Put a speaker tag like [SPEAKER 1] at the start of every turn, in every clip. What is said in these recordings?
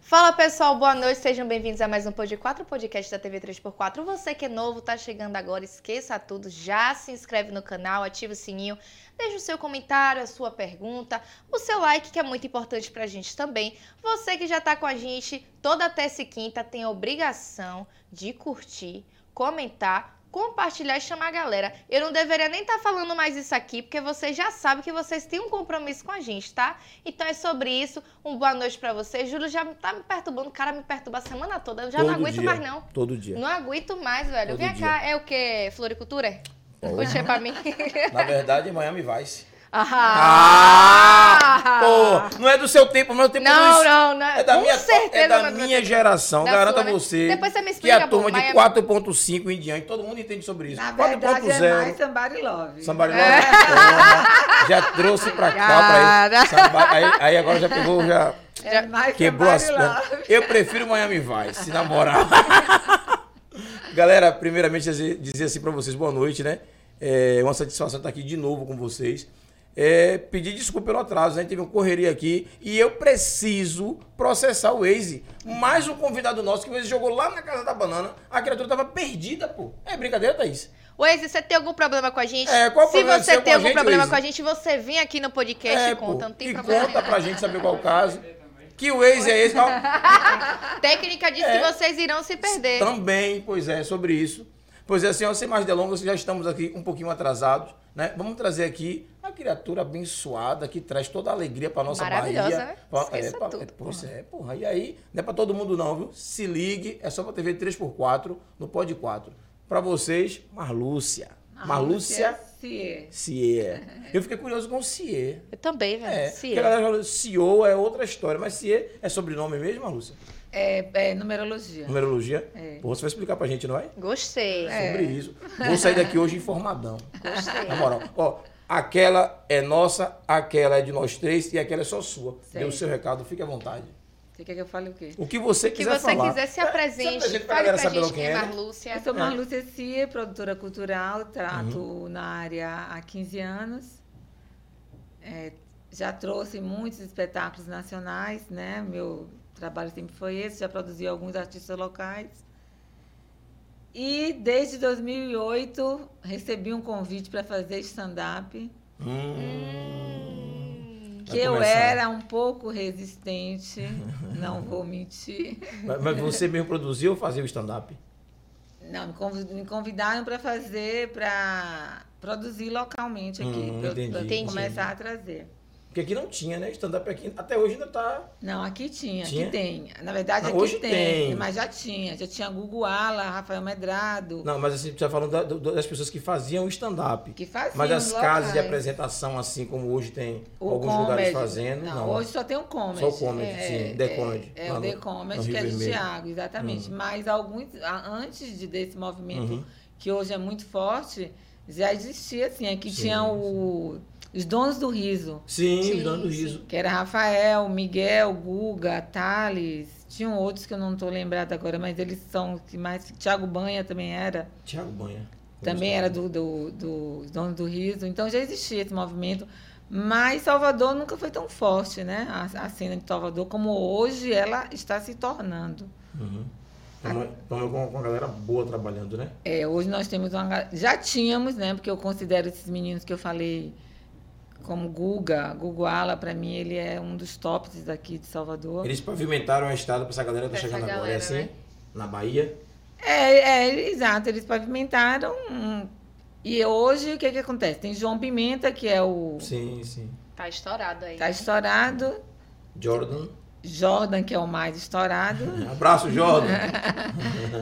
[SPEAKER 1] Fala pessoal, boa noite, sejam bem-vindos a mais um Pod 4, podcast da TV 3x4. Você que é novo, tá chegando agora, esqueça tudo, já se inscreve no canal, ativa o sininho, deixa o seu comentário, a sua pergunta, o seu like que é muito importante pra gente também. Você que já tá com a gente toda terça e quinta tem a obrigação de curtir, comentar, compartilhar e chamar a galera. Eu não deveria nem estar falando mais isso aqui, porque você já sabe que vocês têm um compromisso com a gente, tá? Então é sobre isso. Um boa noite pra você. Júlio já tá me perturbando, o cara me perturba a semana toda. Eu já não
[SPEAKER 2] Todo
[SPEAKER 1] aguento
[SPEAKER 2] dia.
[SPEAKER 1] mais, não.
[SPEAKER 2] Todo dia.
[SPEAKER 1] Não aguento mais, velho.
[SPEAKER 2] Todo
[SPEAKER 1] Vem
[SPEAKER 2] dia.
[SPEAKER 1] cá, é o quê? Floricultura?
[SPEAKER 2] Porra.
[SPEAKER 1] Puxa pra mim.
[SPEAKER 2] Na verdade, é Miami Vice.
[SPEAKER 1] ah!
[SPEAKER 2] Pô, não é do seu tempo, mas é do tempo
[SPEAKER 1] Não,
[SPEAKER 2] do...
[SPEAKER 1] não, não.
[SPEAKER 2] É da
[SPEAKER 1] Com
[SPEAKER 2] minha,
[SPEAKER 1] certeza
[SPEAKER 2] é
[SPEAKER 1] não
[SPEAKER 2] da
[SPEAKER 1] do meu
[SPEAKER 2] minha geração,
[SPEAKER 1] Da
[SPEAKER 2] garanto
[SPEAKER 1] sua,
[SPEAKER 2] a
[SPEAKER 1] né?
[SPEAKER 2] você.
[SPEAKER 1] Depois você me
[SPEAKER 2] Que é
[SPEAKER 1] explica,
[SPEAKER 2] a turma
[SPEAKER 1] pô, é
[SPEAKER 2] de
[SPEAKER 1] Miami-
[SPEAKER 2] 4.5 em diante, todo mundo entende sobre isso.
[SPEAKER 3] Na verdade, é mais somebody love.
[SPEAKER 2] Somebody
[SPEAKER 1] É.
[SPEAKER 2] Love Porra, já trouxe pra cá, pra
[SPEAKER 1] Cara.
[SPEAKER 2] ele. Samba- Aí, aí agora já pegou, já
[SPEAKER 3] É mais
[SPEAKER 2] quebrou as
[SPEAKER 3] somebody
[SPEAKER 2] pernas.
[SPEAKER 3] love.
[SPEAKER 2] Eu prefiro Miami Vice, na moral. Galera, primeiramente dizer dizer assim pra vocês boa noite, né? É uma satisfação estar aqui de novo com vocês. É, pedir desculpa pelo atraso, né? Teve uma correria aqui e eu preciso processar o Waze. Mais um convidado nosso que o Waze jogou lá na Casa da Banana. A criatura tava perdida, pô. É brincadeira, Thaís?
[SPEAKER 1] Waze, você tem algum problema com a gente?
[SPEAKER 2] É, qual o
[SPEAKER 1] Se
[SPEAKER 2] problema
[SPEAKER 1] você
[SPEAKER 2] seu com
[SPEAKER 1] tem
[SPEAKER 2] a
[SPEAKER 1] algum
[SPEAKER 2] gente,
[SPEAKER 1] problema
[SPEAKER 2] Waze?
[SPEAKER 1] com a gente, você vem aqui no podcast e
[SPEAKER 2] É, pô.
[SPEAKER 1] é conta. Não tem
[SPEAKER 2] e
[SPEAKER 1] problema
[SPEAKER 2] conta
[SPEAKER 1] nenhum.
[SPEAKER 2] pra gente saber qual o caso. Que o Waze é esse? Ó,
[SPEAKER 1] Técnica diz
[SPEAKER 2] É. Então,
[SPEAKER 1] que vocês irão se perder.
[SPEAKER 2] Também, pois é, sobre isso. Pois é, senhor, sem mais delongas, já estamos aqui um pouquinho atrasados, né? Vamos trazer aqui a criatura abençoada que traz toda a alegria para nossa Bahia.
[SPEAKER 1] Maravilhosa, né?
[SPEAKER 2] Pra-
[SPEAKER 1] Esqueça
[SPEAKER 2] é, pra-
[SPEAKER 1] tudo,
[SPEAKER 2] é, pois é, porra. E aí, não é para todo mundo não, viu? Se ligue, é só para TV 3x4, no Pod 4. Para vocês, Marlúcia. Marlúcia
[SPEAKER 3] Cier.
[SPEAKER 2] Cier. Eu fiquei curioso com o Cier.
[SPEAKER 1] Eu também, velho.
[SPEAKER 2] É,
[SPEAKER 1] Se
[SPEAKER 2] porque a galera falou, CEO é outra história, mas Cier é sobrenome mesmo, Marlúcia?
[SPEAKER 3] É, é numerologia.
[SPEAKER 2] Numerologia?
[SPEAKER 3] É.
[SPEAKER 2] Pô, você vai explicar pra gente, não é?
[SPEAKER 1] Gostei.
[SPEAKER 3] É.
[SPEAKER 2] sobre isso. Vou sair daqui hoje informadão.
[SPEAKER 1] Gostei.
[SPEAKER 2] Na moral. Ó, aquela é nossa, aquela é de nós três e aquela é só sua. Dê o
[SPEAKER 3] Certo.
[SPEAKER 2] seu recado, fique à vontade.
[SPEAKER 3] Você quer que eu fale o quê?
[SPEAKER 2] O que você
[SPEAKER 1] O que você
[SPEAKER 2] quiser falar. É,
[SPEAKER 1] quiser, se apresente.
[SPEAKER 2] Se apresente pra
[SPEAKER 1] Fale
[SPEAKER 2] galera
[SPEAKER 1] pra
[SPEAKER 2] saber
[SPEAKER 1] gente quem
[SPEAKER 2] quem é,
[SPEAKER 1] é
[SPEAKER 2] né?
[SPEAKER 1] Marlúcia.
[SPEAKER 3] Eu sou Marlúcia Cier, produtora cultural, trato
[SPEAKER 2] Uhum.
[SPEAKER 3] na área há 15 anos. É, já trouxe muitos espetáculos nacionais, né? Meu trabalho sempre foi esse, já produzi alguns artistas locais. E desde 2008 recebi um convite para fazer stand-up.
[SPEAKER 2] Hum.
[SPEAKER 3] Hum, Que
[SPEAKER 2] Vai
[SPEAKER 3] eu
[SPEAKER 2] começar.
[SPEAKER 3] era um pouco resistente, não vou mentir.
[SPEAKER 2] Mas, mas você mesmo produziu ou fazia o stand-up?
[SPEAKER 3] Não, me conv- me convidaram para fazer, para produzir localmente aqui,
[SPEAKER 2] Hum,
[SPEAKER 3] pra eu-
[SPEAKER 2] entendi,
[SPEAKER 3] pra eu
[SPEAKER 1] entendi.
[SPEAKER 3] começar a trazer.
[SPEAKER 2] Porque aqui não tinha, né? Stand-up aqui até hoje ainda tá.
[SPEAKER 3] Não, aqui tinha,
[SPEAKER 2] Tinha?
[SPEAKER 3] aqui tem. Na verdade,
[SPEAKER 2] Ah,
[SPEAKER 3] aqui
[SPEAKER 2] hoje
[SPEAKER 3] tem,
[SPEAKER 2] tem.
[SPEAKER 3] mas já tinha. Já tinha Gugu Ala, Rafael Medrado,
[SPEAKER 2] Não, mas assim, você tá falando da- do- das pessoas que faziam o stand-up.
[SPEAKER 3] que faziam
[SPEAKER 2] Mas as casas de
[SPEAKER 3] locais.
[SPEAKER 2] apresentação, assim como hoje tem
[SPEAKER 3] O
[SPEAKER 2] alguns
[SPEAKER 3] comedy.
[SPEAKER 2] lugares fazendo,
[SPEAKER 3] Não,
[SPEAKER 2] não.
[SPEAKER 3] hoje só tem o comedy.
[SPEAKER 2] Só o comedy,
[SPEAKER 3] é,
[SPEAKER 2] sim. The
[SPEAKER 3] é,
[SPEAKER 2] Comedy,
[SPEAKER 3] É,
[SPEAKER 2] lá
[SPEAKER 3] o The
[SPEAKER 2] no- no
[SPEAKER 3] Comedy,
[SPEAKER 2] Rio
[SPEAKER 3] que é do
[SPEAKER 2] Vermelho. Hum.
[SPEAKER 3] Thiago, exatamente. Mas alguns, a- antes de- desse movimento,
[SPEAKER 2] Uhum.
[SPEAKER 3] que hoje é muito forte, já existia, assim. Aqui
[SPEAKER 2] Sim,
[SPEAKER 3] tinha o, os Donos do Riso,
[SPEAKER 2] Sim,
[SPEAKER 1] Sim,
[SPEAKER 2] me dando
[SPEAKER 1] sim.
[SPEAKER 2] riso.
[SPEAKER 3] que era Rafael, Miguel, Guga, Thales. Tinham outros que eu não estou lembrada agora, mas eles são os que mais... Thiago Banha também era.
[SPEAKER 2] Tiago Banha.
[SPEAKER 3] Também era do, do, do dono do riso. Então já existia esse movimento. Mas Salvador nunca foi tão forte, né? A, a cena de Salvador como hoje ela está se tornando.
[SPEAKER 2] Uhum. Tamo- tamo com com uma galera boa trabalhando, né?
[SPEAKER 3] É, hoje nós temos uma. ga- Já tínhamos, né? Porque eu considero esses meninos que eu falei como Guga, Guguala, para mim ele é um dos tops daqui de Salvador.
[SPEAKER 2] Eles pavimentaram a estrada pra essa galera que tá
[SPEAKER 1] Pra essa
[SPEAKER 2] chegando agora, é
[SPEAKER 1] galera,
[SPEAKER 2] assim?
[SPEAKER 1] né?
[SPEAKER 2] Na Bahia.
[SPEAKER 3] É, é, exato, eles pavimentaram. hum. E hoje o que, que acontece? Tem João Pimenta, que é o.
[SPEAKER 2] Sim, sim.
[SPEAKER 1] Tá estourado aí.
[SPEAKER 3] Tá estourado.
[SPEAKER 2] Jordan.
[SPEAKER 3] Jordan, que é o mais estourado.
[SPEAKER 2] Abraço, Jordan.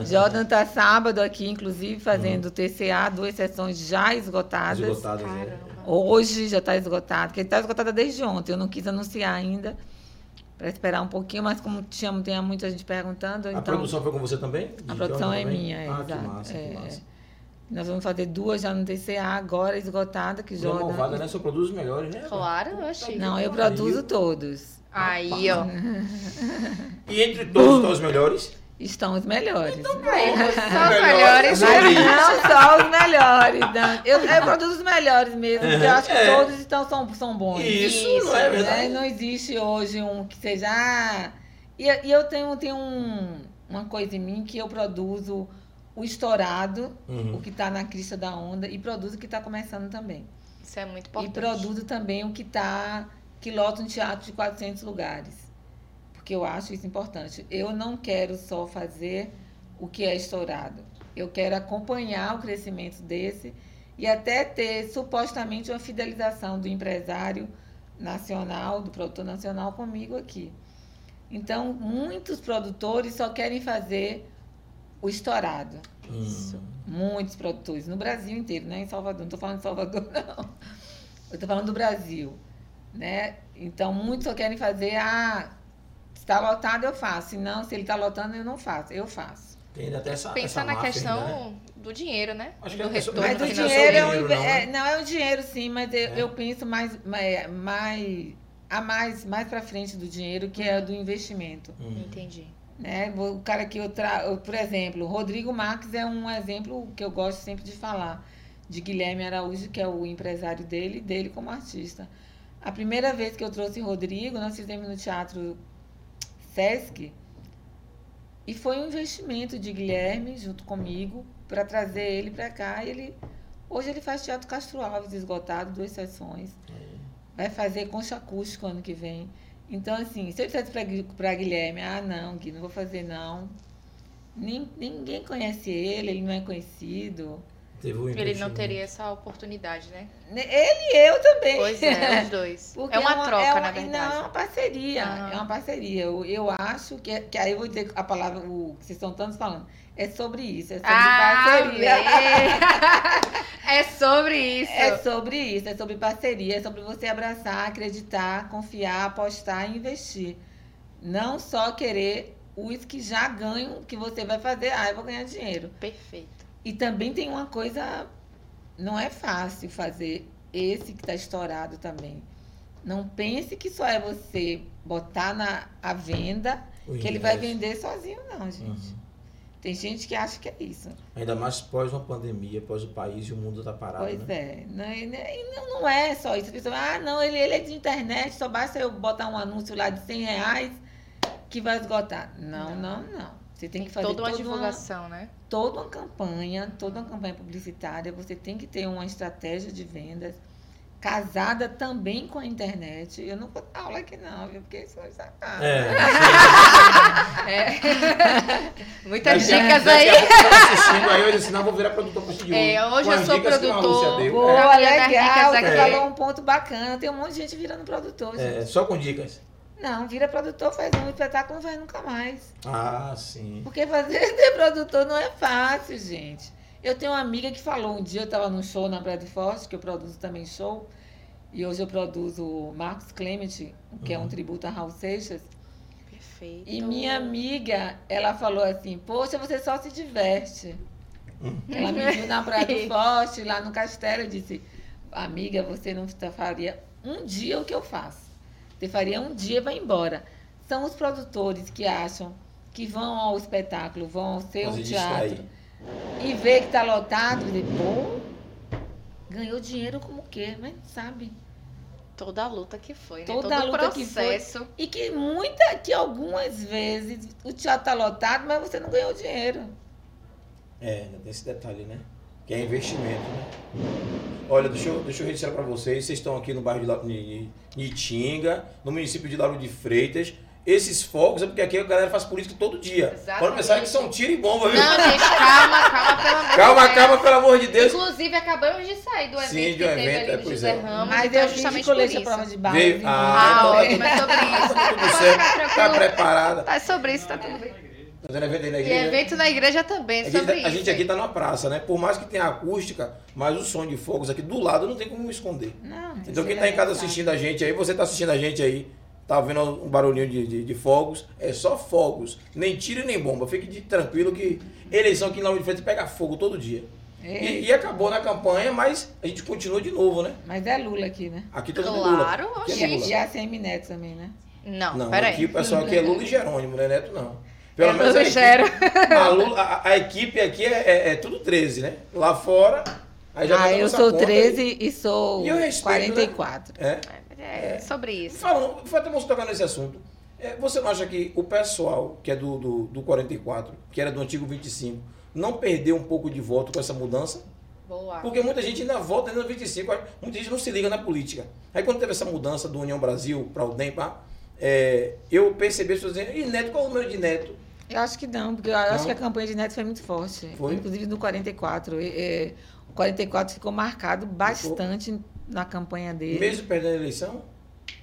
[SPEAKER 3] Jordan tá sábado aqui, inclusive, fazendo TCA, duas sessões já esgotadas.
[SPEAKER 2] Esgotadas, né?
[SPEAKER 1] Caramba.
[SPEAKER 3] Hoje já está esgotado, porque está esgotada desde ontem. Eu não quis anunciar ainda, para esperar um pouquinho, mas como tinha, tinha muita gente perguntando,
[SPEAKER 2] A
[SPEAKER 3] então
[SPEAKER 2] produção foi com você também? De
[SPEAKER 3] a produção
[SPEAKER 2] Jordan
[SPEAKER 3] é
[SPEAKER 2] também?
[SPEAKER 3] minha. é,
[SPEAKER 2] Ah,
[SPEAKER 3] exato.
[SPEAKER 2] que massa,
[SPEAKER 3] É,
[SPEAKER 2] que massa.
[SPEAKER 3] Nós vamos fazer duas já no TCA, agora esgotada, que
[SPEAKER 2] Mulher
[SPEAKER 3] Jordan...
[SPEAKER 2] malvada, né? Só produz os melhores, né?
[SPEAKER 1] Claro, eu achei.
[SPEAKER 3] Não, eu
[SPEAKER 2] Pariu.
[SPEAKER 3] produzo todos.
[SPEAKER 1] Aí, ó.
[SPEAKER 2] E entre todos estão os melhores.
[SPEAKER 3] Estão os melhores.
[SPEAKER 1] Então tá. Só os melhores.
[SPEAKER 2] Sobre
[SPEAKER 3] Mas
[SPEAKER 2] isso.
[SPEAKER 3] não só os melhores, Dan. Eu, eu produzo os melhores mesmo, porque eu acho que
[SPEAKER 2] É.
[SPEAKER 3] todos estão, são, são bons.
[SPEAKER 2] Isso,
[SPEAKER 1] Isso,
[SPEAKER 2] não é
[SPEAKER 3] né?
[SPEAKER 2] verdade?
[SPEAKER 3] Não existe hoje um que seja. ah, E, e eu tenho, tenho um- uma coisa em mim que eu produzo o estourado,
[SPEAKER 2] Uhum.
[SPEAKER 3] o que está na crista da onda, e produzo o que está começando também.
[SPEAKER 1] Isso é muito importante.
[SPEAKER 3] E produzo também o que tá que lota um teatro de 400 lugares. Porque eu acho isso importante. Eu não quero só fazer o que é estourado. Eu quero acompanhar o crescimento desse e até ter supostamente uma fidelização do empresário nacional, do produtor nacional comigo aqui. Então, muitos produtores só querem fazer o estourado.
[SPEAKER 1] Isso.
[SPEAKER 2] Hum.
[SPEAKER 3] Muitos produtores, no Brasil inteiro, não é em Salvador. Não estou falando de Salvador, não. Eu estou falando do Brasil. Né? Então, muitos só querem fazer, ah, se está lotado, eu faço. Se não, se ele está lotando, eu não faço. Eu faço.
[SPEAKER 2] Tem ainda até essa.
[SPEAKER 1] Pensar
[SPEAKER 2] essa
[SPEAKER 1] na
[SPEAKER 2] máfia
[SPEAKER 1] questão
[SPEAKER 2] ainda, né?
[SPEAKER 1] do dinheiro, né?
[SPEAKER 2] Acho que
[SPEAKER 1] do
[SPEAKER 2] é sobre-
[SPEAKER 1] retorno
[SPEAKER 2] Todo
[SPEAKER 3] mas o
[SPEAKER 2] mundo
[SPEAKER 1] financeiro.
[SPEAKER 3] dinheiro é
[SPEAKER 2] o
[SPEAKER 3] um.
[SPEAKER 2] dinheiro,
[SPEAKER 3] inve-
[SPEAKER 2] não,
[SPEAKER 3] é,
[SPEAKER 2] né?
[SPEAKER 3] não, é o dinheiro, sim, mas eu,
[SPEAKER 2] É.
[SPEAKER 3] eu penso mais, mais, mais, a mais, mais para frente do dinheiro, que é do investimento.
[SPEAKER 2] Hum.
[SPEAKER 1] Entendi.
[SPEAKER 3] né? O cara que eu trago, por exemplo, o Rodrigo Marques é um exemplo que eu gosto sempre de falar, de Guilherme Araújo, que é o empresário dele, e dele como artista. A primeira vez que eu trouxe Rodrigo, nós fizemos no Teatro Sesc, e foi um investimento de Guilherme junto comigo para trazer ele para cá. e ele hoje ele faz Teatro Castro Alves esgotado, duas sessões. Vai fazer concha acústica ano que vem. Então, assim, se eu dissesse pra, Gui- pra Guilherme, ah, não, Gui, não vou fazer, não. Nin- ninguém conhece ele, ele não é conhecido.
[SPEAKER 2] Teve um
[SPEAKER 1] Ele não
[SPEAKER 2] investimento.
[SPEAKER 1] teria essa oportunidade, né?
[SPEAKER 3] Ne- Ele e eu também.
[SPEAKER 1] Pois é, os dois.
[SPEAKER 3] Porque
[SPEAKER 1] é uma, troca,
[SPEAKER 3] é
[SPEAKER 1] na
[SPEAKER 3] uma- Não, é uma
[SPEAKER 1] verdade. Ah.
[SPEAKER 3] parceria.
[SPEAKER 1] Aham.
[SPEAKER 3] É uma parceria. Eu, eu acho que, que aí eu vou dizer a palavra o, que vocês estão tanto falando. É sobre isso, é sobre
[SPEAKER 1] Ah,
[SPEAKER 3] parceria.
[SPEAKER 1] amei. é sobre isso.
[SPEAKER 3] É sobre isso, é sobre parceria, é sobre você abraçar, acreditar, confiar, apostar e investir. Não só querer os que já ganham, que você vai fazer, ah, eu vou ganhar dinheiro.
[SPEAKER 1] Perfeito.
[SPEAKER 3] E também tem uma coisa, não é fácil fazer esse que está estourado também. Não pense que só é você botar na à venda
[SPEAKER 2] O
[SPEAKER 3] que ele vai
[SPEAKER 2] Um ingresso.
[SPEAKER 3] vender sozinho, não, gente.
[SPEAKER 2] Uhum.
[SPEAKER 3] Tem gente que acha que é isso.
[SPEAKER 2] Ainda mais pós uma pandemia, pós o país e o mundo tá parado,
[SPEAKER 3] Pois
[SPEAKER 2] né?
[SPEAKER 3] é. Não, e não- e não, não é só isso. A pessoa, ah, não, ele, ele é de internet, só basta eu botar um anúncio lá de 100 reais que vai esgotar. Não, não, não. Você tem que fazer
[SPEAKER 1] toda uma divulgação, né?
[SPEAKER 3] toda uma campanha, toda uma campanha publicitária, você tem que ter uma estratégia de vendas casada também com a internet. Eu não vou dar aula aqui não, viu? Porque isso é sacado.
[SPEAKER 2] É,
[SPEAKER 1] Muitas
[SPEAKER 3] É.
[SPEAKER 2] Daqui a-
[SPEAKER 1] dicas
[SPEAKER 2] daqui
[SPEAKER 1] aí.
[SPEAKER 2] a pouco você tá assistindo aí, eu disse, não, vou virar produtor posterior.
[SPEAKER 1] É, hoje
[SPEAKER 2] Com
[SPEAKER 1] eu
[SPEAKER 2] as
[SPEAKER 1] sou
[SPEAKER 2] dicas que a
[SPEAKER 1] produtor.
[SPEAKER 2] Lúcia deu.
[SPEAKER 1] Boa.
[SPEAKER 2] É,
[SPEAKER 3] Pô,
[SPEAKER 1] Trabalhar nas
[SPEAKER 3] legal,
[SPEAKER 1] dicas
[SPEAKER 3] você
[SPEAKER 2] aqui.
[SPEAKER 3] falou um ponto bacana. Tem um monte de gente virando produtor, gente.
[SPEAKER 2] é, só com dicas.
[SPEAKER 3] Não, vira produtor, faz um espetáculo, não faz nunca mais.
[SPEAKER 2] Ah, sim.
[SPEAKER 3] Porque fazer ser produtor não é fácil, gente. Eu tenho uma amiga que falou um dia, eu estava num show na Brad Forte, que eu produzo também show, e hoje eu produzo o Marcos Clement, que é um
[SPEAKER 2] Uhum.
[SPEAKER 3] tributo a Raul Seixas.
[SPEAKER 1] Perfeito.
[SPEAKER 3] E minha amiga, ela falou assim, poxa, você só se diverte.
[SPEAKER 2] Hum.
[SPEAKER 3] Ela me viu na Praia do Forte, lá no castelo, e disse, amiga, você não tá- faria um dia o que eu faço. Você faria um dia e vai embora. São os produtores que acham que vão ao espetáculo, vão ao seu
[SPEAKER 2] Você
[SPEAKER 3] teatro
[SPEAKER 2] distrair.
[SPEAKER 3] e vê que tá lotado, e diz, pô, ganhou dinheiro como quê? Mas não sabe.
[SPEAKER 1] Toda a luta que foi, né?
[SPEAKER 3] Toda
[SPEAKER 1] Todo
[SPEAKER 3] a
[SPEAKER 1] o
[SPEAKER 3] luta que foi.
[SPEAKER 1] processo.
[SPEAKER 3] E que muita, que algumas vezes o teatro tá lotado, mas você não ganhou dinheiro.
[SPEAKER 2] É, ainda tem esse detalhe, né? Que é investimento, né? Olha, deixa eu, deixa eu registrar para vocês. Vocês estão aqui no bairro de La- Ni- Ni- Nitinga, no município de Lauro de Freitas. Esses fogos é porque aqui a galera faz política todo dia.
[SPEAKER 1] Exatamente.
[SPEAKER 2] Pode pensar que são tiro e bomba, viu?
[SPEAKER 1] Não, é. gente, calma, calma, pelo amor de Deus.
[SPEAKER 2] calma, calma, pelo amor de Deus.
[SPEAKER 1] Inclusive, acabamos de sair do evento
[SPEAKER 2] Sim,
[SPEAKER 1] que
[SPEAKER 2] do
[SPEAKER 1] teve
[SPEAKER 2] evento, é,
[SPEAKER 1] ali do
[SPEAKER 2] pois
[SPEAKER 1] José
[SPEAKER 2] é.
[SPEAKER 1] Ramos.
[SPEAKER 3] Mas
[SPEAKER 1] então,
[SPEAKER 3] eu vim de
[SPEAKER 1] justamente
[SPEAKER 3] colete
[SPEAKER 1] por
[SPEAKER 3] à
[SPEAKER 1] isso.
[SPEAKER 3] prova de barra.
[SPEAKER 2] Veio-
[SPEAKER 3] viu?
[SPEAKER 2] Ah,
[SPEAKER 1] Ah,
[SPEAKER 2] então
[SPEAKER 1] ótimo, é sobre isso.
[SPEAKER 2] tá tudo
[SPEAKER 1] Pode
[SPEAKER 2] certo.
[SPEAKER 1] ficar
[SPEAKER 2] Tá
[SPEAKER 1] tranquilo.
[SPEAKER 2] preparada.
[SPEAKER 3] é
[SPEAKER 1] Tá sobre isso, tá tudo bem.
[SPEAKER 2] Tá fazendo evento aí na
[SPEAKER 1] E é
[SPEAKER 2] igreja?
[SPEAKER 1] evento na igreja também,
[SPEAKER 2] A gente,
[SPEAKER 1] sobre
[SPEAKER 2] a
[SPEAKER 1] isso.
[SPEAKER 2] gente aqui tá numa praça, né? Por mais que tenha acústica, mas o som de fogos aqui do lado não tem como esconder.
[SPEAKER 3] Não,
[SPEAKER 2] Então
[SPEAKER 3] isso
[SPEAKER 2] quem
[SPEAKER 3] é
[SPEAKER 2] tá em casa
[SPEAKER 3] verdade.
[SPEAKER 2] assistindo a gente aí, você tá assistindo a gente aí, tá ouvindo um barulhinho de, de, de fogos, é só fogos, nem tiro e nem bomba, fique de- tranquilo que eleição aqui em Lauro de Freitas pega fogo todo dia.
[SPEAKER 1] É.
[SPEAKER 3] Ei,
[SPEAKER 2] E, e acabou na campanha, mas a gente continua de novo, né?
[SPEAKER 3] mas é Lula aqui, né?
[SPEAKER 2] Aqui todo mundo Lula.
[SPEAKER 1] Claro,
[SPEAKER 2] Aqui
[SPEAKER 1] oxe.
[SPEAKER 2] é Lula.
[SPEAKER 3] E a Semineto também, né?
[SPEAKER 1] Não,
[SPEAKER 2] Não,
[SPEAKER 1] peraí.
[SPEAKER 2] aqui o pessoal aqui é Lula e Jerônimo, né, Neto? Não. Pelo
[SPEAKER 1] É
[SPEAKER 2] menos
[SPEAKER 1] Lula
[SPEAKER 2] a
[SPEAKER 1] e
[SPEAKER 2] equipe- a, Lula- a- a equipe aqui é, é- é tudo 13, né? Lá fora, aí já
[SPEAKER 3] Ah,
[SPEAKER 2] bota
[SPEAKER 3] eu
[SPEAKER 2] nossa
[SPEAKER 3] sou
[SPEAKER 2] conta aí.
[SPEAKER 3] 13 e sou
[SPEAKER 2] E eu respeito, né?
[SPEAKER 3] 44.
[SPEAKER 2] É.
[SPEAKER 1] É, sobre isso.
[SPEAKER 2] Falando, foi até bom você tocar nesse assunto. É, você não acha que o pessoal que é do, do, do 44, que era do antigo 25, não perdeu um pouco de voto com essa mudança?
[SPEAKER 1] Boa.
[SPEAKER 2] Porque muita gente ainda volta ainda no 25, muita gente não se liga na política. Aí quando teve essa mudança do União Brasil para o DEM, pá, é, eu percebi as pessoas dizendo, e Neto, qual o número de Neto?
[SPEAKER 3] Eu acho que não, porque eu acho que a campanha de Neto foi muito forte.
[SPEAKER 2] Foi?
[SPEAKER 3] Inclusive no 44. E, e, o 44 ficou marcado bastante na campanha dele.
[SPEAKER 2] Mesmo perdendo a eleição?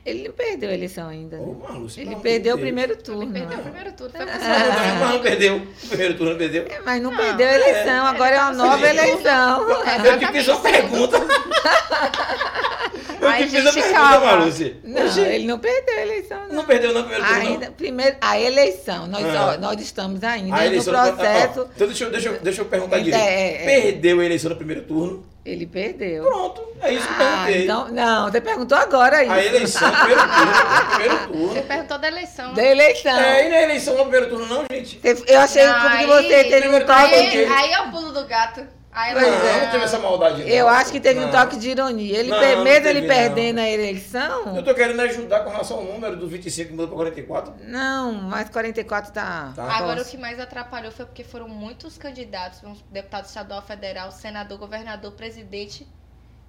[SPEAKER 3] Ele não perdeu a eleição ainda. né?
[SPEAKER 2] Ô, Marlos, pelo
[SPEAKER 3] Ele
[SPEAKER 2] amor de
[SPEAKER 3] perdeu o
[SPEAKER 2] Deus.
[SPEAKER 3] primeiro turno.
[SPEAKER 1] Ele perdeu o Então, primeiro turno.
[SPEAKER 3] Ah.
[SPEAKER 1] Foi
[SPEAKER 2] Não,
[SPEAKER 1] passado.
[SPEAKER 2] não, Mas não perdeu. O primeiro turno não perdeu.
[SPEAKER 3] É, Mas não,
[SPEAKER 1] Não,
[SPEAKER 3] perdeu a eleição, agora
[SPEAKER 1] ele
[SPEAKER 3] é uma
[SPEAKER 1] tá
[SPEAKER 2] tava
[SPEAKER 3] nova
[SPEAKER 2] sem jeito.
[SPEAKER 3] eleição.
[SPEAKER 2] Eu que fiz a pergunta. Eu
[SPEAKER 1] Ai,
[SPEAKER 2] que fiz a
[SPEAKER 1] gente,
[SPEAKER 2] pergunta,
[SPEAKER 1] calma.
[SPEAKER 2] Marluce.
[SPEAKER 3] Não, ele não perdeu a eleição, não.
[SPEAKER 2] Não perdeu não primeiro turno,
[SPEAKER 3] Ainda, primeiro, a eleição, nós,
[SPEAKER 2] Ah.
[SPEAKER 3] ó, nós estamos
[SPEAKER 2] não.
[SPEAKER 3] ainda
[SPEAKER 2] A
[SPEAKER 3] no
[SPEAKER 2] eleição do- ó,
[SPEAKER 3] processo.
[SPEAKER 2] Então deixa eu, deixa, eu- deixa eu perguntar
[SPEAKER 3] É,
[SPEAKER 2] direito.
[SPEAKER 3] é, é.
[SPEAKER 2] Perdeu a eleição no primeiro turno?
[SPEAKER 3] Ele perdeu.
[SPEAKER 2] Pronto, é isso que eu
[SPEAKER 3] Ah,
[SPEAKER 2] perguntei.
[SPEAKER 3] então, não, você perguntou agora isso.
[SPEAKER 2] A eleição no primeiro turno. primeiro
[SPEAKER 1] Você
[SPEAKER 2] turno.
[SPEAKER 1] perguntou da eleição.
[SPEAKER 3] Da eleição.
[SPEAKER 2] É, e não é eleição no primeiro turno não, gente?
[SPEAKER 3] Você- Eu achei
[SPEAKER 1] Não,
[SPEAKER 3] como que
[SPEAKER 1] aí-
[SPEAKER 3] você teve um
[SPEAKER 2] primeiro
[SPEAKER 3] toque.
[SPEAKER 2] toque.
[SPEAKER 1] Aí, aí é o pulo do gato. Aí
[SPEAKER 2] não,
[SPEAKER 1] ela-
[SPEAKER 2] não teve essa maldade não.
[SPEAKER 3] É, Eu acho que teve um
[SPEAKER 2] Não.
[SPEAKER 3] toque de ironia. Ele,
[SPEAKER 2] Não,
[SPEAKER 3] per-
[SPEAKER 2] não
[SPEAKER 3] mesmo
[SPEAKER 2] teve,
[SPEAKER 3] ele
[SPEAKER 2] não.
[SPEAKER 3] perdendo a eleição.
[SPEAKER 2] Eu tô querendo ajudar com relação ao número dos 25 que mudou pra 44.
[SPEAKER 3] Não, mas 44 tá.
[SPEAKER 2] Tá.
[SPEAKER 1] Agora
[SPEAKER 3] Posso.
[SPEAKER 1] o que mais atrapalhou foi porque foram muitos candidatos, uns deputado estadual, federal, senador, governador, presidente.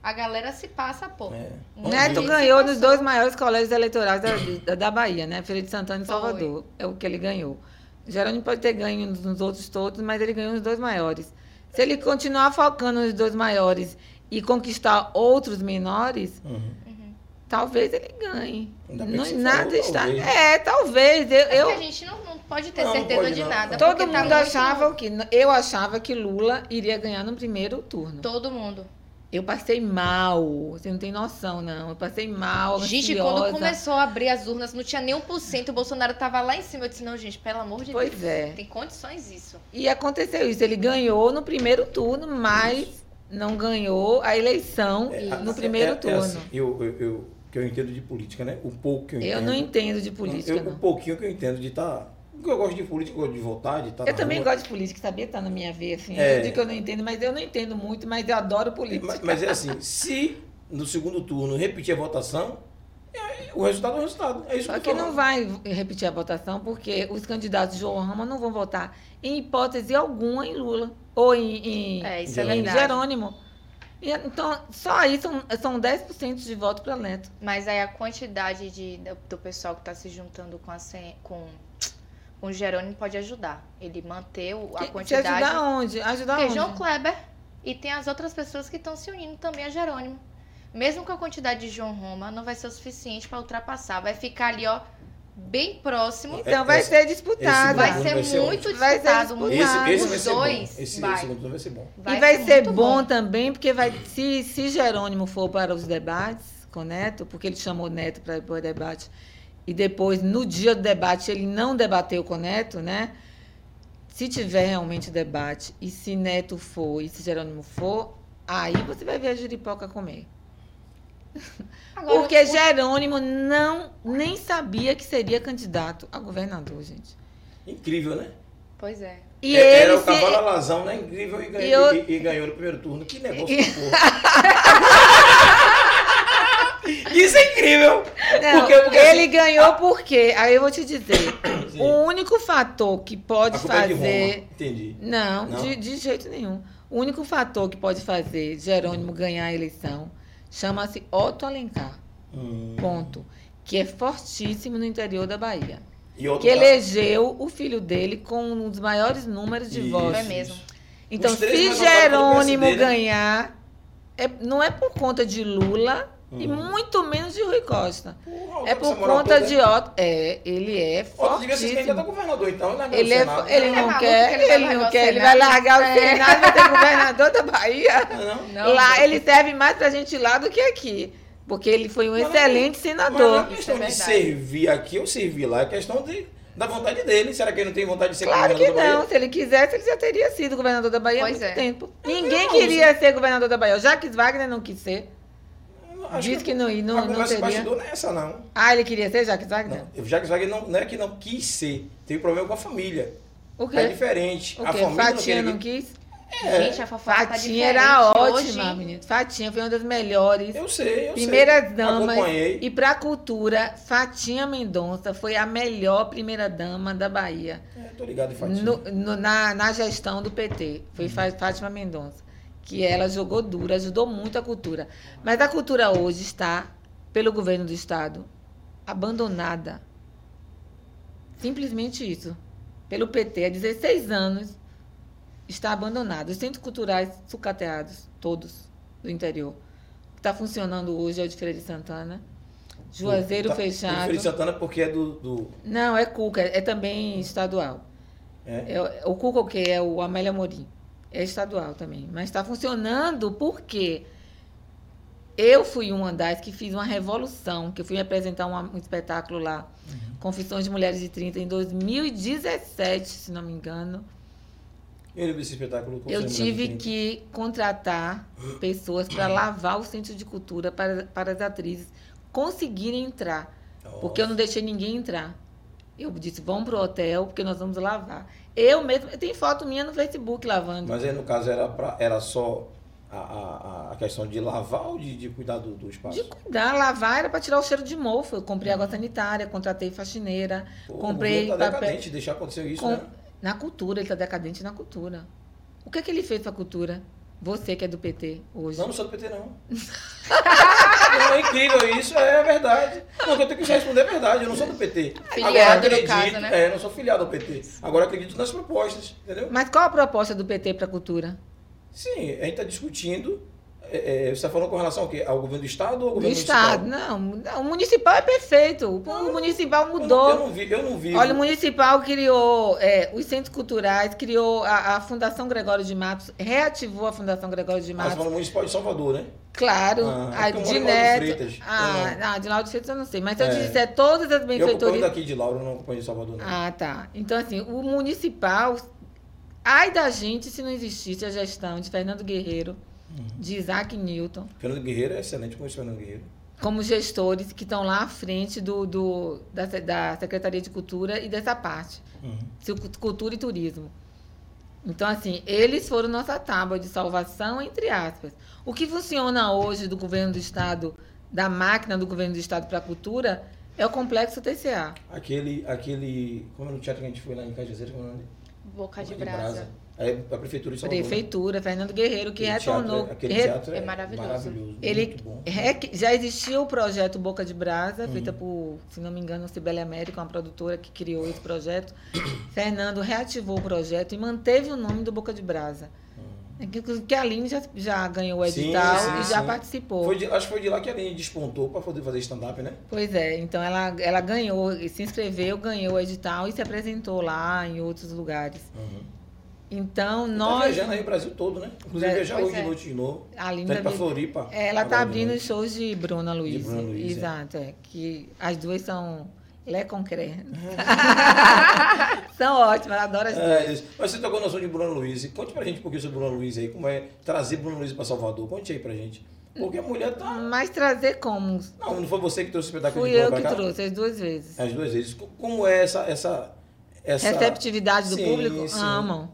[SPEAKER 1] A galera se passa, pô.
[SPEAKER 2] É.
[SPEAKER 1] Não
[SPEAKER 2] Vamos
[SPEAKER 3] Neto
[SPEAKER 2] ver.
[SPEAKER 3] ganhou nos dois maiores colégios eleitorais da, da, da Bahia, né? Feira de Santana e
[SPEAKER 1] Foi.
[SPEAKER 3] Salvador. É o que ele ganhou. Jerônimo pode ter ganho nos, nos outros todos, mas ele ganhou nos dois maiores. Se ele continuar focando nos dois maiores e conquistar outros menores,
[SPEAKER 2] Uhum.
[SPEAKER 3] talvez ele ganhe.
[SPEAKER 2] Ainda bem que
[SPEAKER 3] Não-
[SPEAKER 2] você
[SPEAKER 3] nada
[SPEAKER 2] falou,
[SPEAKER 3] está.
[SPEAKER 2] talvez.
[SPEAKER 3] É, talvez. Eu,
[SPEAKER 1] É
[SPEAKER 3] eu-
[SPEAKER 1] porque a gente não, não pode ter
[SPEAKER 2] Não, não
[SPEAKER 1] certeza
[SPEAKER 2] pode
[SPEAKER 1] de
[SPEAKER 2] não.
[SPEAKER 1] nada.
[SPEAKER 3] todo
[SPEAKER 1] porque
[SPEAKER 3] mundo
[SPEAKER 1] tá muito-
[SPEAKER 3] achava que. Eu achava que Lula iria ganhar no primeiro turno.
[SPEAKER 1] Todo mundo.
[SPEAKER 3] Eu passei mal. Você não tem noção, não. Eu passei mal.
[SPEAKER 1] Gente,
[SPEAKER 3] ansiosa.
[SPEAKER 1] quando começou a abrir as urnas, não tinha nem 1%. O Bolsonaro tava lá em cima. Eu disse, não, gente, pelo amor de Deus.
[SPEAKER 3] Pois é.
[SPEAKER 1] Tem condições isso.
[SPEAKER 3] E aconteceu isso. Ele ganhou no primeiro turno, mas não ganhou a eleição no
[SPEAKER 2] É,
[SPEAKER 3] primeiro
[SPEAKER 2] é, é
[SPEAKER 3] turno.
[SPEAKER 2] assim, eu, eu, eu- que eu entendo de política, né? O pouco que eu entendo.
[SPEAKER 3] eu não entendo de política,
[SPEAKER 2] Eu-
[SPEAKER 3] não.
[SPEAKER 2] O
[SPEAKER 3] Eu,
[SPEAKER 2] pouquinho que eu entendo de estar. O que eu gosto de política, eu gosto de votar, de estar. na
[SPEAKER 3] também
[SPEAKER 2] rua.
[SPEAKER 3] gosto de política, sabia? Tá na minha veia, assim.
[SPEAKER 2] É.
[SPEAKER 3] Eu digo que eu não entendo, mas eu não entendo muito, mas eu adoro política.
[SPEAKER 2] Mas, mas é assim, se no segundo turno repetir a votação, é- o resultado é o resultado. É isso
[SPEAKER 3] Só
[SPEAKER 2] que eu
[SPEAKER 3] que
[SPEAKER 2] tô
[SPEAKER 3] não
[SPEAKER 2] falando.
[SPEAKER 3] vai repetir a votação, porque os candidatos João Rama não vão votar em hipótese alguma em Lula ou em, em,
[SPEAKER 1] É, isso
[SPEAKER 2] é
[SPEAKER 3] em
[SPEAKER 1] verdade.
[SPEAKER 3] Jerônimo. E, então, só aí são, são 10% de voto para Neto.
[SPEAKER 1] Mas aí a quantidade de, do- do pessoal que está se juntando com, a, CE com, com o Jerônimo pode ajudar. Ele manter o- a
[SPEAKER 3] Se
[SPEAKER 1] quantidade.
[SPEAKER 3] ajudar onde? Ajudar
[SPEAKER 1] Porque
[SPEAKER 3] onde?
[SPEAKER 1] João Kleber e tem as outras pessoas que estão se unindo também a Jerônimo. Mesmo com a quantidade de João Roma, não vai ser o suficiente para ultrapassar. Vai ficar ali, ó, bem próximo.
[SPEAKER 3] Então vai
[SPEAKER 2] Esse-
[SPEAKER 3] ser
[SPEAKER 2] É, esse
[SPEAKER 3] disputado.
[SPEAKER 1] Vai
[SPEAKER 2] é Vai
[SPEAKER 1] ser
[SPEAKER 2] ser um
[SPEAKER 1] muito
[SPEAKER 3] ótimo. Vai ser
[SPEAKER 1] disputado, muito
[SPEAKER 2] Esse, esse vai
[SPEAKER 1] Os
[SPEAKER 2] ser bom.
[SPEAKER 1] dois.
[SPEAKER 2] Esse,
[SPEAKER 1] vai.
[SPEAKER 2] esse segundo turno vai ser bom.
[SPEAKER 3] e vai ser
[SPEAKER 1] muito
[SPEAKER 3] bom, também, porque vai, se, se Jerônimo for para os debates com Neto, porque ele chamou Neto para ir para o debate, e depois, no dia do debate, ele não debateu com Neto, né? Se tiver realmente debate, e se Neto for, e se Jerônimo for, aí você vai ver a juripoca comer.
[SPEAKER 1] Agora,
[SPEAKER 3] Porque
[SPEAKER 1] o-
[SPEAKER 3] Jerônimo não nem sabia que seria candidato a governador, gente.
[SPEAKER 2] Incrível, né?
[SPEAKER 1] Pois é.
[SPEAKER 3] E
[SPEAKER 2] É- Era
[SPEAKER 3] ele
[SPEAKER 2] o
[SPEAKER 3] se-
[SPEAKER 2] cavalo alazão, né? Incrível e, ganhou-
[SPEAKER 3] E eu-
[SPEAKER 2] e- e ganhou no primeiro turno. Que negócio da porra. Isso é incrível!
[SPEAKER 3] Não,
[SPEAKER 2] Porque- porque assim,
[SPEAKER 3] ele ganhou por quê? Aí eu vou te dizer.
[SPEAKER 2] Sim.
[SPEAKER 3] O único fator que pode
[SPEAKER 2] A culpa é de
[SPEAKER 3] fazer.
[SPEAKER 2] Roma. Entendi.
[SPEAKER 3] não,
[SPEAKER 2] Não?
[SPEAKER 3] De, de jeito nenhum. O único fator que pode fazer Jerônimo ganhar a eleição chama-se Otto Alencar.
[SPEAKER 2] Hum.
[SPEAKER 3] Ponto. Que é fortíssimo no interior da Bahia.
[SPEAKER 2] E outro
[SPEAKER 3] Que
[SPEAKER 2] caso.
[SPEAKER 3] elegeu o filho dele com um dos maiores números de
[SPEAKER 2] Isso,
[SPEAKER 3] votos.
[SPEAKER 1] É mesmo.
[SPEAKER 2] isso.
[SPEAKER 3] Então,
[SPEAKER 2] Os três mais
[SPEAKER 3] se
[SPEAKER 2] votados pelo
[SPEAKER 3] Jerônimo
[SPEAKER 2] PSD, né?
[SPEAKER 3] ganhar, é- não é por conta de Lula e
[SPEAKER 2] Uhum.
[SPEAKER 3] muito menos de Rui Costa.
[SPEAKER 2] Porra,
[SPEAKER 3] É
[SPEAKER 2] essa
[SPEAKER 3] por
[SPEAKER 2] moral
[SPEAKER 3] conta
[SPEAKER 2] toda.
[SPEAKER 3] de Otto. É, ele é
[SPEAKER 2] né? Otto devia ser candidato a
[SPEAKER 3] fortíssimo.
[SPEAKER 2] governador, então, né?
[SPEAKER 3] Ele, é, fo- ele
[SPEAKER 1] Ele é
[SPEAKER 3] não
[SPEAKER 1] maluco
[SPEAKER 3] quer,
[SPEAKER 1] que
[SPEAKER 2] tá
[SPEAKER 1] ele vai
[SPEAKER 3] ele
[SPEAKER 1] largar
[SPEAKER 3] não
[SPEAKER 1] o
[SPEAKER 3] quer, ele vai
[SPEAKER 1] Senado.
[SPEAKER 3] largar o
[SPEAKER 1] É.
[SPEAKER 3] Senado, vai ser governador da Bahia.
[SPEAKER 2] Não,
[SPEAKER 1] Não,
[SPEAKER 3] lá,
[SPEAKER 1] não.
[SPEAKER 3] ele serve mais pra gente lá do que aqui. Porque ele foi um
[SPEAKER 2] Mas não é-
[SPEAKER 3] excelente
[SPEAKER 2] mas não é
[SPEAKER 3] senador.
[SPEAKER 2] questão de
[SPEAKER 1] verdade.
[SPEAKER 2] servir aqui ou servir lá, é questão de, da vontade dele. Será que ele não tem vontade de ser
[SPEAKER 3] Claro que
[SPEAKER 2] governador do
[SPEAKER 3] não,
[SPEAKER 2] Bahia?
[SPEAKER 3] se ele quisesse, ele já teria sido governador da Bahia há
[SPEAKER 1] Pois
[SPEAKER 3] muito
[SPEAKER 1] é.
[SPEAKER 3] tempo. Ninguém queria ser governador da Bahia. O Jacques Wagner não quis ser.
[SPEAKER 2] Eu acho
[SPEAKER 3] Diz que não, e não-
[SPEAKER 2] a
[SPEAKER 3] não
[SPEAKER 2] conversa de
[SPEAKER 3] teria.
[SPEAKER 2] bastidor não é essa, não.
[SPEAKER 3] Ah, ele queria ser Jacques Wagner?
[SPEAKER 2] Não, o Jacques Wagner não, não é que não quis ser, teve um problema com a família.
[SPEAKER 3] O
[SPEAKER 2] É
[SPEAKER 3] quê?
[SPEAKER 2] diferente.
[SPEAKER 3] O
[SPEAKER 2] A
[SPEAKER 3] quê?
[SPEAKER 2] família
[SPEAKER 3] Fatia
[SPEAKER 2] não
[SPEAKER 3] não
[SPEAKER 2] queria.
[SPEAKER 3] quis?
[SPEAKER 1] Gente, a fofoca tá
[SPEAKER 3] Fatinha
[SPEAKER 1] diferente
[SPEAKER 3] era
[SPEAKER 1] hoje,
[SPEAKER 3] ótima,
[SPEAKER 1] hein?
[SPEAKER 3] menino. Fatinha foi uma das melhores.
[SPEAKER 2] Eu sei, eu
[SPEAKER 3] primeira
[SPEAKER 2] sei.
[SPEAKER 3] dama.
[SPEAKER 2] Acompanhei.
[SPEAKER 3] E pra cultura, Fatinha Mendonça foi a melhor primeira dama da Bahia.
[SPEAKER 2] É, tô ligado, Fatinha.
[SPEAKER 3] No- no- na, na gestão do PT.
[SPEAKER 2] Uhum.
[SPEAKER 3] Foi Fa- Fátima Mendonça. Que ela jogou dura, ajudou muito a cultura. Mas a cultura hoje está, pelo governo do Estado, abandonada. Simplesmente isso. Pelo PT, há 16 anos, está abandonado. Os centros culturais sucateados, todos, do interior. O que está funcionando hoje é o de Feira de Santana. Juazeiro
[SPEAKER 2] Tá-
[SPEAKER 3] fechado.
[SPEAKER 2] Feira de Santana porque é do. do
[SPEAKER 3] Não, é Cuca, é também estadual.
[SPEAKER 2] é.
[SPEAKER 3] É, o Cuca, o que é o Amélia Morim. É estadual também. Mas está funcionando porque eu fui uma das que fiz uma revolução, que eu fui apresentar uma- um espetáculo lá, Confissões de Mulheres de 30, em 2017, se não me engano.
[SPEAKER 2] Eu lembro desse espetáculo. com
[SPEAKER 3] eu
[SPEAKER 2] Semana
[SPEAKER 3] tive
[SPEAKER 2] do Trinta.
[SPEAKER 3] que contratar pessoas para lavar o centro de cultura para, para as atrizes conseguirem entrar. Porque eu não deixei ninguém entrar. Eu disse, vamos pro hotel, porque nós vamos lavar. Eu mesmo, tem foto minha no Facebook lavando.
[SPEAKER 2] Mas aí, no caso, era, pra, era só a, a, a questão de lavar ou de, de cuidar do, do espaço?
[SPEAKER 3] De cuidar, lavar era para tirar o cheiro de mofo. Eu comprei água sanitária, contratei faxineira,
[SPEAKER 2] Pô,
[SPEAKER 3] comprei
[SPEAKER 2] o governo tá
[SPEAKER 3] papel.
[SPEAKER 2] decadente, deixar acontecer isso,
[SPEAKER 3] Com-
[SPEAKER 2] né?
[SPEAKER 3] Na cultura, ele está decadente na cultura. O que é que ele fez para a cultura? Você que é do PT hoje.
[SPEAKER 2] Não, não sou do PT, não. não, é incrível, isso é verdade. Não, o que eu tenho que responder é verdade, eu não sou do PT.
[SPEAKER 1] Filiado,
[SPEAKER 2] Agora
[SPEAKER 1] no
[SPEAKER 2] acredito,
[SPEAKER 1] caso, né?
[SPEAKER 2] é, eu não sou filiado ao PT. Agora acredito nas propostas, entendeu?
[SPEAKER 3] Mas qual a proposta do PT para a cultura?
[SPEAKER 2] Sim, a gente está discutindo. é, é, você está falando com relação ao quê? Ao governo do Estado ou ao
[SPEAKER 3] Do
[SPEAKER 2] governo municipal?
[SPEAKER 3] Estado? Não, não, o municipal é perfeito. O municipal
[SPEAKER 2] Eu não-
[SPEAKER 3] mudou.
[SPEAKER 2] Eu não, vi, eu não vi.
[SPEAKER 3] Olha, o municipal criou é, os centros culturais, criou a, a Fundação Gregório de Matos, reativou a Fundação Gregório de
[SPEAKER 2] Ah, você
[SPEAKER 3] Matos.
[SPEAKER 2] fala municipal de Salvador, né?
[SPEAKER 3] Claro,
[SPEAKER 2] Ah,
[SPEAKER 3] a
[SPEAKER 2] porque eu moro em Lauro de
[SPEAKER 3] Dineto.
[SPEAKER 2] Freitas.
[SPEAKER 3] Ah,
[SPEAKER 2] Ah.
[SPEAKER 3] não, a Dinaldo Freitas eu não sei, mas se eu
[SPEAKER 2] É.
[SPEAKER 3] te disser todas as
[SPEAKER 2] Eu acompanho
[SPEAKER 3] benfeitorias.
[SPEAKER 2] daqui de Lauro, eu não acompanho de Salvador, não.
[SPEAKER 3] Ah, tá. Então, assim, o municipal. Ai da gente se não existisse a gestão de Fernando Guerreiro,
[SPEAKER 2] Uhum.
[SPEAKER 3] de Isaac Newton,
[SPEAKER 2] Fernando Guerreiro é excelente, conheço Fernando Guerreiro.
[SPEAKER 3] como gestores que estão lá à frente do, do- da, Se- da Secretaria de Cultura e dessa parte. Su- cultura e turismo. Então, assim, eles foram nossa tábua de salvação, entre aspas. O que funciona hoje do governo do Estado, da máquina do governo do Estado para a cultura, é o complexo TCA.
[SPEAKER 2] Aquele, aquele. Como era o teatro que a gente foi lá em Cajazeira? Como é o nome?
[SPEAKER 1] Boca de
[SPEAKER 2] Boca de
[SPEAKER 1] brasa.
[SPEAKER 2] Aí a prefeitura de Salvador. né?
[SPEAKER 3] Prefeitura, Fernando Guerreiro, que
[SPEAKER 2] Aquele
[SPEAKER 3] retornou.
[SPEAKER 2] teatro, aquele
[SPEAKER 3] re-
[SPEAKER 2] teatro
[SPEAKER 1] é maravilhoso.
[SPEAKER 2] muito
[SPEAKER 3] ele
[SPEAKER 2] bom.
[SPEAKER 3] re- É já existia o projeto Boca de Brasa,
[SPEAKER 2] Hum.
[SPEAKER 3] feita por, se não me engano, Cibele América, uma produtora que criou esse projeto. Fernando reativou o projeto e manteve o nome do Boca de Brasa. É que- Que a Aline já, já ganhou o
[SPEAKER 2] Hum. Sim,
[SPEAKER 3] edital
[SPEAKER 2] sim,
[SPEAKER 3] e já
[SPEAKER 2] sim.
[SPEAKER 3] participou.
[SPEAKER 2] Foi de- acho que foi de lá que a Aline despontou pra poder fazer stand-up, né?
[SPEAKER 3] Pois é, então ela, ela ganhou, se inscreveu, ganhou o edital e se apresentou lá em outros lugares. Então,
[SPEAKER 2] Tá
[SPEAKER 3] nós.
[SPEAKER 2] viajando aí o Brasil todo, né? Inclusive
[SPEAKER 3] É,
[SPEAKER 2] viajar
[SPEAKER 1] pois
[SPEAKER 2] hoje
[SPEAKER 1] é.
[SPEAKER 2] de noite de novo.
[SPEAKER 3] A Aline
[SPEAKER 2] Tá indo pra
[SPEAKER 3] deve-
[SPEAKER 2] Floripa.
[SPEAKER 3] Ela
[SPEAKER 2] agora né?
[SPEAKER 3] tá
[SPEAKER 2] de
[SPEAKER 3] abrindo
[SPEAKER 2] noite.
[SPEAKER 3] os shows de Bruna Luiz.
[SPEAKER 2] Bruna Luiz, é.
[SPEAKER 3] Exato, é. Que as duas são Lé Concré. são ótimas, ela adora as duas.
[SPEAKER 2] É, isso. mas você tocou noção de Bruno Luiz. Conte pra gente um pouquinho sobre Bruno Luiz aí. Como é trazer Bruno Luiz pra Salvador? Conte aí pra gente. Porque a mulher tá.
[SPEAKER 3] Mas trazer como?
[SPEAKER 2] Não, não foi você que trouxe o espetáculo
[SPEAKER 3] Fui
[SPEAKER 2] de Bruno
[SPEAKER 3] eu
[SPEAKER 2] pra cá?
[SPEAKER 3] que trouxe as duas vezes.
[SPEAKER 2] As duas vezes. Co- Como é essa. essa, essa...
[SPEAKER 3] Receptividade do
[SPEAKER 2] Sim,
[SPEAKER 3] público?
[SPEAKER 2] sim.
[SPEAKER 3] Amam.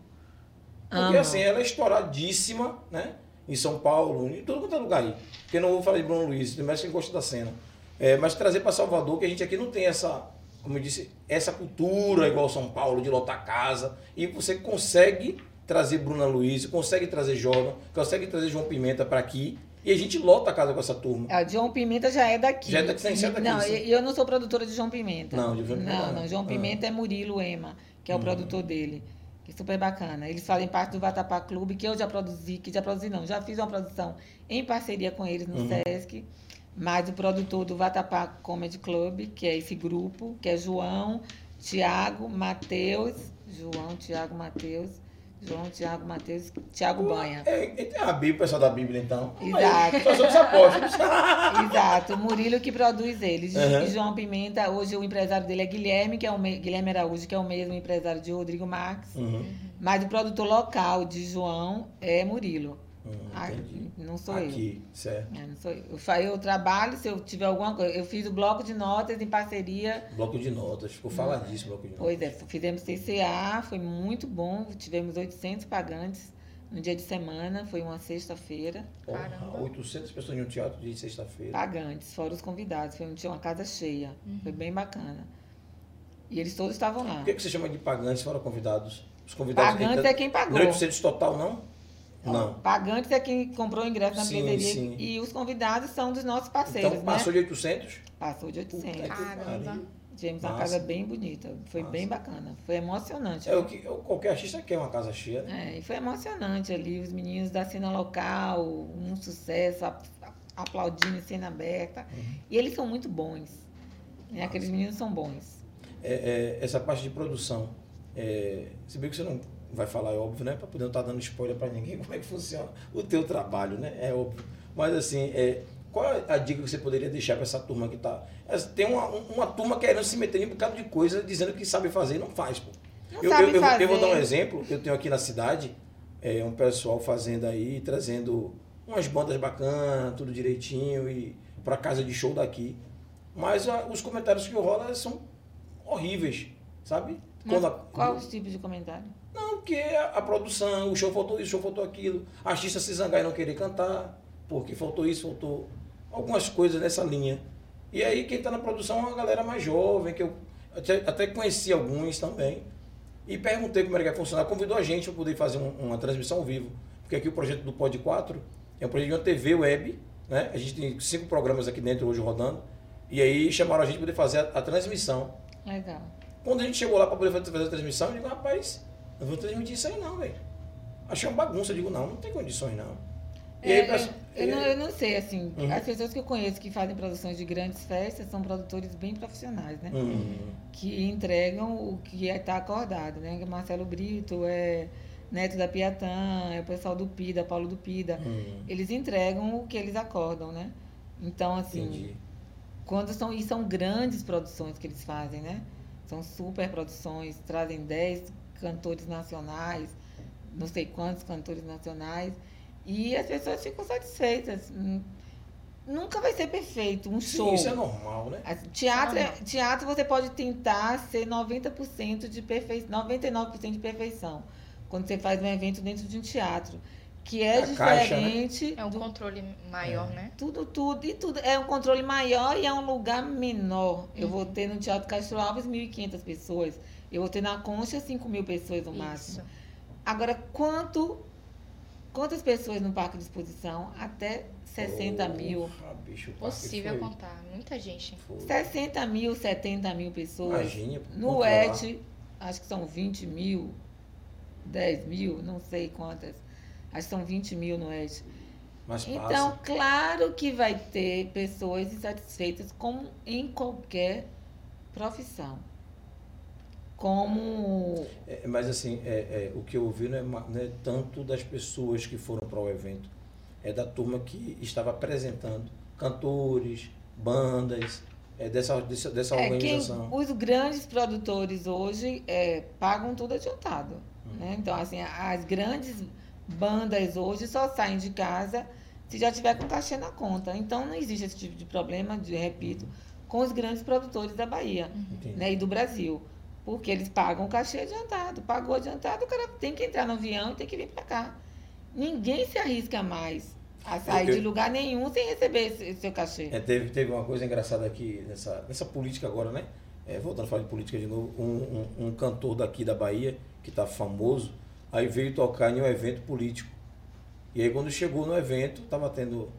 [SPEAKER 2] Porque
[SPEAKER 3] Amam.
[SPEAKER 2] assim, ela é estouradíssima, né? Em São Paulo, em todo quanto é lugar aí. Porque eu não vou falar de Bruno Luiz, mas quem gosta da cena. É, mas trazer para Salvador, que a gente aqui não tem essa, como eu disse, essa cultura igual São Paulo, de lotar casa. E você consegue trazer Bruna Luiz, consegue trazer Jordan, consegue trazer João Pimenta para aqui. E a gente lota a casa com essa turma.
[SPEAKER 3] É, o João Pimenta já é daqui.
[SPEAKER 2] Já é daqui, já é daqui,
[SPEAKER 3] Não,
[SPEAKER 2] sim.
[SPEAKER 3] e e eu não sou produtora de João Pimenta.
[SPEAKER 2] Não, de João Pimenta
[SPEAKER 3] Não,
[SPEAKER 2] não. Ah. Hum.
[SPEAKER 3] não. João Pimenta é Murilo Ema, que é o produtor dele. Que é super bacana. Eles fazem parte do Vatapá Clube, que eu já produzi, que já produzi não, já fiz uma produção em parceria com eles
[SPEAKER 2] Uhum.
[SPEAKER 3] no SESC. Mas o produtor do Vatapá Comedy Club, que é esse grupo, que é João, Tiago, Matheus. João, Tiago, Matheus. João, Tiago, Matheus, Tiago Banha.
[SPEAKER 2] É, e tem a Bíblia, o pessoal da Bíblia então.
[SPEAKER 3] Exato.
[SPEAKER 2] Só somos apóstolos.
[SPEAKER 3] Exato, o Murilo que produz eles.
[SPEAKER 2] Uhum.
[SPEAKER 3] E João Pimenta, hoje o empresário dele é Guilherme, que é o me- Guilherme Araújo, que é o mesmo empresário de Rodrigo Marques.
[SPEAKER 2] Uhum,
[SPEAKER 3] Mas o produtor local de João é Murilo.
[SPEAKER 2] uhum,
[SPEAKER 3] Ah,
[SPEAKER 2] entendi.
[SPEAKER 3] não sou
[SPEAKER 2] Aqui, certo.
[SPEAKER 3] eu. É, não sou eu. Eu, fa- eu trabalho, se eu tiver alguma coisa. Eu fiz o bloco de notas em parceria. é,
[SPEAKER 2] Bloco de notas, ficou faladíssimo o bloco de notas.
[SPEAKER 3] Pois é, fizemos TCA, foi muito bom. Tivemos 800 pagantes no dia de semana, foi uma sexta-feira.
[SPEAKER 2] Porra,
[SPEAKER 1] Caramba.
[SPEAKER 2] 800 pessoas em um teatro de sexta-feira.
[SPEAKER 3] Pagantes, fora os convidados. Foi, um- tinha uma casa cheia. Foi bem bacana. E eles todos estavam lá.
[SPEAKER 2] Por que, que você chama de pagantes fora convidados? Os convidados
[SPEAKER 3] Pagantes é quem
[SPEAKER 2] Não
[SPEAKER 3] pagou.
[SPEAKER 2] é 800 total, não?
[SPEAKER 3] um
[SPEAKER 2] Não.
[SPEAKER 3] Pagantes é quem comprou o ingresso na
[SPEAKER 2] Sim,
[SPEAKER 3] bilheteria.
[SPEAKER 2] sim.
[SPEAKER 3] E os convidados são dos nossos parceiros,
[SPEAKER 2] Então passou
[SPEAKER 3] né?
[SPEAKER 2] de 800?
[SPEAKER 3] Passou de
[SPEAKER 2] Puta que
[SPEAKER 3] 800.
[SPEAKER 1] Caramba.
[SPEAKER 2] pariu.
[SPEAKER 3] Tivemos uma
[SPEAKER 2] Massa.
[SPEAKER 3] casa bem bonita. Foi bem bacana. Foi emocionante.
[SPEAKER 2] É o que é o- qualquer artista quer uma casa cheia, né?
[SPEAKER 3] É, e foi emocionante ali, os meninos da cena local, um sucesso, a- a- aplaudindo em cena aberta.
[SPEAKER 2] Uhum.
[SPEAKER 3] E eles são muito bons. né? Aqueles meninos são bons.
[SPEAKER 2] É, é, essa parte de produção. É, se bem que você não vai falar, é óbvio, né? Para poder não estar dando spoiler para ninguém, como é que funciona o teu trabalho, né? É óbvio. Mas assim, é, qual é a dica que você poderia deixar para essa turma que tá. Essa- Tem uma, uma turma querendo se meter em um bocado de coisa, dizendo que sabe fazer e não faz, pô.
[SPEAKER 3] Não
[SPEAKER 2] Eu, eu,
[SPEAKER 3] sabe
[SPEAKER 2] eu vou-
[SPEAKER 3] fazer.
[SPEAKER 2] eu vou dar um exemplo. Eu tenho aqui na cidade é, um pessoal fazendo aí, trazendo umas bandas bacanas, tudo direitinho, e pra casa de show daqui. Mas ah, os comentários que rola são horríveis, sabe?
[SPEAKER 3] Mas
[SPEAKER 2] Quando a-
[SPEAKER 3] Qual os tipos de comentário?
[SPEAKER 2] Não, porque a, a produção, o show faltou isso, o show faltou aquilo, artista se zangar e não querer cantar, porque faltou isso, faltou algumas coisas nessa linha. E aí quem tá na produção é uma galera mais jovem, que eu até, até conheci alguns também. E perguntei como era que ia funcionar. Convidou a gente para poder fazer um- uma transmissão ao vivo. Porque aqui o projeto do Pod 4 é um projeto de uma TV web, né? A gente tem cinco programas aqui dentro hoje rodando. E aí chamaram a gente para poder fazer a- a transmissão.
[SPEAKER 3] Legal.
[SPEAKER 2] Quando a gente chegou lá para poder fazer fazer a transmissão, eu digo, rapaz, eu vou transmitir isso aí não, velho. Achei uma bagunça, eu digo, não, não tem condições não. E aí,
[SPEAKER 3] É,
[SPEAKER 2] pessoal-
[SPEAKER 3] eu, eu não, eu não sei, assim,
[SPEAKER 2] Uhum.
[SPEAKER 3] as pessoas que eu conheço que fazem produções de grandes festas são produtores bem profissionais, né?
[SPEAKER 2] Hum,
[SPEAKER 3] Que entregam o que está acordado, né? Marcelo Brito é neto da Piatã, é o pessoal do Pida, Paulo do Pida.
[SPEAKER 2] hum,
[SPEAKER 3] Eles entregam o que eles acordam, né? Então, assim,
[SPEAKER 2] entendi.
[SPEAKER 3] quando são. E são grandes produções que eles fazem, né? São super produções, trazem 10 cantores nacionais, não sei quantos cantores nacionais. E as pessoas ficam satisfeitas. Hum, Nunca vai ser perfeito um show.
[SPEAKER 2] Sim, isso é normal, né?
[SPEAKER 3] As- Teatro, é-
[SPEAKER 1] Não,
[SPEAKER 3] teatro você pode tentar ser 90% de perfeição, 99% de perfeição. Quando você faz um evento dentro de um teatro, que é
[SPEAKER 2] A caixa, né?
[SPEAKER 3] diferente
[SPEAKER 1] É um controle
[SPEAKER 3] É.
[SPEAKER 1] maior, né?
[SPEAKER 3] tudo, tudo, e tudo. É um controle maior e é um lugar menor. Eu
[SPEAKER 1] Uhum.
[SPEAKER 3] vou ter no Teatro Castro Alves 1.500 pessoas. Eu vou ter na Concha 5 mil pessoas no máximo.
[SPEAKER 1] Isso.
[SPEAKER 3] Agora, quanto, quantas pessoas no Parque de Exposição? Até 60 mil.
[SPEAKER 2] Porra, bicho, o parque
[SPEAKER 1] Possível
[SPEAKER 2] foi-
[SPEAKER 1] contar. Muita gente.
[SPEAKER 2] foi-
[SPEAKER 3] 60 mil, 70 mil pessoas.
[SPEAKER 2] Imagina,
[SPEAKER 3] No
[SPEAKER 2] controlar.
[SPEAKER 3] ET, acho que são 20 mil, 10 mil, não sei quantas. Acho que são 20 mil no ET.
[SPEAKER 2] Mas passa.
[SPEAKER 3] Então, claro que vai ter pessoas insatisfeitas, como em qualquer profissão. Como.
[SPEAKER 2] É, mas assim, é, é, o que eu ouvi não é, ma- não é tanto das pessoas que foram para o evento, é da turma que estava apresentando cantores, bandas, é, dessa, dessa, dessa
[SPEAKER 3] É, quem-
[SPEAKER 2] organização.
[SPEAKER 3] os grandes produtores hoje é, pagam tudo adiantado.
[SPEAKER 2] Hum.
[SPEAKER 3] né? Então, assim, as grandes bandas hoje só saem de casa se já tiver com cachê na conta. Então, não existe esse tipo de problema, de repito, com os grandes produtores da Bahia.
[SPEAKER 2] Entendi.
[SPEAKER 3] né, e do Brasil. Porque eles pagam o cachê adiantado. Pagou adiantado, o cara tem que entrar no avião e tem que vir para cá. Ninguém se arrisca mais a sair
[SPEAKER 2] Eu-
[SPEAKER 3] de lugar nenhum sem receber esse, esse seu cachê.
[SPEAKER 2] É, teve, teve uma coisa engraçada aqui nessa, nessa política agora, né? É, voltando a falar de política de novo, um, um- um cantor daqui da Bahia, que tá famoso, aí veio tocar em um evento político. E aí quando chegou no evento, tava tendo.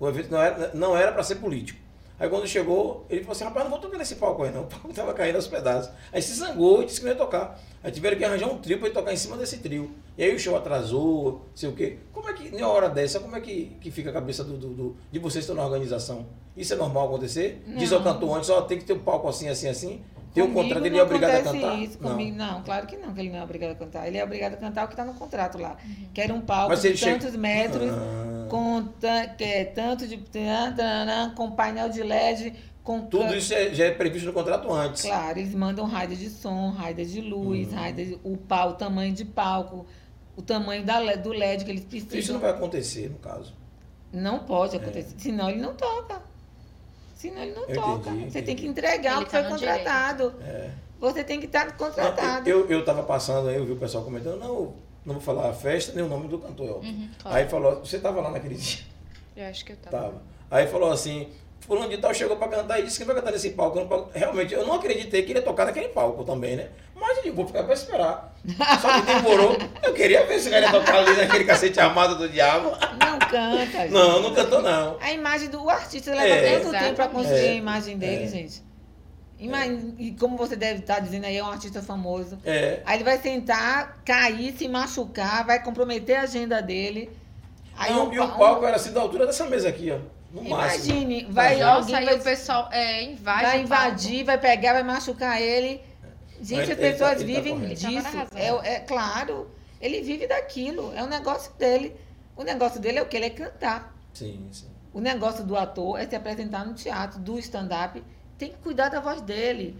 [SPEAKER 2] O evento não era para não era pra ser político. Aí quando chegou, ele falou assim, rapaz, não vou tocar nesse palco aí não, o palco tava caindo aos pedaços. Aí se zangou e disse que não ia tocar. Aí tiveram que arranjar um trio pra ele tocar em cima desse trio. E aí o show atrasou, sei o quê. Como é que, numa hora dessa, como é que, que fica a cabeça do, do- do- de vocês que estão na organização? Isso é normal acontecer? Diz ao
[SPEAKER 3] Não.
[SPEAKER 2] cantor antes, ó, tem que ter um palco assim, assim, assim. Tem um
[SPEAKER 3] Comigo
[SPEAKER 2] contrato, ele
[SPEAKER 3] não
[SPEAKER 2] é obrigado a
[SPEAKER 3] acontece
[SPEAKER 2] cantar?
[SPEAKER 3] Isso, comigo, não. claro que não, que ele não é obrigado a cantar. Ele é obrigado a cantar o que está no contrato lá. Quer um palco
[SPEAKER 2] Mas se
[SPEAKER 3] de
[SPEAKER 2] ele chega-
[SPEAKER 3] tantos metros,
[SPEAKER 2] Ah,
[SPEAKER 3] com tan- que é tanto de. tan- tan- com painel de LED, com
[SPEAKER 2] tudo
[SPEAKER 3] can-
[SPEAKER 2] isso é- já é previsto no contrato antes.
[SPEAKER 3] Claro, eles mandam raider de som, raider de luz,
[SPEAKER 2] Hum.
[SPEAKER 3] raider de- o pau, o tamanho de palco, o tamanho da le- do LED que eles precisam.
[SPEAKER 2] Isso não vai acontecer, no caso.
[SPEAKER 3] Não pode acontecer, senão ele não toca. Senão ele não
[SPEAKER 2] Eu
[SPEAKER 3] toca.
[SPEAKER 2] entendi, É.
[SPEAKER 3] Você tem
[SPEAKER 2] entendi.
[SPEAKER 3] que entregar
[SPEAKER 1] Ele
[SPEAKER 3] o que
[SPEAKER 1] tá
[SPEAKER 3] foi
[SPEAKER 1] no direito.
[SPEAKER 3] contratado. Você tem que estar
[SPEAKER 2] Não, Ah,
[SPEAKER 3] contratado.
[SPEAKER 2] Eu, eu tava passando aí, eu vi o pessoal comentando, não, não vou falar a festa, nem o nome do cantor, é óbvio.
[SPEAKER 1] Uhum, claro.
[SPEAKER 2] Aí Tá. falou, você tava lá naquele dia?
[SPEAKER 1] Eu acho que eu tava.
[SPEAKER 2] Tava. Aí falou assim, fulano de tal chegou pra cantar e disse que vai cantar nesse palco. No palco. Realmente, eu não acreditei que ele ia tocar naquele palco também, né? Mas eu digo, vou ficar pra esperar. Só que demorou. Eu queria ver se o cara ia tocar ali naquele cacete armado do diabo.
[SPEAKER 3] Não canta, gente.
[SPEAKER 2] Ah, Não, não cantou não.
[SPEAKER 3] A imagem do artista leva
[SPEAKER 2] É.
[SPEAKER 3] tanto tempo para construir a
[SPEAKER 2] É.
[SPEAKER 3] imagem dele, gente. Ima- E como você deve estar dizendo aí, é um artista famoso.
[SPEAKER 2] É.
[SPEAKER 3] Aí ele vai sentar, cair, se machucar, vai comprometer a agenda dele. Aí
[SPEAKER 2] não,
[SPEAKER 3] um
[SPEAKER 2] e o
[SPEAKER 3] pa-
[SPEAKER 2] palco era assim da altura dessa mesa aqui, ó. No máximo.
[SPEAKER 3] Imagine, vai
[SPEAKER 2] Imagina.
[SPEAKER 1] Nossa,
[SPEAKER 3] alguém
[SPEAKER 1] aí
[SPEAKER 3] vai,
[SPEAKER 1] o pessoal é, invade. o
[SPEAKER 3] vai
[SPEAKER 1] palco.
[SPEAKER 3] invadir, vai pegar, vai machucar ele.
[SPEAKER 2] Ele-
[SPEAKER 3] Gente,
[SPEAKER 2] ele
[SPEAKER 3] as
[SPEAKER 2] tá-
[SPEAKER 3] pessoas
[SPEAKER 2] ele tá
[SPEAKER 3] vivem
[SPEAKER 2] correto.
[SPEAKER 1] Ele
[SPEAKER 3] disso.
[SPEAKER 1] tava na razão.
[SPEAKER 3] É, é claro, ele vive daquilo. É o negócio dele. O negócio dele é o que? Ele é cantar.
[SPEAKER 2] Sim, sim.
[SPEAKER 3] O negócio do ator é se apresentar no teatro, do stand-up. Tem que cuidar da voz dele.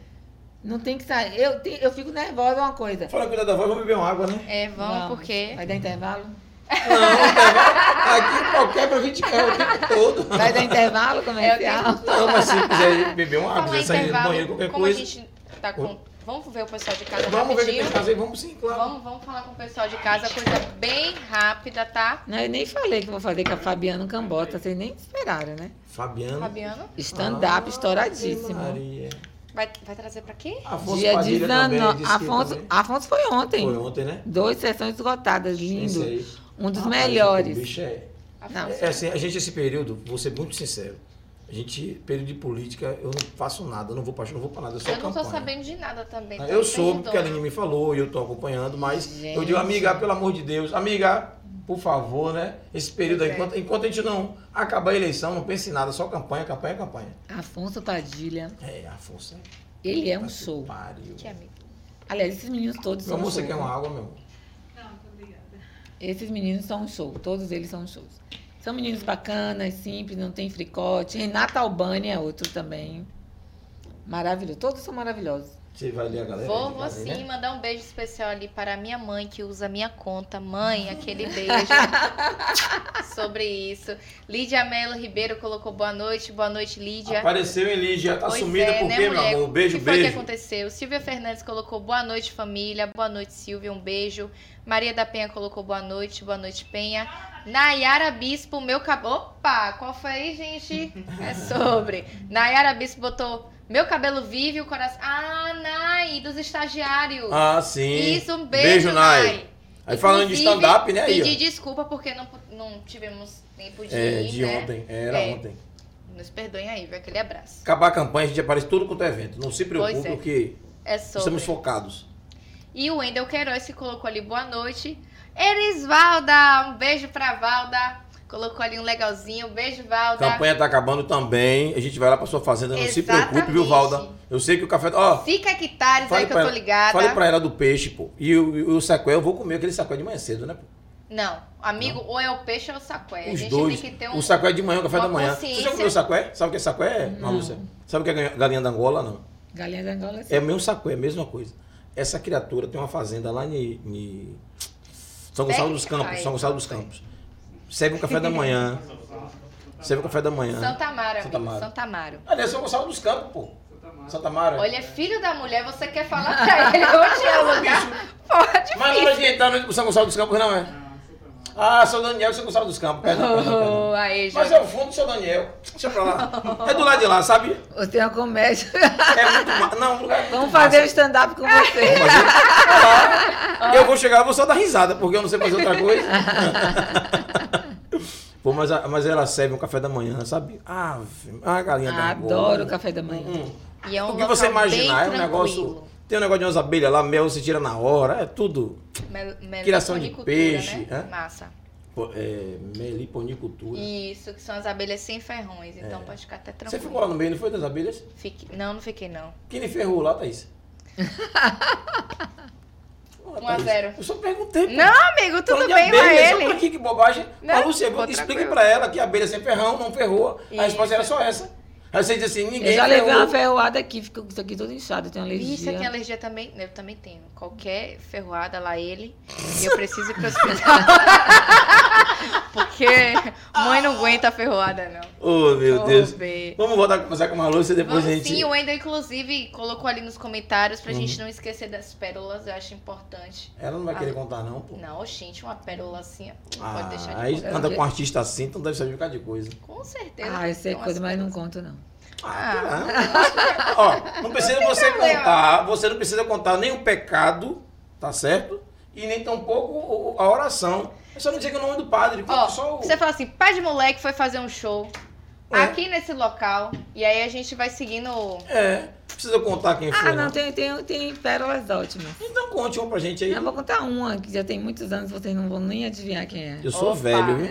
[SPEAKER 3] Não tem que sair. Eu, te- eu fico nervosa é uma coisa.
[SPEAKER 2] Fala cuidado da voz, vamos beber uma água, né?
[SPEAKER 1] É, vamos,
[SPEAKER 3] Vamos.
[SPEAKER 1] porque.
[SPEAKER 3] Vai dar intervalo?
[SPEAKER 2] Aqui qualquer pra 20 reais o tempo todo.
[SPEAKER 3] Vai dar intervalo
[SPEAKER 1] É, eu
[SPEAKER 3] comercial?
[SPEAKER 1] tenho-
[SPEAKER 2] Não, mas se quiser beber uma água,
[SPEAKER 1] Falar
[SPEAKER 2] quiser sair do banheiro,
[SPEAKER 1] intervalo.
[SPEAKER 2] qualquer
[SPEAKER 1] Como
[SPEAKER 2] é coisa.
[SPEAKER 1] a gente tá com. Vamos ver o pessoal de casa
[SPEAKER 2] Vamos ver o que
[SPEAKER 1] rapidinho.
[SPEAKER 2] tem que tá- fazer, vamos sim, claro.
[SPEAKER 1] Vamos, vamos falar com o pessoal de casa, coisa bem rápida, tá?
[SPEAKER 3] Não, eu nem falei que vou fazer com a Fabiana Cambota. Vocês nem esperaram, né?
[SPEAKER 2] Fabiano.
[SPEAKER 1] Fabiano,
[SPEAKER 3] Stand-up
[SPEAKER 2] Ah,
[SPEAKER 3] estouradíssimo.
[SPEAKER 2] Maria.
[SPEAKER 1] vai, vai trazer pra quê?
[SPEAKER 2] Afonso
[SPEAKER 3] Dia
[SPEAKER 2] Padilha também,
[SPEAKER 3] 19.
[SPEAKER 2] disse que
[SPEAKER 3] Afonso,
[SPEAKER 2] também-
[SPEAKER 3] Afonso foi ontem.
[SPEAKER 2] Foi ontem, né?
[SPEAKER 3] Duas sessões esgotadas,
[SPEAKER 2] Esse
[SPEAKER 3] lindo.
[SPEAKER 2] aí.
[SPEAKER 3] Um dos
[SPEAKER 2] Rapaz, o
[SPEAKER 3] melhores.
[SPEAKER 2] bicho é-
[SPEAKER 3] Não.
[SPEAKER 2] é assim, a gente, esse período, vou ser muito sincero. A gente, período de política, eu não faço nada, eu não vou pra show, não vou pra nada, eu só
[SPEAKER 1] Eu não tô
[SPEAKER 2] campanha.
[SPEAKER 1] sabendo de nada também. tá?
[SPEAKER 2] Ah,
[SPEAKER 1] tô
[SPEAKER 2] Eu soube, porque a
[SPEAKER 1] perdidona.
[SPEAKER 2] Aline me falou e eu tô acompanhando, mas eu
[SPEAKER 3] Gente.
[SPEAKER 2] digo, amiga, pelo amor de Deus, amiga, por favor, né? Esse período aí,
[SPEAKER 1] Pois é.
[SPEAKER 2] enquanto, enquanto a gente não acabar a eleição, não pense em nada, só campanha, campanha, campanha.
[SPEAKER 3] Afonso Padilha,
[SPEAKER 2] É, Afonso.
[SPEAKER 3] ele é um
[SPEAKER 2] tá que
[SPEAKER 3] show.
[SPEAKER 2] Pariu.
[SPEAKER 1] Que amigo.
[SPEAKER 3] Aliás, esses meninos todos
[SPEAKER 2] Meu
[SPEAKER 3] são um
[SPEAKER 2] amor, você
[SPEAKER 3] show.
[SPEAKER 2] quer uma água, meu amor?
[SPEAKER 3] Esses meninos são um show, todos eles são shows. São meninos bacanas, simples, não tem fricote. Renata Albani é outro também. Maravilhoso, todos são maravilhosos.
[SPEAKER 2] Você vai ler a galera?
[SPEAKER 1] Vou,
[SPEAKER 2] de
[SPEAKER 1] vou
[SPEAKER 2] casa aí,
[SPEAKER 1] sim
[SPEAKER 2] né?
[SPEAKER 1] mandar um beijo especial ali para minha mãe que usa minha conta. Mãe, aquele beijo. Sobre isso. Lídia Mello Ribeiro colocou boa noite. Boa noite, Lídia.
[SPEAKER 2] Apareceu em Lígia, tá
[SPEAKER 1] Pois
[SPEAKER 2] sumida
[SPEAKER 1] é,
[SPEAKER 2] por
[SPEAKER 1] né,
[SPEAKER 2] quê, meu
[SPEAKER 1] mulher?
[SPEAKER 2] amor? Um Beijo,
[SPEAKER 1] o que foi que
[SPEAKER 2] beijo.
[SPEAKER 1] aconteceu? Silvia Fernandes colocou boa noite, família. Boa noite, Silvia. Um beijo. Maria da Penha colocou boa noite. Boa noite, Penha. Nayara Bispo, meu cabelo. Opa, qual foi aí, gente? É sobre. Nayara Bispo botou meu cabelo vive o coração. Ah, Nay, dos estagiários.
[SPEAKER 2] Ah, sim.
[SPEAKER 1] Isso, um beijo,
[SPEAKER 2] Beijo, Nay.
[SPEAKER 1] Nay.
[SPEAKER 2] Aí falando de
[SPEAKER 1] Inclusive,
[SPEAKER 2] stand-up, né? Aí, ó.
[SPEAKER 1] Pedi desculpa porque não, não tivemos tempo de
[SPEAKER 2] é,
[SPEAKER 1] ir,
[SPEAKER 2] de
[SPEAKER 1] né?
[SPEAKER 2] ontem. Era
[SPEAKER 1] É.
[SPEAKER 2] ontem.
[SPEAKER 1] Nos perdoem aí, viu? Aquele abraço.
[SPEAKER 2] Acabar a campanha, a gente aparece todo quanto é evento. Não se preocupe,
[SPEAKER 1] Pois é.
[SPEAKER 2] porque
[SPEAKER 1] É sobre.
[SPEAKER 2] estamos focados.
[SPEAKER 1] E o Wendel Queiroz que colocou ali boa noite. Erisvalda, um beijo pra Valda. Colocou ali um legalzinho. Beijo,
[SPEAKER 2] A
[SPEAKER 1] Valda.
[SPEAKER 2] campanha tá acabando também. A gente vai lá pra sua fazenda, não se preocupe, viu,
[SPEAKER 1] Exatamente.
[SPEAKER 2] Valda? Eu sei que o café. tá- Ó,
[SPEAKER 1] Fica a Quitares
[SPEAKER 2] Fale
[SPEAKER 1] aí que eu
[SPEAKER 2] pra
[SPEAKER 1] tô
[SPEAKER 2] ela.
[SPEAKER 1] ligada.
[SPEAKER 2] falei pra ela do peixe, pô. E o, e o sacué, eu vou comer aquele sacué de manhã cedo, né, pô?
[SPEAKER 1] Não, amigo, ou é o peixe ou é o sacué. a
[SPEAKER 2] Os
[SPEAKER 1] gente
[SPEAKER 2] dois.
[SPEAKER 1] tem que ter um.
[SPEAKER 2] O sacué de manhã, o café
[SPEAKER 1] uma
[SPEAKER 2] da manhã. Você
[SPEAKER 1] consciência.
[SPEAKER 2] já comeu sacué? Sabe o que é sacué,
[SPEAKER 3] Não.
[SPEAKER 2] Marlúcia? Sabe o que é galinha da Angola? Não.
[SPEAKER 3] Galinha da Angola, sim.
[SPEAKER 2] É o mesmo saco, é a mesma coisa. Essa criatura tem uma fazenda lá em, em São Gonçalo dos Campos, São Gonçalo dos Campos. Serve o café da manhã. Serve o café da manhã.
[SPEAKER 1] Santa Mara, amigo.
[SPEAKER 2] Santa Mara.
[SPEAKER 1] Santa Mara.
[SPEAKER 2] Aliás, São Gonçalo dos Campos, pô. Santa Mara.
[SPEAKER 1] Olha, filho da mulher, você quer falar pra ele onde é o lugar? Pode.
[SPEAKER 2] Mas não é de entrar no São Gonçalo dos Campos, não é? Ah, São Daniel, São Gonçalo dos Campos. Perdão, perdão, perdão.
[SPEAKER 1] Oh, aí,
[SPEAKER 2] Mas
[SPEAKER 1] Jorge.
[SPEAKER 2] é o fundo do São Daniel. Deixa pra lá. É do lado de lá, sabe?
[SPEAKER 3] Você é uma comédia.
[SPEAKER 2] É muito. ma- Não, o lugar é muito
[SPEAKER 3] Vamos fazer um
[SPEAKER 2] massa.
[SPEAKER 3] stand-up com você.
[SPEAKER 2] Mas eu- eu vou chegar, eu vou só dar risada, porque eu não sei fazer outra coisa. Pô, mas, a- mas ela serve um café da manhã, sabe? Ah, a galinha da Angola.
[SPEAKER 3] Adoro o café da manhã.
[SPEAKER 2] Hum.
[SPEAKER 1] E é um
[SPEAKER 2] o que você
[SPEAKER 1] local bem
[SPEAKER 2] imaginar, é um negócio...
[SPEAKER 1] tranquilo.
[SPEAKER 2] Tem um negócio de umas abelhas lá, mel se tira na hora, é tudo.
[SPEAKER 1] Mel- mel-
[SPEAKER 2] Criação de
[SPEAKER 1] ponicultura,
[SPEAKER 2] peixe,
[SPEAKER 1] né?
[SPEAKER 2] hã?
[SPEAKER 1] Massa.
[SPEAKER 2] Pô, É, meliponicultura.
[SPEAKER 1] Isso, que são as abelhas sem ferrões. Então pode ficar até tranquilo.
[SPEAKER 2] É. Você ficou lá no meio, não foi das abelhas?
[SPEAKER 1] Fique- Não, não fiquei, não.
[SPEAKER 2] Quem lhe ferrou lá, Thaís? Porra,
[SPEAKER 1] Um a
[SPEAKER 2] Thaís,
[SPEAKER 1] zero.
[SPEAKER 2] Eu só perguntei. pô.
[SPEAKER 1] Não, amigo, tudo
[SPEAKER 2] Falando de
[SPEAKER 1] bem pra
[SPEAKER 2] abelha, só
[SPEAKER 1] ele.
[SPEAKER 2] pra quê? que bobagem.
[SPEAKER 1] Né?
[SPEAKER 2] Mas, Lúcia,
[SPEAKER 1] Pô,
[SPEAKER 2] explique
[SPEAKER 1] tranquilo.
[SPEAKER 2] pra ela que a abelha sem ferrão, não ferrou.
[SPEAKER 1] Isso.
[SPEAKER 2] A resposta era só essa. Aí você diz assim, ninguém
[SPEAKER 3] Eu já levei
[SPEAKER 2] ferrou.
[SPEAKER 3] uma ferroada aqui, ficou isso aqui todo inchado, tem uma alergia.
[SPEAKER 1] Ih, você tem alergia também? Eu também tenho. Qualquer ferroada lá ele. E eu preciso ir pro hospital. Porque mãe não aguenta ferroada, não.
[SPEAKER 2] Oh, meu
[SPEAKER 1] Oh,
[SPEAKER 2] Deus.
[SPEAKER 1] bê.
[SPEAKER 2] Vamos voltar a conversar com a Marluce e depois
[SPEAKER 1] Vamos
[SPEAKER 2] a gente. Uhum.
[SPEAKER 1] sim, o Wendel, inclusive, colocou ali nos comentários pra gente não esquecer das pérolas, eu acho importante.
[SPEAKER 2] Ela não vai querer contar, não, pô.
[SPEAKER 1] Não, gente, uma pérola assim, Ah. não
[SPEAKER 2] Ah,
[SPEAKER 1] pode deixar de
[SPEAKER 2] aí
[SPEAKER 1] contar.
[SPEAKER 2] anda com um artista assim, então deve saber um bocado de coisa.
[SPEAKER 1] Com certeza.
[SPEAKER 3] Ah, eu sei
[SPEAKER 1] Então,
[SPEAKER 3] coisa,
[SPEAKER 1] as
[SPEAKER 3] mas não
[SPEAKER 1] pérolas.
[SPEAKER 3] conto, não.
[SPEAKER 2] Ah, tá. Ó, não precisa você
[SPEAKER 1] problema.
[SPEAKER 2] contar, você não precisa contar nem o pecado, tá certo? E nem tampouco o- o- a oração. É só não dizer que é o nome do padre, conta só
[SPEAKER 1] Ó,
[SPEAKER 2] o.
[SPEAKER 1] você fala assim, pai de moleque foi fazer um show
[SPEAKER 2] É.
[SPEAKER 1] aqui nesse local, e aí a gente vai seguindo... o-
[SPEAKER 2] É, não precisa contar quem foi.
[SPEAKER 3] Ah, não,
[SPEAKER 2] não.
[SPEAKER 3] tem, tem, tem pérolas ótimas.
[SPEAKER 2] Então conte uma pra gente aí.
[SPEAKER 3] Eu vou contar uma que já tem muitos anos, vocês não vão nem adivinhar quem é.
[SPEAKER 2] Eu sou
[SPEAKER 1] Opa.
[SPEAKER 2] velho, viu?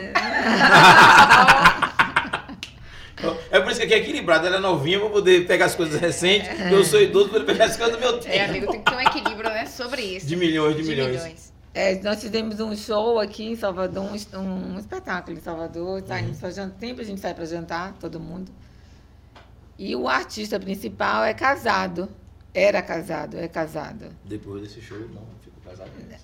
[SPEAKER 2] É por isso que aqui é equilibrado. Ela é novinha pra poder pegar as coisas recentes. Eu sou idoso pra poder pegar as coisas do meu tempo.
[SPEAKER 1] É, amigo, tem que ter um equilíbrio, né, sobre isso.
[SPEAKER 2] De milhões, de, milhões.
[SPEAKER 3] É, nós fizemos um show aqui em Salvador, um, es- um espetáculo em Salvador. Saímos pra jantar, sempre a gente sai pra jantar, todo mundo. E o artista principal é casado. Era casado, é casado.
[SPEAKER 2] Depois desse show, não. Fico casado mesmo.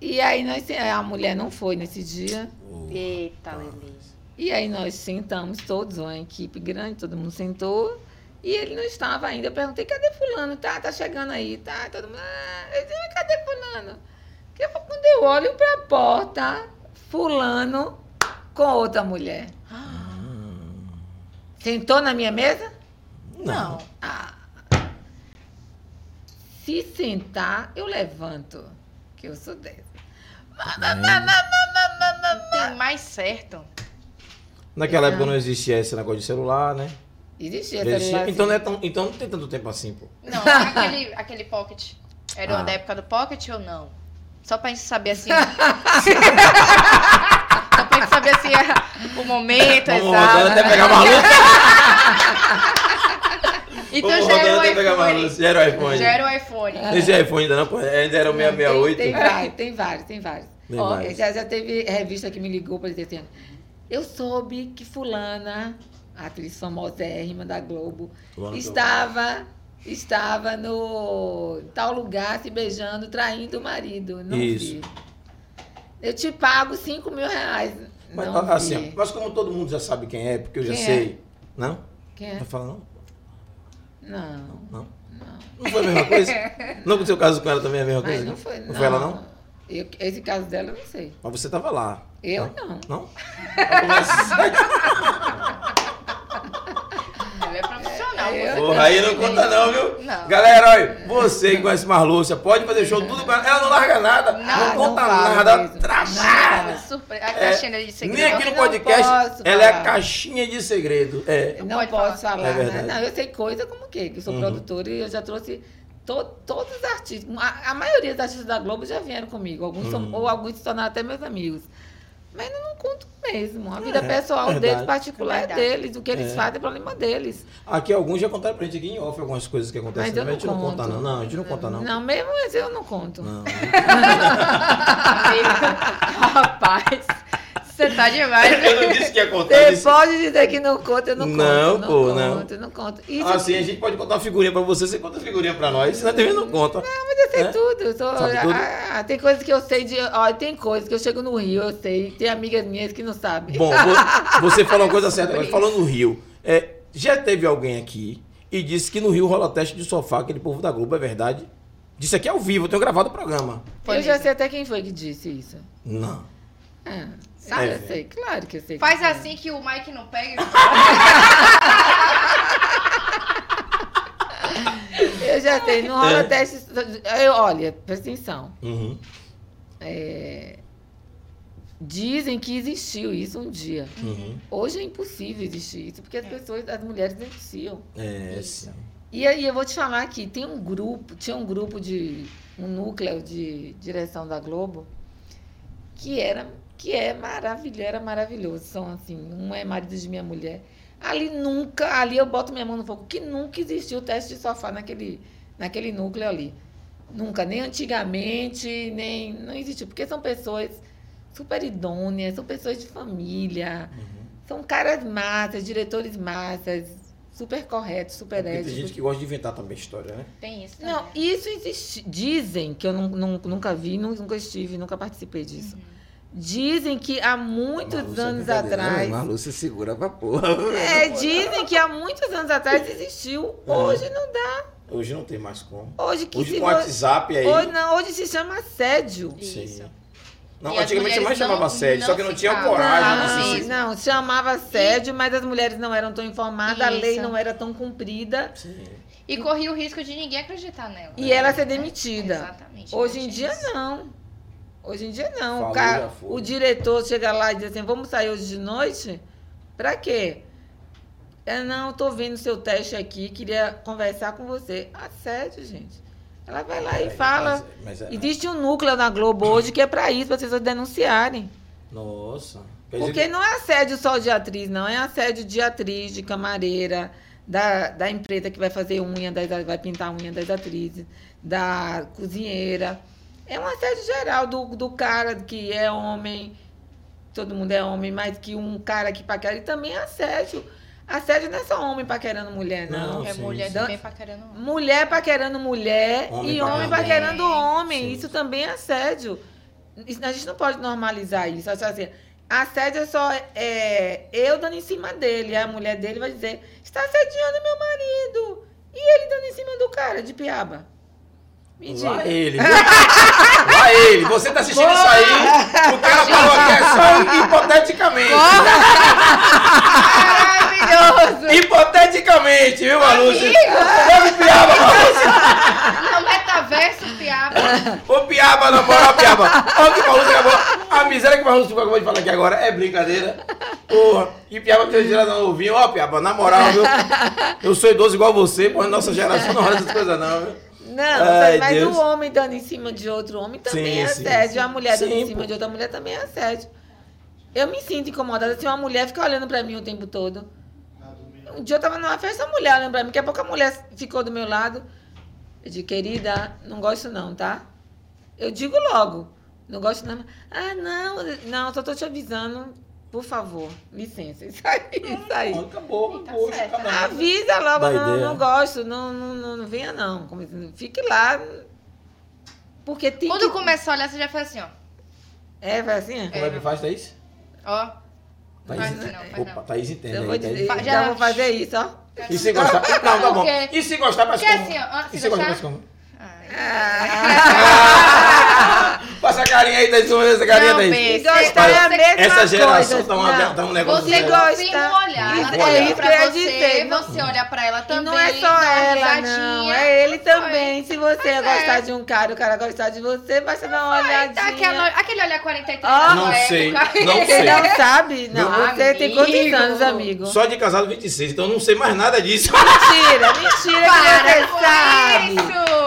[SPEAKER 3] E aí nós, a mulher não foi nesse dia.
[SPEAKER 1] Eita, Lili.
[SPEAKER 3] E aí nós sentamos todos, uma equipe grande, todo mundo sentou. E ele não estava ainda. Eu perguntei, cadê fulano? Tá, tá chegando aí, tá? Todo mundo. "Ah", Eu disse, "Mas cadê fulano? Que eu- Quando eu olho para a porta, fulano com outra mulher. Sentou na minha mesa?
[SPEAKER 1] Não.
[SPEAKER 3] Se sentar, eu levanto. Que eu sou dessa.
[SPEAKER 1] Tem mais certo.
[SPEAKER 2] Naquela
[SPEAKER 3] É.
[SPEAKER 2] época não existia esse negócio de celular, né?
[SPEAKER 3] Existia
[SPEAKER 2] Já existia.
[SPEAKER 3] celular. assim.
[SPEAKER 2] Então, não é tão- então não tem tanto tempo assim, pô.
[SPEAKER 1] Não, aquele, aquele pocket. Era uma
[SPEAKER 2] Ah.
[SPEAKER 1] da época do pocket ou não? Só pra gente saber assim. Só pra gente saber assim a- o momento
[SPEAKER 2] Vamos
[SPEAKER 1] exato.
[SPEAKER 2] rodando
[SPEAKER 3] né?
[SPEAKER 2] até pegar a Marluce.
[SPEAKER 1] Então
[SPEAKER 3] Então
[SPEAKER 2] Vamos
[SPEAKER 1] já era
[SPEAKER 3] é
[SPEAKER 2] rodando
[SPEAKER 1] o
[SPEAKER 2] até pegar a Marluce.
[SPEAKER 1] iPhone.
[SPEAKER 2] Já era o iPhone.
[SPEAKER 1] Já era o iPhone.
[SPEAKER 2] Esse é iPhone ainda não, pô. Ainda era o
[SPEAKER 3] Não, tem-
[SPEAKER 2] 668.
[SPEAKER 3] Tem, vários, tem vários, tem vários.
[SPEAKER 2] Tem
[SPEAKER 3] Ó,
[SPEAKER 2] vários.
[SPEAKER 3] Já, já teve revista que me ligou para dizer assim, eu soube que fulana, a atriz famosérrima da Globo,
[SPEAKER 2] Fulana
[SPEAKER 3] estava, estava no tal lugar se beijando, traindo o marido. Não
[SPEAKER 2] Isso.
[SPEAKER 3] vi. Eu te pago 5 mil reais.
[SPEAKER 2] Mas,
[SPEAKER 3] não
[SPEAKER 2] assim,
[SPEAKER 3] vi.
[SPEAKER 2] mas como todo mundo já sabe quem é, porque eu já
[SPEAKER 3] Quem é?
[SPEAKER 2] sei. Não?
[SPEAKER 3] Quem
[SPEAKER 2] Não
[SPEAKER 3] é?
[SPEAKER 2] vai falar não?
[SPEAKER 3] Não.
[SPEAKER 2] Não? Não foi a mesma coisa? Não aconteceu o caso com ela também, é a mesma
[SPEAKER 3] Mas
[SPEAKER 2] coisa?
[SPEAKER 3] não foi,
[SPEAKER 2] Não foi ela, não?
[SPEAKER 3] Eu- esse caso dela eu não sei.
[SPEAKER 2] Mas você tava lá.
[SPEAKER 3] Eu não.
[SPEAKER 2] Não? Mas- é assim?
[SPEAKER 1] Ela é profissional.
[SPEAKER 3] É,
[SPEAKER 1] você
[SPEAKER 2] Porra,
[SPEAKER 1] tá
[SPEAKER 2] aí não
[SPEAKER 1] entendendo.
[SPEAKER 2] conta não, viu?
[SPEAKER 1] Não.
[SPEAKER 2] Galera, olha, você que conhece Marlúcia, pode fazer show tudo com ela. Ela não larga nada, não,
[SPEAKER 3] Ah, não
[SPEAKER 2] conta
[SPEAKER 3] fala
[SPEAKER 2] nada,
[SPEAKER 3] mesmo.
[SPEAKER 2] trachada.
[SPEAKER 1] Surpre... A caixinha de segredo.
[SPEAKER 2] É. Nem aqui no
[SPEAKER 3] Eu não
[SPEAKER 2] podcast,
[SPEAKER 3] posso
[SPEAKER 2] ela é a
[SPEAKER 3] falar.
[SPEAKER 2] caixinha de segredo. É.
[SPEAKER 3] Eu Não
[SPEAKER 1] Pode
[SPEAKER 3] posso
[SPEAKER 2] falar.
[SPEAKER 3] falar.
[SPEAKER 2] É verdade.
[SPEAKER 3] né? Não, eu sei coisa como o quê? Que eu sou
[SPEAKER 2] Uhum.
[SPEAKER 3] produtora e eu já trouxe to- todos os artistas. A, a maioria dos artistas da Globo já vieram comigo. Alguns são-
[SPEAKER 2] Uhum.
[SPEAKER 3] ou alguns se tornaram até meus amigos. Mas eu não conto mesmo. A vida
[SPEAKER 2] É,
[SPEAKER 3] pessoal
[SPEAKER 2] verdade.
[SPEAKER 3] deles, particular, é,
[SPEAKER 1] Verdade.
[SPEAKER 3] deles. O que eles
[SPEAKER 2] É.
[SPEAKER 3] fazem é problema deles.
[SPEAKER 2] Aqui alguns já contaram pra gente aqui em off algumas coisas que acontecem.
[SPEAKER 3] Mas eu
[SPEAKER 2] também. a
[SPEAKER 3] não
[SPEAKER 2] gente Então, não conta não.
[SPEAKER 3] conto.
[SPEAKER 2] É Não, a gente não conta não.
[SPEAKER 3] Não, mesmo mas eu não conto.
[SPEAKER 2] Não.
[SPEAKER 1] Rapaz, você tá demais. né?
[SPEAKER 2] Eu não disse que ia contar. eu
[SPEAKER 3] Você
[SPEAKER 2] disse-
[SPEAKER 3] pode dizer que não conta, eu não,
[SPEAKER 2] Não,
[SPEAKER 3] conto.
[SPEAKER 2] pô,
[SPEAKER 3] não
[SPEAKER 2] não.
[SPEAKER 3] conto, eu não conto. Isso
[SPEAKER 2] Assim, a gente pode contar uma figurinha pra você, você conta a figurinha pra nós, senão a TV não conta.
[SPEAKER 3] Mas eu sei
[SPEAKER 2] É?
[SPEAKER 3] tudo. eu sou-
[SPEAKER 2] Sabe tudo?
[SPEAKER 3] Ah, tem coisas que eu sei de. Ó, tem coisas que eu chego no Rio, eu sei. Tem amigas minhas que não sabem.
[SPEAKER 2] Bom, vo- você falou uma coisa certa, agora,
[SPEAKER 3] Sobre
[SPEAKER 2] falou no Rio. É, já teve alguém aqui e disse que no Rio rola teste de sofá, aquele povo da Globo, é verdade? Disse aqui ao vivo, eu tenho gravado o programa.
[SPEAKER 3] eu já sei até quem foi que disse isso.
[SPEAKER 2] Não.
[SPEAKER 3] Ah,
[SPEAKER 2] É.
[SPEAKER 1] Sabe?
[SPEAKER 3] Eu sei, claro que eu sei.
[SPEAKER 1] Faz
[SPEAKER 3] quem foi.
[SPEAKER 1] assim que o Mike não pega.
[SPEAKER 3] Eu já sei, não rola
[SPEAKER 2] É.
[SPEAKER 3] teste. Eu, olha, presta atenção.
[SPEAKER 2] Uhum.
[SPEAKER 3] Dizem que existiu isso um dia.
[SPEAKER 2] Uhum.
[SPEAKER 3] Hoje é impossível existir isso, porque as
[SPEAKER 1] É.
[SPEAKER 3] pessoas, as mulheres denunciam.
[SPEAKER 2] É, sim.
[SPEAKER 3] E aí eu vou te falar que tem um grupo, tinha um grupo de um núcleo de direção da Globo que era que é maravilhoso, era maravilhoso. São assim, um é marido de minha mulher. Ali nunca, ali eu boto minha mão no fogo, que nunca existiu teste de sofá naquele naquele núcleo ali. Nunca, nem antigamente, nem não existiu, porque são pessoas super idôneas, são pessoas de família.
[SPEAKER 2] Uhum.
[SPEAKER 3] São caras massas, diretores massas, super corretos, super
[SPEAKER 2] É Porque tem
[SPEAKER 3] éticos.
[SPEAKER 2] gente que gosta de inventar também história, né?
[SPEAKER 1] Tem isso. também.
[SPEAKER 3] Não, isso existe. Dizem que eu nun- nun- nunca vi, nun- nunca estive, nunca participei disso. Dizem que há muitos
[SPEAKER 4] Malu, você é
[SPEAKER 3] anos
[SPEAKER 4] brincadeira, né?
[SPEAKER 3] atrás.
[SPEAKER 4] Malu se segura pra porra.
[SPEAKER 3] É, dizem que há muitos anos atrás existiu. Hoje não dá.
[SPEAKER 2] Hoje não tem mais como.
[SPEAKER 3] Hoje que
[SPEAKER 2] Hoje
[SPEAKER 3] se
[SPEAKER 2] com
[SPEAKER 3] vo-
[SPEAKER 2] WhatsApp aí.
[SPEAKER 3] hoje, não, hoje se chama assédio.
[SPEAKER 2] Sim.
[SPEAKER 1] Isso.
[SPEAKER 2] Não,
[SPEAKER 1] E as
[SPEAKER 2] antigamente
[SPEAKER 1] mulheres
[SPEAKER 2] mais chamava
[SPEAKER 1] não-
[SPEAKER 2] assédio, só que
[SPEAKER 1] não
[SPEAKER 2] não tinha
[SPEAKER 1] ficavam.
[SPEAKER 2] coragem né? de
[SPEAKER 1] Ah,
[SPEAKER 2] se
[SPEAKER 1] sim.
[SPEAKER 3] não, não, chamava assédio, mas as mulheres não eram tão informadas, a lei
[SPEAKER 1] Isso.
[SPEAKER 3] não era tão cumprida
[SPEAKER 2] Sim.
[SPEAKER 1] E corria o risco de ninguém acreditar nela.
[SPEAKER 3] e ela ser demitida.
[SPEAKER 1] Exatamente.
[SPEAKER 3] Hoje em
[SPEAKER 1] Então,
[SPEAKER 3] dia
[SPEAKER 1] tinha isso.
[SPEAKER 3] não. Hoje em dia não.
[SPEAKER 2] Falou, já
[SPEAKER 3] O, cara,
[SPEAKER 2] foi.
[SPEAKER 3] o diretor chega lá e diz assim: vamos sair hoje de noite? Pra quê? É, não, tô vendo seu teste aqui, queria conversar com você. Assédio, gente. Ela vai lá e
[SPEAKER 2] Mas-
[SPEAKER 3] fala.
[SPEAKER 2] mas é-
[SPEAKER 3] Existe um núcleo na Globo hoje que é pra isso, para as pessoas denunciarem.
[SPEAKER 2] Nossa. Quer dizer,
[SPEAKER 3] Porque não é assédio só de atriz, não. É assédio de atriz, de camareira, da, da empresa que vai fazer unha, das, vai pintar a unha das atrizes, da cozinheira. É um assédio geral do, do cara que é homem, todo mundo é homem, mas que um cara que paquera. E também é assédio. Assédio não é só homem paquerando mulher, não.
[SPEAKER 2] Não,
[SPEAKER 1] É
[SPEAKER 2] sim,
[SPEAKER 1] mulher
[SPEAKER 2] sim.
[SPEAKER 1] também pra caramba.
[SPEAKER 3] Mulher paquerando mulher
[SPEAKER 2] Homem
[SPEAKER 3] e homem
[SPEAKER 1] paquerando
[SPEAKER 3] paquerando
[SPEAKER 1] homem.
[SPEAKER 3] homem.
[SPEAKER 2] Sim.
[SPEAKER 3] Isso também é assédio. Isso- a gente não pode normalizar isso. Achar assim, assédio é só é, eu dando em cima dele. A mulher dele vai dizer, está assediando meu marido. E ele dando em cima do cara, de piaba. Me
[SPEAKER 2] Lá
[SPEAKER 3] diga.
[SPEAKER 2] ele. viu? Lá ele. Você tá assistindo isso aí. O cara falou que é só hipoteticamente.
[SPEAKER 1] Maravilhoso!
[SPEAKER 2] Hipoteticamente, viu, Malúcio? Ô, piaba, Malúcio.
[SPEAKER 1] No metaverso, piaba.
[SPEAKER 2] Ô, piaba, na moral, piaba. Olha o que o Malúcio acabou. A miséria que o Malúcio acabou de falar aqui agora é brincadeira. Porra. E piaba que vocês geraram novinho. Ó, piaba, na moral, viu? Eu sou idoso igual você, mas nossa geração não olha essas coisas, não, viu?
[SPEAKER 3] Não,
[SPEAKER 2] Ai,
[SPEAKER 3] mas
[SPEAKER 2] Deus.
[SPEAKER 3] o homem dando em cima de outro homem também
[SPEAKER 2] Sim,
[SPEAKER 3] é
[SPEAKER 2] sim,
[SPEAKER 3] assédio.
[SPEAKER 2] sim.
[SPEAKER 3] A mulher dando
[SPEAKER 2] Sim,
[SPEAKER 3] em cima
[SPEAKER 2] pô.
[SPEAKER 3] de outra mulher também é assédio. Eu me sinto incomodada se uma mulher fica olhando pra mim o tempo todo. Um dia eu tava numa festa, uma mulher olhando pra mim. Daqui a pouco a mulher ficou do meu lado. Eu digo, querida, não gosto não, tá? Eu digo logo. Não gosto não. Ah, não, não, só tô te avisando. Por favor, licença. Isso aí, isso aí.
[SPEAKER 2] Acabou,
[SPEAKER 1] Tá
[SPEAKER 2] poxa,
[SPEAKER 1] certo.
[SPEAKER 2] cada um.
[SPEAKER 3] Avisa logo,
[SPEAKER 2] Dá
[SPEAKER 3] não,
[SPEAKER 2] ideia.
[SPEAKER 3] não gosto, não, não, não, não venha não. Como assim, Fique lá. Porque tem
[SPEAKER 1] Quando
[SPEAKER 3] que...
[SPEAKER 1] começa a olhar, você já faz assim, ó.
[SPEAKER 3] É, vai assim?
[SPEAKER 2] Como é que faz, Thaís?
[SPEAKER 1] Ó. Ah, Faz
[SPEAKER 2] Thaís,
[SPEAKER 1] não, faz
[SPEAKER 2] Opa,
[SPEAKER 1] não.
[SPEAKER 2] Thaís entende.
[SPEAKER 3] Eu
[SPEAKER 2] aí,
[SPEAKER 3] vou
[SPEAKER 2] Thaís.
[SPEAKER 3] dizer,
[SPEAKER 1] Fa-
[SPEAKER 3] já,
[SPEAKER 1] já-
[SPEAKER 3] vou fazer isso, ó.
[SPEAKER 1] Faz
[SPEAKER 2] E
[SPEAKER 1] não.
[SPEAKER 2] se gostar? Não, tá bom.
[SPEAKER 1] Porque-
[SPEAKER 2] E se gostar, faz
[SPEAKER 1] Porque
[SPEAKER 2] como?
[SPEAKER 1] assim, ó, ó, se
[SPEAKER 2] e se gostar,
[SPEAKER 1] gostar-
[SPEAKER 2] faz como?
[SPEAKER 1] Ai. Ah,
[SPEAKER 2] Passa a carinha aí, Thaís. Essa carinha,
[SPEAKER 1] Não,
[SPEAKER 2] Thaís.
[SPEAKER 1] beijo.
[SPEAKER 3] E
[SPEAKER 1] Esse-
[SPEAKER 3] gostar é a mesma
[SPEAKER 2] Essa geração
[SPEAKER 3] coisa.
[SPEAKER 2] tá,
[SPEAKER 3] Não.
[SPEAKER 2] uma, tá um negócio.
[SPEAKER 1] Você
[SPEAKER 3] Você
[SPEAKER 2] diferente.
[SPEAKER 1] confia
[SPEAKER 3] gosta.
[SPEAKER 1] no olhar. Ela
[SPEAKER 3] Isso,
[SPEAKER 1] tá
[SPEAKER 3] é
[SPEAKER 1] olhando
[SPEAKER 3] isso
[SPEAKER 1] pra
[SPEAKER 3] que eu ia
[SPEAKER 1] você,
[SPEAKER 3] dizer, não-
[SPEAKER 1] você olha pra ela também.
[SPEAKER 3] E não é só
[SPEAKER 1] dá uma
[SPEAKER 3] ela, não.
[SPEAKER 1] risadinha.
[SPEAKER 3] É ele
[SPEAKER 1] Foi.
[SPEAKER 3] também. Se você
[SPEAKER 1] Pois
[SPEAKER 3] gostar
[SPEAKER 1] é.
[SPEAKER 3] de um cara e o cara gostar de você, basta dar uma
[SPEAKER 1] Aí
[SPEAKER 3] olhadinha.
[SPEAKER 1] dá aquela- aquele olhar 43
[SPEAKER 3] Ó.
[SPEAKER 1] da
[SPEAKER 2] Não
[SPEAKER 1] sua
[SPEAKER 2] sei,
[SPEAKER 1] época.
[SPEAKER 2] não
[SPEAKER 3] Você
[SPEAKER 2] sei.
[SPEAKER 3] não sabe? Não,
[SPEAKER 1] Meu
[SPEAKER 3] você tem quantos
[SPEAKER 1] amigo.
[SPEAKER 3] anos, amigo?
[SPEAKER 2] Só de casado 26, então eu não sei mais nada disso.
[SPEAKER 3] Mentira, mentira que você
[SPEAKER 1] Para
[SPEAKER 3] sabe.
[SPEAKER 1] com isso!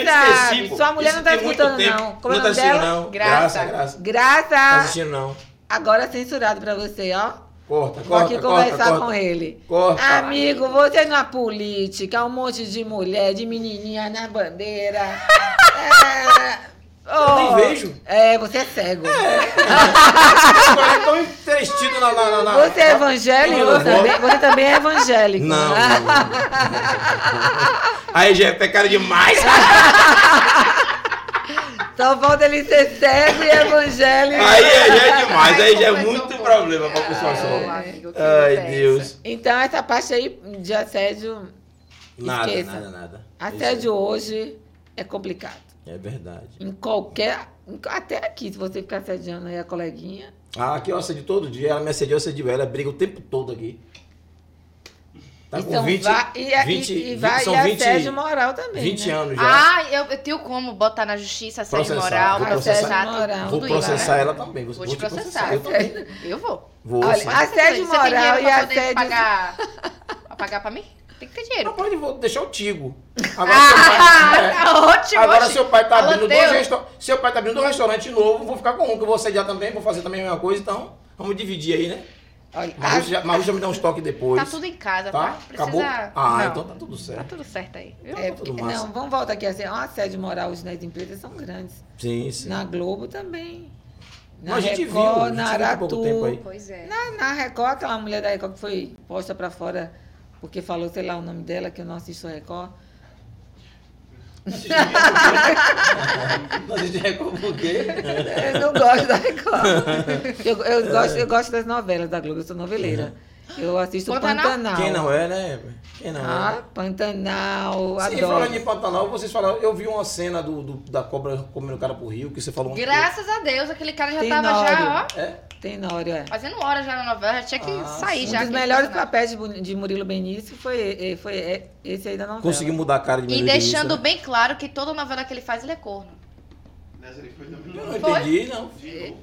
[SPEAKER 2] Eu
[SPEAKER 3] sabe.
[SPEAKER 2] esqueci, pô.
[SPEAKER 3] Sua mulher
[SPEAKER 2] Isso
[SPEAKER 3] não tá
[SPEAKER 2] tem muito
[SPEAKER 3] escutando,
[SPEAKER 2] tempo.
[SPEAKER 3] não. Como é
[SPEAKER 2] Não tá
[SPEAKER 3] o nome
[SPEAKER 2] assistindo,
[SPEAKER 3] dela?
[SPEAKER 2] não.
[SPEAKER 1] Graça.
[SPEAKER 2] Graça, graça. Não tá
[SPEAKER 3] Graça.
[SPEAKER 2] assistindo, não.
[SPEAKER 3] Agora censurado pra você, ó.
[SPEAKER 2] Corta,
[SPEAKER 3] Vou aqui
[SPEAKER 2] corta, corta,
[SPEAKER 3] conversar com
[SPEAKER 2] corta.
[SPEAKER 3] ele.
[SPEAKER 2] Corta.
[SPEAKER 3] Amigo, você na política, um monte de mulher, de menininha na bandeira. é...
[SPEAKER 2] Eu nem vejo.
[SPEAKER 3] É, você é cego.
[SPEAKER 2] Agora eu tô é entretido na... na, na, na
[SPEAKER 3] Você é
[SPEAKER 2] na-
[SPEAKER 3] evangélico
[SPEAKER 2] Eu não vou.
[SPEAKER 3] também? Você também é evangélico. Ah,
[SPEAKER 2] Não, não, não. Aí já é pecado demais.
[SPEAKER 3] Só falta ele ser cego e evangélico.
[SPEAKER 2] Aí é- já é demais, aí já é
[SPEAKER 1] Ai,
[SPEAKER 2] muito
[SPEAKER 1] compensou
[SPEAKER 2] problema pra
[SPEAKER 1] pouco.
[SPEAKER 2] pessoa
[SPEAKER 1] Ai,
[SPEAKER 2] só.
[SPEAKER 1] amigo, que
[SPEAKER 2] Ai,
[SPEAKER 1] conversa.
[SPEAKER 2] Deus.
[SPEAKER 3] Então, essa parte aí de assédio,
[SPEAKER 2] Nada,
[SPEAKER 3] Esqueça.
[SPEAKER 2] nada, nada.
[SPEAKER 3] assédio hoje é complicado.
[SPEAKER 2] Isso É verdade.
[SPEAKER 3] Em qualquer. em- Até aqui, se você ficar assediando aí a coleguinha.
[SPEAKER 2] Ah, aqui eu assedio todo dia, ela me assediou, eu assedio ela, briga o tempo todo aqui. Tá
[SPEAKER 3] e
[SPEAKER 2] com
[SPEAKER 3] são
[SPEAKER 2] 20,
[SPEAKER 3] va- Então e, é, e-
[SPEAKER 2] 20,
[SPEAKER 3] e, vai,
[SPEAKER 2] são
[SPEAKER 3] e
[SPEAKER 2] 20,
[SPEAKER 3] assédio moral também.
[SPEAKER 2] 20
[SPEAKER 3] né?
[SPEAKER 2] anos já.
[SPEAKER 1] Ah, eu, eu tenho como botar na justiça assédio
[SPEAKER 2] Processar,
[SPEAKER 1] moral,
[SPEAKER 2] vou
[SPEAKER 1] processar,
[SPEAKER 3] processar.
[SPEAKER 1] tudo
[SPEAKER 2] vou
[SPEAKER 1] isso,
[SPEAKER 2] processar
[SPEAKER 1] né?
[SPEAKER 2] ela também. Vou,
[SPEAKER 1] Vou te processar.
[SPEAKER 2] Eu também.
[SPEAKER 1] Eu vou.
[SPEAKER 2] Vou,
[SPEAKER 3] Olha,
[SPEAKER 2] sim.
[SPEAKER 3] a- Assédio
[SPEAKER 1] Você tem dinheiro
[SPEAKER 3] é moral e
[SPEAKER 1] pra poder
[SPEAKER 3] assédio-
[SPEAKER 1] pagar... pra pagar pra mim? Tem que ter
[SPEAKER 2] Não
[SPEAKER 1] dinheiro.
[SPEAKER 2] pode vou deixar o Tigo. Agora, seu pai,
[SPEAKER 1] Ah, tá
[SPEAKER 2] é,
[SPEAKER 1] ótimo.
[SPEAKER 2] agora
[SPEAKER 1] oxe.
[SPEAKER 2] seu pai tá
[SPEAKER 1] Fala
[SPEAKER 2] abrindo dois
[SPEAKER 1] teu.
[SPEAKER 2] restaurantes. Seu pai tá abrindo um restaurante novo, vou ficar com um, que eu vou assediar também, vou fazer também a mesma coisa, então vamos dividir aí, né?
[SPEAKER 3] Olha,
[SPEAKER 2] Mas já, Malu já me dá uns toques depois.
[SPEAKER 1] Tá tudo em casa, tá?
[SPEAKER 2] Tá?
[SPEAKER 1] Precisa...
[SPEAKER 2] Acabou? Ah,
[SPEAKER 1] Não,
[SPEAKER 2] então tá tudo
[SPEAKER 1] Tá
[SPEAKER 2] certo.
[SPEAKER 1] tudo certo aí. viu?
[SPEAKER 3] a- é,
[SPEAKER 2] tá tudo massa.
[SPEAKER 3] não, vamos voltar aqui assim. ó, assédio moral hoje nas empresas são grandes.
[SPEAKER 2] Sim, sim.
[SPEAKER 3] Na Globo também. Na
[SPEAKER 2] Não, a gente viu,
[SPEAKER 3] Record,
[SPEAKER 2] a gente
[SPEAKER 3] na
[SPEAKER 2] viu há pouco
[SPEAKER 3] Aratu.
[SPEAKER 2] tempo aí.
[SPEAKER 1] Pois é.
[SPEAKER 3] Na, na Record, aquela mulher da Record que foi posta pra fora porque falou, sei lá o nome dela, que eu não assisto a Record.
[SPEAKER 4] Mas a gente
[SPEAKER 2] é
[SPEAKER 4] reclama o quê?
[SPEAKER 3] Eu não gosto da Record. Eu, eu gosto, eu gosto das novelas da Globo, eu sou noveleira. Eu assisto
[SPEAKER 1] Pantanal?
[SPEAKER 3] Pantanal.
[SPEAKER 2] Uhum. Quem não é, né? Quem não é?
[SPEAKER 3] Ah, Pantanal,
[SPEAKER 2] Sim,
[SPEAKER 3] adoro.
[SPEAKER 2] falando de Pantanal, vocês falaram. Eu vi uma cena do, do- da cobra comendo o cara pro rio, que você falou. ontem.
[SPEAKER 1] Graças a Deus, aquele cara já
[SPEAKER 3] Tem
[SPEAKER 1] tava já, ó,
[SPEAKER 3] Nório.
[SPEAKER 2] É?
[SPEAKER 3] Tenório, é.
[SPEAKER 1] fazendo hora já na novela, já tinha que tá
[SPEAKER 2] Ah,
[SPEAKER 1] sair
[SPEAKER 2] sim.
[SPEAKER 1] já.
[SPEAKER 3] Um dos
[SPEAKER 1] aquele
[SPEAKER 3] melhores
[SPEAKER 1] personagem.
[SPEAKER 3] papéis de, Bu- de Murilo Benício foi, e- e- foi e- esse aí da novela.
[SPEAKER 2] Consegui mudar a cara de
[SPEAKER 1] Tá
[SPEAKER 2] né?
[SPEAKER 1] E
[SPEAKER 2] Murilo
[SPEAKER 1] deixando
[SPEAKER 2] Benício,
[SPEAKER 1] bem claro que toda novela que ele faz, ele é corno.
[SPEAKER 4] Nessa ele foi
[SPEAKER 2] né? Eu não
[SPEAKER 4] dominado.
[SPEAKER 1] Foi?
[SPEAKER 2] entendi, não.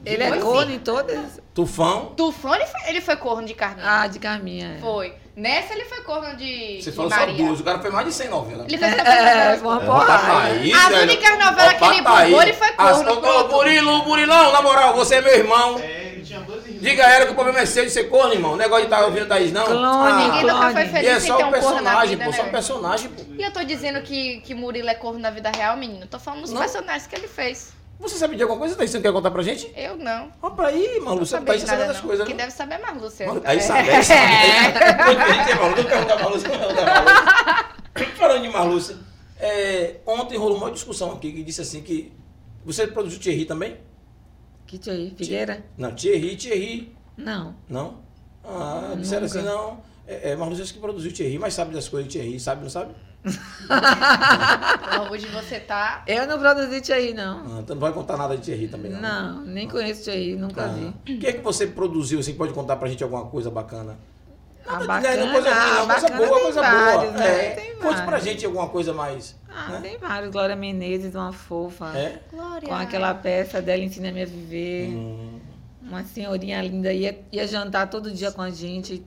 [SPEAKER 3] Ele é
[SPEAKER 1] Foi
[SPEAKER 3] corno em todas?
[SPEAKER 2] Tufão.
[SPEAKER 1] Tufão, ele foi, ele foi corno de Carminha.
[SPEAKER 3] Ah, de Carminha. é.
[SPEAKER 1] Foi. Nessa, ele foi corno de,
[SPEAKER 2] Você
[SPEAKER 1] de
[SPEAKER 2] falou só
[SPEAKER 1] Maria.
[SPEAKER 2] duas. O cara fez mais de 100 novelas.
[SPEAKER 1] Ele fez
[SPEAKER 3] É, foi uma
[SPEAKER 1] novelas.
[SPEAKER 2] tá
[SPEAKER 3] porrada.
[SPEAKER 1] As únicas novelas que ele bombou, ele foi corno,
[SPEAKER 2] Ô,
[SPEAKER 1] pronto.
[SPEAKER 2] Murilo, Murilão, na moral, você é meu irmão.
[SPEAKER 4] É, ele tinha dois irmãos.
[SPEAKER 2] Diga a ela que o problema é seu de ser corno, irmão. O negócio de estar ouvindo Thaís, não.
[SPEAKER 3] Clone,
[SPEAKER 1] Ninguém
[SPEAKER 3] clone.
[SPEAKER 1] nunca foi
[SPEAKER 2] E é
[SPEAKER 1] feliz sem
[SPEAKER 2] só
[SPEAKER 1] ter
[SPEAKER 2] o
[SPEAKER 1] um corno na
[SPEAKER 2] personagem,
[SPEAKER 1] vida,
[SPEAKER 2] pô. Só o
[SPEAKER 1] né?
[SPEAKER 2] personagem, pô.
[SPEAKER 1] E eu tô dizendo que, que Murilo é corno na vida real, menino. Tô falando dos
[SPEAKER 2] Não.
[SPEAKER 1] personagens que ele fez.
[SPEAKER 2] Você sabe de alguma coisa, Thaís? Você não quer contar pra gente?
[SPEAKER 1] Eu não.
[SPEAKER 2] Olha pra aí, Malu.
[SPEAKER 1] Não
[SPEAKER 2] Você
[SPEAKER 1] sabia
[SPEAKER 2] Thaís
[SPEAKER 1] de
[SPEAKER 2] sabe
[SPEAKER 1] nada,
[SPEAKER 2] das
[SPEAKER 1] não.
[SPEAKER 2] coisas,
[SPEAKER 1] Quem
[SPEAKER 2] né?
[SPEAKER 1] deve saber é Marlúcia.
[SPEAKER 2] Mano, Thaís
[SPEAKER 1] É.
[SPEAKER 2] sabe, Thaís sabe. Muito bem, Malu. Não pergunta a Malu, não pergunta a Malu. Falando de Malu, é, ontem rolou uma discussão aqui que disse assim que... Você produziu Thierry também?
[SPEAKER 3] Que tia aí, Figueira?
[SPEAKER 2] Não, Thierry, Thierry...
[SPEAKER 3] Não.
[SPEAKER 2] Não? Ah, disseram
[SPEAKER 3] Nunca.
[SPEAKER 2] assim, não. É, é Marlon que produziu Thierry, mas sabe das coisas de Thierry, sabe, não sabe?
[SPEAKER 1] Não, Hoje você tá...
[SPEAKER 3] Eu não produzi tia aí, não.
[SPEAKER 2] Ah, então não vai contar nada de Thierry também, não.
[SPEAKER 3] Não, nem conheço tia aí, nunca vi.
[SPEAKER 2] O que é que você produziu, assim, pode contar pra gente alguma coisa bacana?
[SPEAKER 3] A
[SPEAKER 2] Nada de-
[SPEAKER 3] Ah, bacana,
[SPEAKER 2] não, coisa, ruim,
[SPEAKER 3] ah,
[SPEAKER 2] não, coisa
[SPEAKER 3] bacana
[SPEAKER 2] boa,
[SPEAKER 3] tem
[SPEAKER 2] coisa
[SPEAKER 3] vários,
[SPEAKER 2] boa.
[SPEAKER 3] né?
[SPEAKER 2] É,
[SPEAKER 3] Tem
[SPEAKER 2] Conte pra
[SPEAKER 3] vários.
[SPEAKER 2] gente alguma coisa mais.
[SPEAKER 3] Ah,
[SPEAKER 2] né?
[SPEAKER 3] tem vários. Glória Menezes, uma fofa.
[SPEAKER 2] É?
[SPEAKER 1] Glória.
[SPEAKER 3] Com aquela peça dela Ensina-me a Viver.
[SPEAKER 2] Hum,
[SPEAKER 3] Uma senhorinha linda ia, ia jantar todo dia com a gente.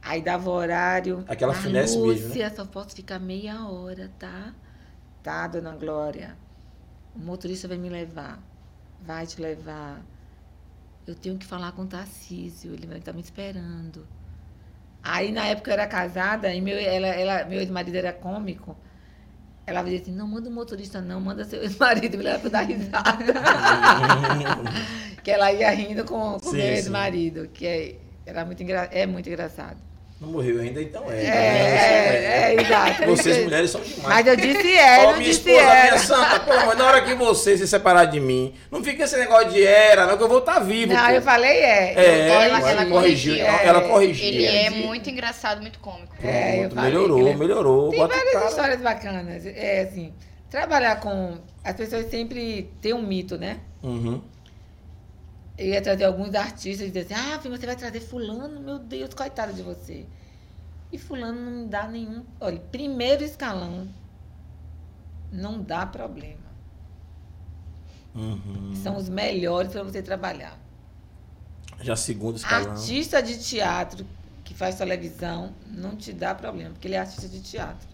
[SPEAKER 3] Aí dava horário.
[SPEAKER 2] Aquela finesse mesmo, né?
[SPEAKER 3] Lúcia, só posso ficar meia hora, tá? Tá, dona Glória. O motorista vai me levar. Vai te levar. Eu tenho que falar com o Tarcísio, ele vai- tá me esperando. Aí, na época, eu era casada e meu, ela, ela, meu ex-marido era cômico. Ela dizia assim, não manda o motorista não, manda seu ex-marido me levar pra dar risada. que ela ia rindo com o
[SPEAKER 2] Sim,
[SPEAKER 3] meu
[SPEAKER 2] sim.
[SPEAKER 3] ex-marido, que é, era muito engra- é muito engraçado.
[SPEAKER 2] não morreu ainda, então é. Então, né,
[SPEAKER 3] É, é, é, exato.
[SPEAKER 2] Vocês mulheres são demais.
[SPEAKER 3] Mas eu disse é,
[SPEAKER 2] Ó,
[SPEAKER 3] eu
[SPEAKER 2] minha
[SPEAKER 3] disse
[SPEAKER 2] esposa, minha
[SPEAKER 3] era.
[SPEAKER 2] santa, pelo amor, na hora que você se separar de mim, não fica esse negócio de era, não, que eu vou estar vivo.
[SPEAKER 3] Não,
[SPEAKER 2] pô.
[SPEAKER 3] eu falei é.
[SPEAKER 2] É,
[SPEAKER 1] Ela-
[SPEAKER 2] ela,
[SPEAKER 1] ela
[SPEAKER 2] corrigiu.
[SPEAKER 1] corrigiu.
[SPEAKER 2] é, Ela, ela corrigiu.
[SPEAKER 1] Ele é
[SPEAKER 3] Entendi.
[SPEAKER 1] muito engraçado, muito cômico.
[SPEAKER 3] É, eu
[SPEAKER 2] Pronto,
[SPEAKER 3] falei
[SPEAKER 2] melhorou,
[SPEAKER 3] que ele é-
[SPEAKER 2] melhorou.
[SPEAKER 3] Tem
[SPEAKER 2] Bota o
[SPEAKER 3] várias
[SPEAKER 2] cara.
[SPEAKER 3] histórias bacanas. É assim, trabalhar com. As pessoas sempre têm um mito, né?
[SPEAKER 2] Uhum.
[SPEAKER 3] Eu ia trazer alguns artistas e dizer assim, ah, filho, você vai trazer fulano, meu Deus, coitado de você. E fulano não dá nenhum. Olha, primeiro escalão não dá problema.
[SPEAKER 2] Uhum.
[SPEAKER 3] São os melhores para você trabalhar.
[SPEAKER 2] Já segundo escalão.
[SPEAKER 3] Artista de teatro que faz televisão não te dá problema, porque ele é artista de teatro.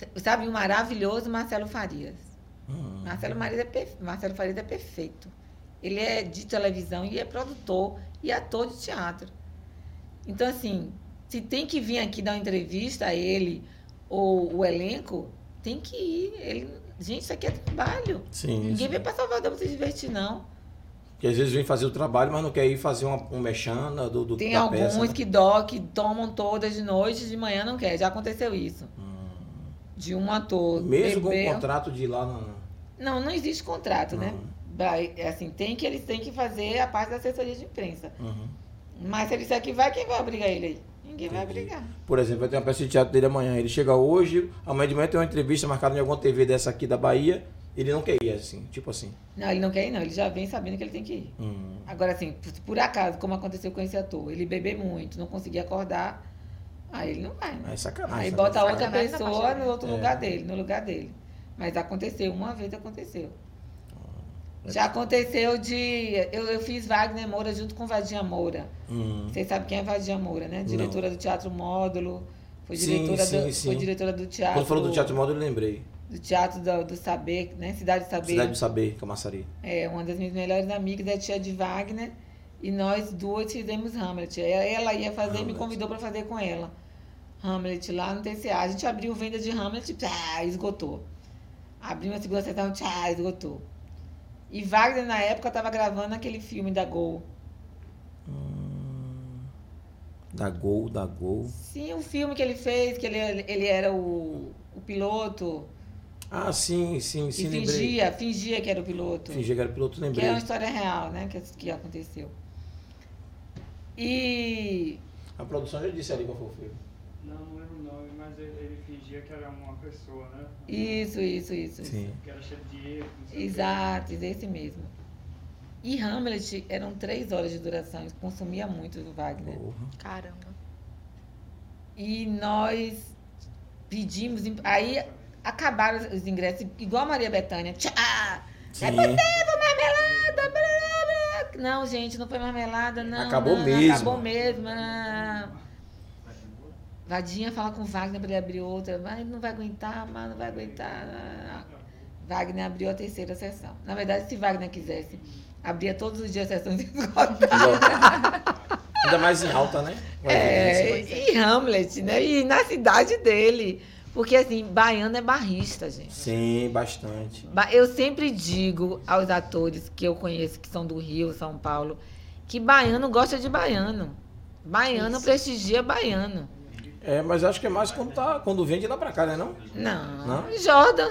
[SPEAKER 3] S- Sabe o maravilhoso Marcelo Farias?
[SPEAKER 2] Hum.
[SPEAKER 3] Marcelo, Marias é perfe- Marcelo Farias é perfeito. Ele é de televisão e é produtor e ator de teatro. Então, assim, se tem que vir aqui dar uma entrevista a ele ou o elenco, tem que ir. Ele... Gente, isso aqui é trabalho.
[SPEAKER 2] Sim.
[SPEAKER 3] Ninguém
[SPEAKER 2] sim.
[SPEAKER 3] vem para Salvador para se divertir, não.
[SPEAKER 2] Porque às vezes vem fazer o trabalho, mas não quer ir fazer uma, um mexã na- do, do
[SPEAKER 3] Tem
[SPEAKER 2] da
[SPEAKER 3] alguns
[SPEAKER 2] peça. né?
[SPEAKER 3] que dó, que tomam todas de noite, de manhã não quer. Já aconteceu isso. De um ator.
[SPEAKER 2] Hum. Mesmo com
[SPEAKER 3] bebeu-
[SPEAKER 2] o contrato de ir lá na.
[SPEAKER 3] Não, não existe contrato, né? Vai, é Assim, tem que eles têm que fazer a parte da assessoria de imprensa.
[SPEAKER 2] Uhum.
[SPEAKER 3] Mas se ele disser que vai, quem vai obrigar ele aí? Ninguém vai
[SPEAKER 2] Entendi.
[SPEAKER 3] obrigar.
[SPEAKER 2] Por exemplo, vai ter uma peça de teatro dele amanhã. Ele chega hoje, amanhã de manhã tem uma entrevista marcada em alguma TV dessa aqui da Bahia. Ele não quer ir assim, tipo assim.
[SPEAKER 3] Não, ele não quer ir, não. Ele já vem sabendo que ele tem que ir.
[SPEAKER 2] Hum.
[SPEAKER 3] Agora, assim, por- por acaso, como aconteceu com esse ator, ele beber muito, não conseguia acordar, aí ele não vai, né?
[SPEAKER 2] Aí é sacanagem.
[SPEAKER 3] Aí
[SPEAKER 2] né?
[SPEAKER 3] bota
[SPEAKER 1] sacanagem.
[SPEAKER 3] outra
[SPEAKER 1] Sacanagem da
[SPEAKER 3] pessoa
[SPEAKER 1] parte
[SPEAKER 3] no outro
[SPEAKER 2] dele.
[SPEAKER 3] lugar dele, no lugar dele. Mas aconteceu, uma vez aconteceu.
[SPEAKER 2] é.
[SPEAKER 3] Já aconteceu de. Eu, eu fiz Wagner Moura junto com Vadinha Moura.
[SPEAKER 2] Hum.
[SPEAKER 3] Vocês sabem quem é Vadinha Moura, né? Diretora do Teatro Módulo. Foi
[SPEAKER 2] Sim,
[SPEAKER 3] diretora,
[SPEAKER 2] sim,
[SPEAKER 3] do,
[SPEAKER 2] sim.
[SPEAKER 3] Foi diretora tá do teatro.
[SPEAKER 2] Quando falou do teatro modo, eu lembrei.
[SPEAKER 3] do teatro do, do Saber, né? Cidade do Saber.
[SPEAKER 2] Cidade do Saber, Camaçari.
[SPEAKER 3] É, uma das minhas melhores amigas é a tia de Wagner. E nós duas fizemos Hamlet. Ela- Ela ia fazer e me
[SPEAKER 2] Hamlet.
[SPEAKER 3] convidou para fazer com ela. Hamlet lá no TCA. A gente abriu venda de Hamlet, pá, esgotou. Abriu a segunda sessão, tchá, esgotou. E Wagner, na época, estava gravando aquele filme da Gol.
[SPEAKER 2] Da Gol, da Gol.
[SPEAKER 3] Sim, o filme que ele fez, que ele, ele era o, o piloto,
[SPEAKER 2] Ah, sim, sim, sim,
[SPEAKER 3] e
[SPEAKER 2] lembrei.
[SPEAKER 3] fingia, fingia que era o piloto.
[SPEAKER 2] Fingia que era piloto,
[SPEAKER 3] Que
[SPEAKER 2] lembrei.
[SPEAKER 3] é uma história real, né? Que, que aconteceu. E
[SPEAKER 2] A produção já disse ali qual foi o filme.
[SPEAKER 5] Não, não lembro o nome, mas ele, ele fingia que era uma pessoa, né?
[SPEAKER 3] isso, isso, isso.
[SPEAKER 2] Sim.
[SPEAKER 5] Que era cheio de erro. não sei o quê.
[SPEAKER 3] Exato, esse mesmo. E Hamlet eram três horas de duração, isso consumia muito do Wagner.
[SPEAKER 2] Porra.
[SPEAKER 1] Caramba.
[SPEAKER 3] E nós pedimos, em- aí acabaram os- os ingressos, igual a Maria Bethânia. Tchá!
[SPEAKER 2] Sim.
[SPEAKER 3] Marmelada! blá, blá, blá. Não, gente, não foi marmelada, não.
[SPEAKER 2] Acabou
[SPEAKER 3] não,
[SPEAKER 2] mesmo.
[SPEAKER 3] Acabou mesmo. não. Vadinha fala com Wagner para ele abrir outra. Mas não vai aguentar, mas não vai aguentar. Wagner abriu a terceira sessão. Na verdade, se Wagner quisesse, abria todos os dias sessões esgotadas.
[SPEAKER 2] Logo. Ainda mais em alta, né? Vai ver, né?
[SPEAKER 3] É,
[SPEAKER 1] Pois é.
[SPEAKER 3] e Hamlet, né? E na cidade dele. Porque, assim, baiano é barrista, gente.
[SPEAKER 2] Sim, bastante.
[SPEAKER 3] Ba- Eu sempre digo aos atores que eu conheço, que são do Rio, São Paulo, que baiano gosta de baiano. Baiano
[SPEAKER 1] Isso.
[SPEAKER 3] prestigia baiano.
[SPEAKER 2] É, mas acho que é mais quando, tá, quando vende lá pra cá, né? Não?
[SPEAKER 3] Não.
[SPEAKER 2] Não?
[SPEAKER 3] Jordan.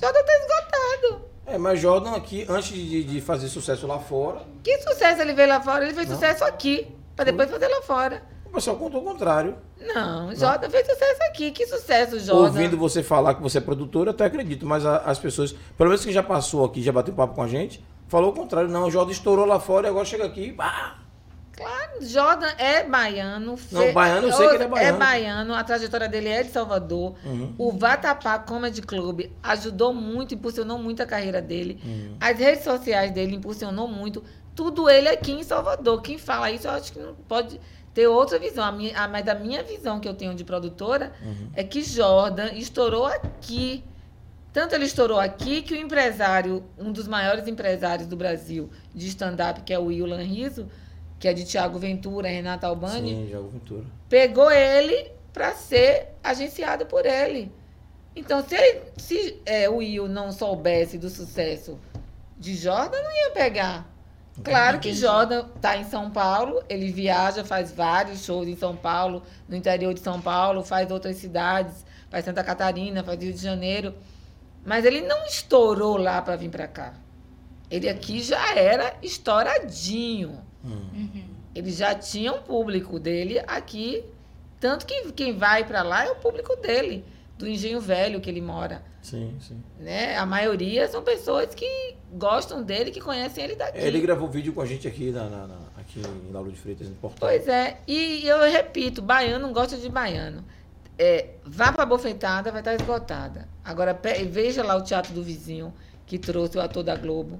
[SPEAKER 3] Jordan tá esgotado.
[SPEAKER 2] É, mas Jordan aqui, antes de, de fazer sucesso lá fora,
[SPEAKER 3] Que sucesso ele veio lá fora? Ele fez
[SPEAKER 2] Não.
[SPEAKER 3] sucesso aqui, pra depois fazer lá fora.
[SPEAKER 2] o pessoal contou o contrário.
[SPEAKER 3] Não, Jordan fez sucesso aqui. Que sucesso, Jordan.
[SPEAKER 2] Ouvindo você falar que você é produtora, eu até acredito, mas a- as pessoas, pelo menos que já passou aqui, já bateu papo com a gente, falou o contrário. Não, o Jordan estourou lá fora e agora chega aqui e pá!
[SPEAKER 3] Jordan é baiano. fe-
[SPEAKER 2] baiano, eu sei que ele é baiano. Uhum.
[SPEAKER 3] É baiano, a trajetória dele é de Salvador. O Vatapá Comedy Club ajudou muito, impulsionou muito a carreira dele. As redes sociais dele impulsionou muito. Tudo ele aqui em Salvador. Quem fala isso, eu acho que não pode ter outra visão. A minha- a- mas a minha visão que eu tenho de produtora é que Jordan estourou aqui. Tanto ele estourou aqui que o empresário, um dos maiores empresários do Brasil de stand-up, que é o Willan Riso, que é de Tiago Ventura, Renata Albani,
[SPEAKER 2] Sim, Jogo Ventura.
[SPEAKER 3] pegou ele para ser agenciado por ele. Então, se, ele- se é, o Will não soubesse do sucesso de Jordan, não ia pegar. Claro que
[SPEAKER 1] Entendi.
[SPEAKER 3] Jordan está em São Paulo, ele viaja, faz vários shows em São Paulo, no interior de São Paulo, faz outras cidades, faz Santa Catarina, faz Rio de Janeiro. Mas ele não estourou lá para vir para cá. Ele aqui já era estouradinho
[SPEAKER 2] Hum.
[SPEAKER 3] Hum. ele já tinha um público dele aqui. Tanto que quem vai pra lá é o público dele, do Engenho Velho que ele mora.
[SPEAKER 2] Sim, sim.
[SPEAKER 3] Né? A maioria são pessoas que gostam dele, que conhecem ele daqui.
[SPEAKER 2] É, ele gravou vídeo com a gente aqui, na, na- na- aqui em Lauro de Freitas, no portal.
[SPEAKER 3] Pois é, e eu repito, baiano não gosta de baiano. É, vá pra bofetada, vai estar esgotada. Agora pe- veja lá o Teatro do Vizinho, que trouxe o ator da Globo.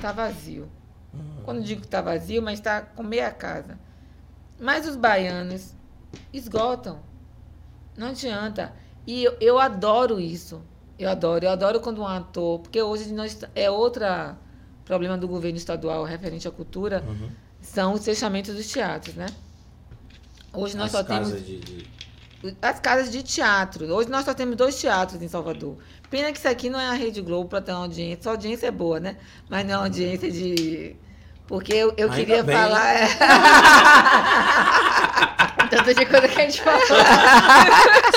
[SPEAKER 3] Tá vazio. Quando digo que tá vazio, mas tá com meia casa. Mas os baianos esgotam. Não adianta. E eu, eu adoro isso. Eu adoro. Eu adoro quando um ator. Porque hoje nós, é outro problema do governo estadual referente à cultura.
[SPEAKER 2] Uhum.
[SPEAKER 3] São os fechamentos dos teatros, né? Hoje
[SPEAKER 2] As
[SPEAKER 3] nós só
[SPEAKER 2] casas
[SPEAKER 3] temos
[SPEAKER 2] de- de-
[SPEAKER 3] as casas de teatro. Hoje nós só temos dois teatros em Salvador. Pena que isso aqui não é a Rede Globo para ter uma audiência. Sua audiência é boa, né? Mas não é uma audiência de. Porque eu, eu
[SPEAKER 2] Uhum. Ainda
[SPEAKER 3] queria
[SPEAKER 2] bem,
[SPEAKER 3] falar.
[SPEAKER 1] Tanto de coisa que a gente falou.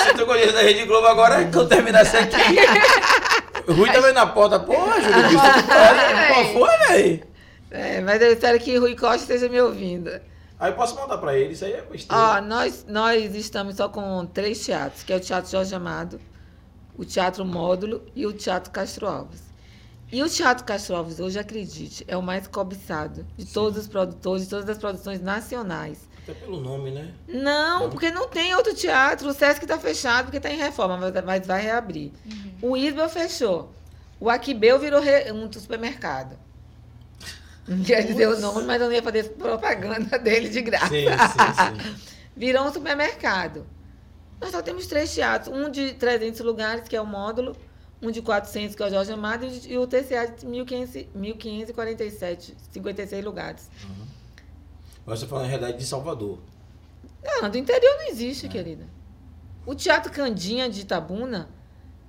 [SPEAKER 2] Se tu conhece da Rede Globo
[SPEAKER 3] Uhum.
[SPEAKER 2] agora, que eu terminar isso aqui. Rui também na porta. Pô, Júlio, bicho, tu tá- qual foi, velho?
[SPEAKER 3] É, mas eu espero que Rui Costa esteja me ouvindo.
[SPEAKER 2] Aí eu posso mandar pra ele, isso aí é
[SPEAKER 3] Ó,
[SPEAKER 2] besteira.
[SPEAKER 3] Ah, nós, nós estamos só com três teatros, que é o Teatro Jorge Amado, o Teatro Módulo e o Teatro Castro Alves. E o Teatro Castro Alves, hoje, acredite, é o mais cobiçado de todos os produtores, de todas as produções nacionais.
[SPEAKER 2] Até pelo nome, né?
[SPEAKER 3] Não, porque não tem outro teatro. O Sesc está fechado porque está em reforma, mas, mas vai reabrir. O Isbel fechou. O Aquibeu virou re- um supermercado. Não quer dizer o nome, mas eu não ia fazer propaganda dele de graça.
[SPEAKER 2] Sim, sim, sim.
[SPEAKER 3] Virou um supermercado. Nós só temos três teatros. Um de 300 lugares, que é o módulo. Um de 400, que é o Jorge Amado. E o de- E o TCA de 1500 1547, 56 lugares.
[SPEAKER 2] Mas você tá falando na realidade de Salvador.
[SPEAKER 3] Não, do interior não
[SPEAKER 2] É.
[SPEAKER 3] existe, querida. O Teatro Candinha de Itabuna,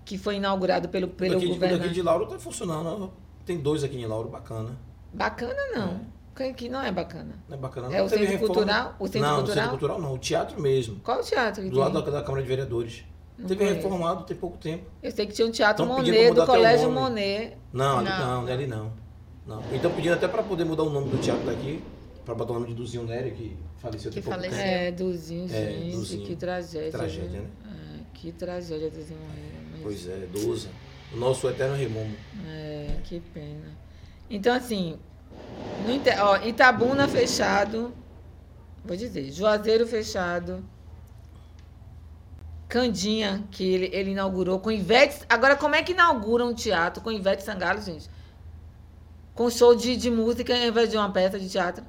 [SPEAKER 3] que foi inaugurado pelo, pelo
[SPEAKER 2] Daqui de,
[SPEAKER 3] governo.
[SPEAKER 2] daqui de Lauro tá funcionando. Tem dois aqui em Lauro, bacana.
[SPEAKER 3] Bacana não. Que- Que não é bacana.
[SPEAKER 2] Não é bacana, não.
[SPEAKER 3] É o
[SPEAKER 2] Teve
[SPEAKER 3] Centro
[SPEAKER 2] reforma.
[SPEAKER 3] Cultural? O Centro
[SPEAKER 2] não, o
[SPEAKER 3] Cultural?
[SPEAKER 2] Centro Cultural não, o teatro mesmo.
[SPEAKER 3] Qual o teatro que
[SPEAKER 2] Do lado
[SPEAKER 3] tem?
[SPEAKER 2] da, da Câmara de Vereadores.
[SPEAKER 3] Não
[SPEAKER 2] Teve
[SPEAKER 3] conheço.
[SPEAKER 2] reformado tem pouco tempo.
[SPEAKER 3] Eu sei que tinha um teatro
[SPEAKER 2] Tão pedindo
[SPEAKER 3] Monet,
[SPEAKER 2] pra
[SPEAKER 3] do
[SPEAKER 2] mudar teu
[SPEAKER 3] Colégio
[SPEAKER 2] nome.
[SPEAKER 3] Monet.
[SPEAKER 2] Não, ali
[SPEAKER 1] Não.
[SPEAKER 2] não, não ali não. não. Então pedindo até para poder mudar o nome do teatro daqui, para botar o nome de Duzinho Nery, que faleceu
[SPEAKER 1] Que
[SPEAKER 2] tem pouco
[SPEAKER 1] faleceu.
[SPEAKER 2] tempo.
[SPEAKER 3] É, Duzinho,
[SPEAKER 2] É,
[SPEAKER 3] gente,
[SPEAKER 2] Duzinho.
[SPEAKER 3] que tragédia.
[SPEAKER 2] Tragédia, né?
[SPEAKER 3] viu? É, que tragédia, Duzinho Monet. mas-
[SPEAKER 2] Pois é, 12. O nosso eterno remomo.
[SPEAKER 3] É, que pena. Então, assim, no Ita- ó, Itabuna fechado, vou dizer, Juazeiro fechado, Candinha, que ele, ele inaugurou com Ivete. Agora, como é que inaugura um teatro com Ivete Sangalo, gente? Com show de, de música ao invés de uma peça de teatro.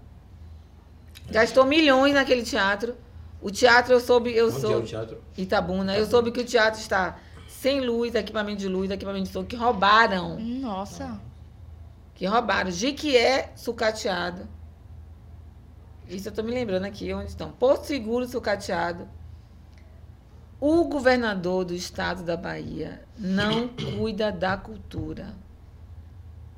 [SPEAKER 2] É.
[SPEAKER 3] Gastou milhões naquele teatro. O teatro, eu soube. Eu
[SPEAKER 2] Onde
[SPEAKER 3] soube
[SPEAKER 2] é o teatro?
[SPEAKER 3] Itabuna. Eu soube que o teatro está sem luz, equipamento de luz, equipamento de som, que roubaram.
[SPEAKER 1] Nossa.
[SPEAKER 3] Que roubaram. Jiquié, sucateado. Isso eu tô me lembrando aqui onde estão. Porto Seguro, sucateado. O governador do estado da Bahia não cuida da cultura.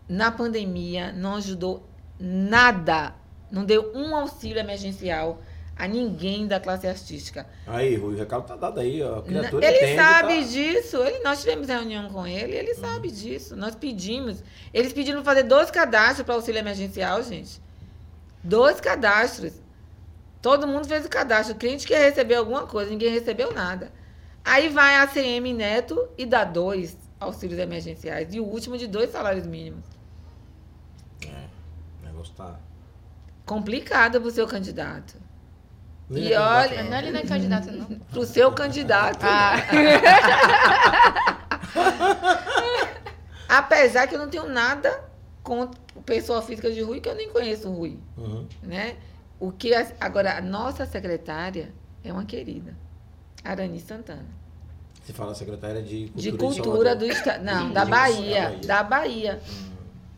[SPEAKER 3] Na pandemia, não ajudou nada. Não deu um auxílio emergencial a ninguém da classe artística.
[SPEAKER 2] Aí, Rui, o recado tá dado aí, ó. A criatura
[SPEAKER 3] Ele
[SPEAKER 2] entende,
[SPEAKER 3] sabe
[SPEAKER 2] tá? Uhum.
[SPEAKER 3] disso. Ele, nós tivemos reunião com ele, ele sabe disso. Nós pedimos. Eles pediram fazer dois cadastros para auxílio emergencial, gente. Dois cadastros. Todo mundo fez o cadastro. O cliente quer receber alguma coisa, ninguém recebeu nada. Aí vai a CM Neto e dá dois auxílios emergenciais. E o último de dois salários mínimos.
[SPEAKER 2] tá? O negócio tá.
[SPEAKER 3] Complicado para o seu candidato.
[SPEAKER 2] Nem
[SPEAKER 3] E
[SPEAKER 2] é candidato,
[SPEAKER 3] olha-
[SPEAKER 1] Não, ele não é candidato, não.
[SPEAKER 3] Para o seu candidato.
[SPEAKER 1] Ah,
[SPEAKER 3] Apesar que eu não tenho nada contra o pessoal física de Rui, que eu nem conheço o Rui.
[SPEAKER 2] Uhum.
[SPEAKER 3] né? O que as- agora a nossa secretária é uma querida, Arani Santana,
[SPEAKER 2] Você fala secretária de cultura
[SPEAKER 3] de
[SPEAKER 2] Salvador. Hum,
[SPEAKER 3] cultura do estado, não, da
[SPEAKER 2] Digo,
[SPEAKER 3] Bahia,
[SPEAKER 2] da
[SPEAKER 3] da Bahia.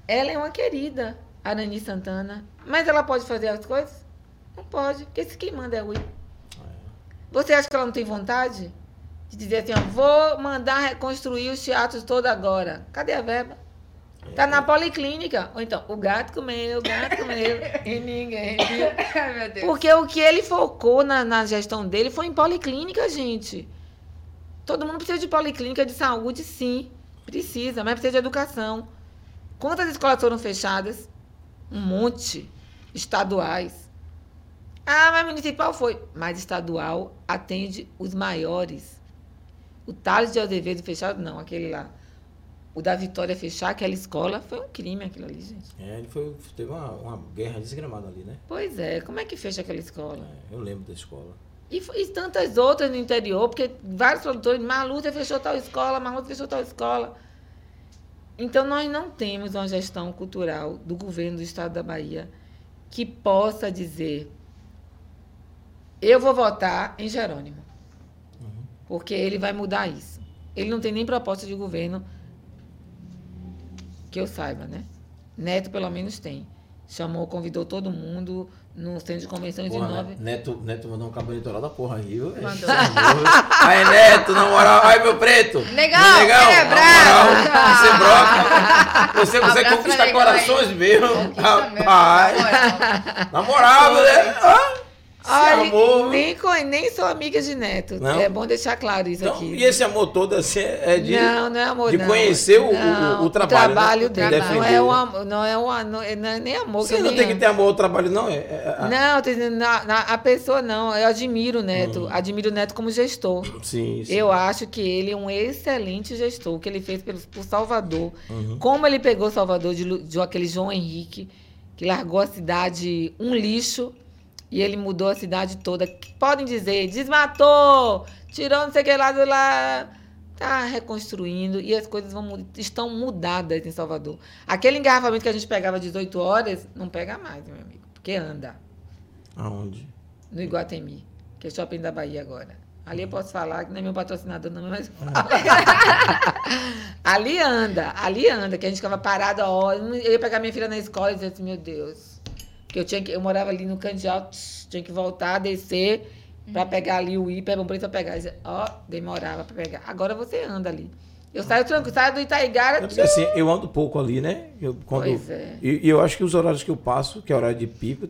[SPEAKER 3] Ela é uma querida, Arani Santana, mas ela pode fazer as coisas? Não pode, porque se quem manda é o Rui. Você acha que ela não tem vontade de dizer assim, ó, vou mandar reconstruir os teatros todo agora? Cadê a verba?
[SPEAKER 2] é.
[SPEAKER 3] Tá na policlínica. Ou então, o gato comeu, o gato comeu, e ninguém viu.
[SPEAKER 1] ai, meu Deus.
[SPEAKER 3] Porque o que ele focou na, na gestão dele foi em policlínica, gente. Todo mundo precisa de policlínica de saúde, sim. Precisa, mas precisa de educação. Quantas escolas foram fechadas? Um monte. Estaduais. Ah, mas municipal foi. Mas estadual atende os maiores. O Tales de Azevedo fechado, não, aquele lá. O da Vitória fechar aquela escola foi um crime aquilo ali, gente.
[SPEAKER 2] É, ele foi, teve uma, uma guerra desgramada ali, né?
[SPEAKER 3] Pois é, como é que fecha aquela escola?
[SPEAKER 2] É, eu lembro da escola.
[SPEAKER 3] E, f- e tantas outras no interior, porque vários produtores, Maluta fechou tal escola, Maluta fechou tal escola. Então, nós não temos uma gestão cultural do governo do estado da Bahia que possa dizer: eu vou votar em Jerônimo, porque ele vai mudar isso. Ele não tem nem proposta de governo que eu saiba, né? Neto, pelo menos, tem. Chamou, convidou todo mundo no centro de convenções de
[SPEAKER 2] Porra, né?
[SPEAKER 3] nove.
[SPEAKER 2] Neto, Neto mandou um cabo eleitoral da porra aí, viu? É,
[SPEAKER 1] Mandou.
[SPEAKER 2] Aí, Neto, na moral. Aí, meu preto.
[SPEAKER 1] Negão,
[SPEAKER 2] Meu
[SPEAKER 1] ele é
[SPEAKER 2] na
[SPEAKER 1] bravo.
[SPEAKER 2] moral, Você broca. Você consegue
[SPEAKER 1] Abraço pra
[SPEAKER 2] conquistar
[SPEAKER 1] Negão
[SPEAKER 2] corações mesmo.
[SPEAKER 1] Conquista mesmo,
[SPEAKER 3] tá
[SPEAKER 2] Rapaz.
[SPEAKER 1] na moral.
[SPEAKER 2] Na moral, né? Ah, Se
[SPEAKER 3] Olha,
[SPEAKER 2] amou, viu?
[SPEAKER 3] nem, co- nem sou amiga de Neto.
[SPEAKER 2] Não?
[SPEAKER 3] É bom deixar claro isso
[SPEAKER 2] Então,
[SPEAKER 3] aqui.
[SPEAKER 2] e esse amor todo assim é de.
[SPEAKER 3] não, não é amor,
[SPEAKER 2] de
[SPEAKER 3] não.
[SPEAKER 2] conhecer o- o-
[SPEAKER 3] Não,
[SPEAKER 2] o trabalho, né?
[SPEAKER 3] dele. Não
[SPEAKER 2] Defender.
[SPEAKER 3] é, um, amor- não, é um, não é não é nem amor
[SPEAKER 2] Você
[SPEAKER 3] que
[SPEAKER 2] não
[SPEAKER 3] eu
[SPEAKER 2] tem
[SPEAKER 3] nem
[SPEAKER 2] que ter
[SPEAKER 3] amo.
[SPEAKER 2] amor ao trabalho, não? É, é- é-
[SPEAKER 3] Não, eu tô dizendo, na- na- a pessoa não. Eu admiro o Neto. Admiro o Neto como gestor.
[SPEAKER 2] Hum. Sim, sim.
[SPEAKER 3] Eu acho que ele é um excelente gestor. O que ele fez pelo, por Salvador.
[SPEAKER 2] Uhum.
[SPEAKER 3] Como ele pegou Salvador de, Lu- de aquele João Henrique, que largou a cidade um lixo e ele mudou a cidade toda. Que Podem dizer, desmatou, tirou não sei o que lá do lá. Tá reconstruindo e as coisas vão, mu- estão mudadas em Salvador. Aquele engarrafamento que a gente pegava 18 horas, não pega mais, meu amigo, porque anda
[SPEAKER 2] Aonde?
[SPEAKER 3] no Iguatemi, que é o shopping da Bahia agora. Ali eu posso falar, que não é meu patrocinador, não, mas. ali anda, ali anda, que a gente ficava parado, ó. Eu ia pegar minha filha na escola e dizia assim, meu Deus. Porque eu tinha que. Eu morava ali no Candial, tss, tinha que voltar, descer, pra pegar ali o hiper, um preço pra pegar. Eu dizia, Ó, demorava pra pegar. Agora você anda ali. Eu saio tranquilo, saio do
[SPEAKER 2] É
[SPEAKER 3] Itaigara.
[SPEAKER 2] porque assim, eu ando pouco ali, né? Eu, quando,
[SPEAKER 3] Pois é.
[SPEAKER 2] E, e eu acho que os horários que eu passo, que é horário de pico,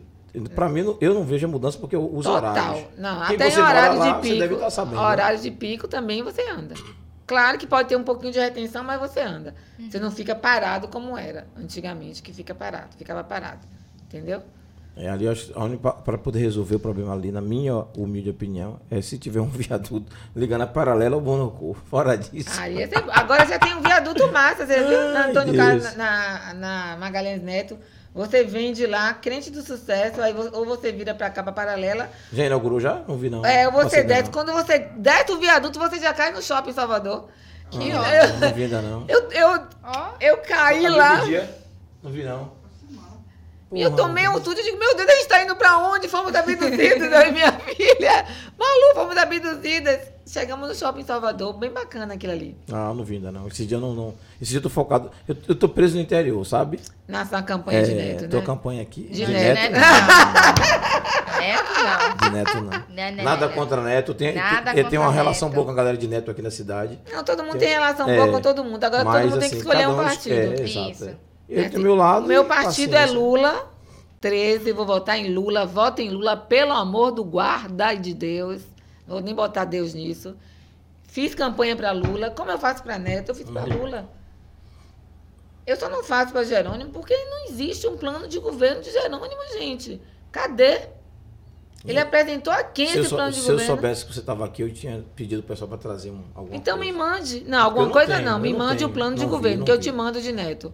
[SPEAKER 2] Pra mim, não- eu não vejo a mudança porque eu uso horários.
[SPEAKER 3] Não,
[SPEAKER 2] Quem
[SPEAKER 3] até em
[SPEAKER 2] você mora
[SPEAKER 3] horário
[SPEAKER 2] lá,
[SPEAKER 3] de
[SPEAKER 2] você
[SPEAKER 3] pico.
[SPEAKER 2] deve tá sabendo, né?
[SPEAKER 3] horário de pico também você anda. Claro que pode ter um pouquinho de retenção, mas você anda. Você não fica parado como era antigamente, que fica parado, ficava parado. Entendeu?
[SPEAKER 2] É, ali, eu acho- a única- pra poder resolver o problema ali, na minha humilde opinião, é se tiver um viaduto ligando a paralela ao Bonocô. Fora disso.
[SPEAKER 3] Aí ia ser- Agora já tem um viaduto massa, você viu? Na
[SPEAKER 2] Ai,
[SPEAKER 3] Antônio Carlos,
[SPEAKER 2] Deus.
[SPEAKER 3] na, na Magalhães Neto. Você vem de lá, crente do sucesso, aí vo- ou você vira pra cá, pra paralela,
[SPEAKER 2] Já inaugurou já? Não vi, não.
[SPEAKER 3] É, você
[SPEAKER 2] Passei ainda
[SPEAKER 3] desce.
[SPEAKER 2] não.
[SPEAKER 3] Quando você desce o viaduto, você já cai no shopping em Salvador.
[SPEAKER 1] Que
[SPEAKER 3] Ah.
[SPEAKER 1] ótimo.
[SPEAKER 2] Não vi ainda, não.
[SPEAKER 3] Eu, eu,
[SPEAKER 1] Ó,
[SPEAKER 3] eu caí
[SPEAKER 2] Acabei
[SPEAKER 3] lá
[SPEAKER 2] de dia, Não vi, não.
[SPEAKER 3] e Ah. eu
[SPEAKER 2] Porra,
[SPEAKER 3] tomei um susto e digo, meu Deus, a gente tá indo pra onde? Fomos abduzidas, eu e minha filha. Malu, fomos abduzidas. Chegamos no shopping em Salvador, bem bacana aquilo ali.
[SPEAKER 2] Ah, não vi ainda não. Esse dia eu não, não. Esse dia eu tô focado. Eu, eu tô preso no interior, sabe?
[SPEAKER 3] Nessa campanha de neto,
[SPEAKER 2] É, tô
[SPEAKER 3] né?
[SPEAKER 2] campanha aqui.
[SPEAKER 3] De
[SPEAKER 1] Neto,
[SPEAKER 2] neto, né?
[SPEAKER 1] não. Neto, não.
[SPEAKER 2] de neto, não.
[SPEAKER 1] Né, né,
[SPEAKER 2] Nada
[SPEAKER 1] né.
[SPEAKER 2] contra neto. Tem,
[SPEAKER 1] Nada
[SPEAKER 2] tem- eu tenho uma
[SPEAKER 1] contra
[SPEAKER 2] relação
[SPEAKER 1] neto.
[SPEAKER 2] boa com a galera de neto aqui na cidade.
[SPEAKER 3] Não, todo mundo tem relação
[SPEAKER 2] É,
[SPEAKER 3] boa com todo mundo. Agora todo
[SPEAKER 2] Mas,
[SPEAKER 3] mundo tem que
[SPEAKER 2] assim,
[SPEAKER 3] escolher
[SPEAKER 2] cada
[SPEAKER 3] um partido.
[SPEAKER 2] É,
[SPEAKER 1] Isso.
[SPEAKER 2] exato. é. Eu
[SPEAKER 3] Assim,
[SPEAKER 2] do meu lado.
[SPEAKER 3] O meu
[SPEAKER 2] e
[SPEAKER 3] partido é
[SPEAKER 2] paciência.
[SPEAKER 3] Lula, 13, vou votar em Lula. Voto em Lula, pelo amor do guarda e de Deus. Não vou nem botar Deus nisso. Fiz campanha pra Lula. Como eu faço pra Neto, eu fiz pra Lula. Eu só não faço pra Jerônimo porque não existe um plano de governo de Jerônimo, gente. Cadê? Ele apresentou a quem
[SPEAKER 2] Hum. Se eu,
[SPEAKER 3] esse
[SPEAKER 2] sou-
[SPEAKER 3] plano de
[SPEAKER 2] se eu
[SPEAKER 3] governo?
[SPEAKER 2] soubesse que você tava aqui, eu tinha pedido pro pessoal pra trazer um, alguma
[SPEAKER 3] Então me
[SPEAKER 2] coisa.
[SPEAKER 3] mande. Não, alguma
[SPEAKER 2] Eu não
[SPEAKER 3] coisa
[SPEAKER 2] tenho,
[SPEAKER 3] não. Me
[SPEAKER 2] eu não
[SPEAKER 3] mande o
[SPEAKER 2] tenho.
[SPEAKER 3] plano de
[SPEAKER 2] Não vi,
[SPEAKER 3] governo,
[SPEAKER 2] não
[SPEAKER 3] que eu
[SPEAKER 2] vi.
[SPEAKER 3] te mando de neto.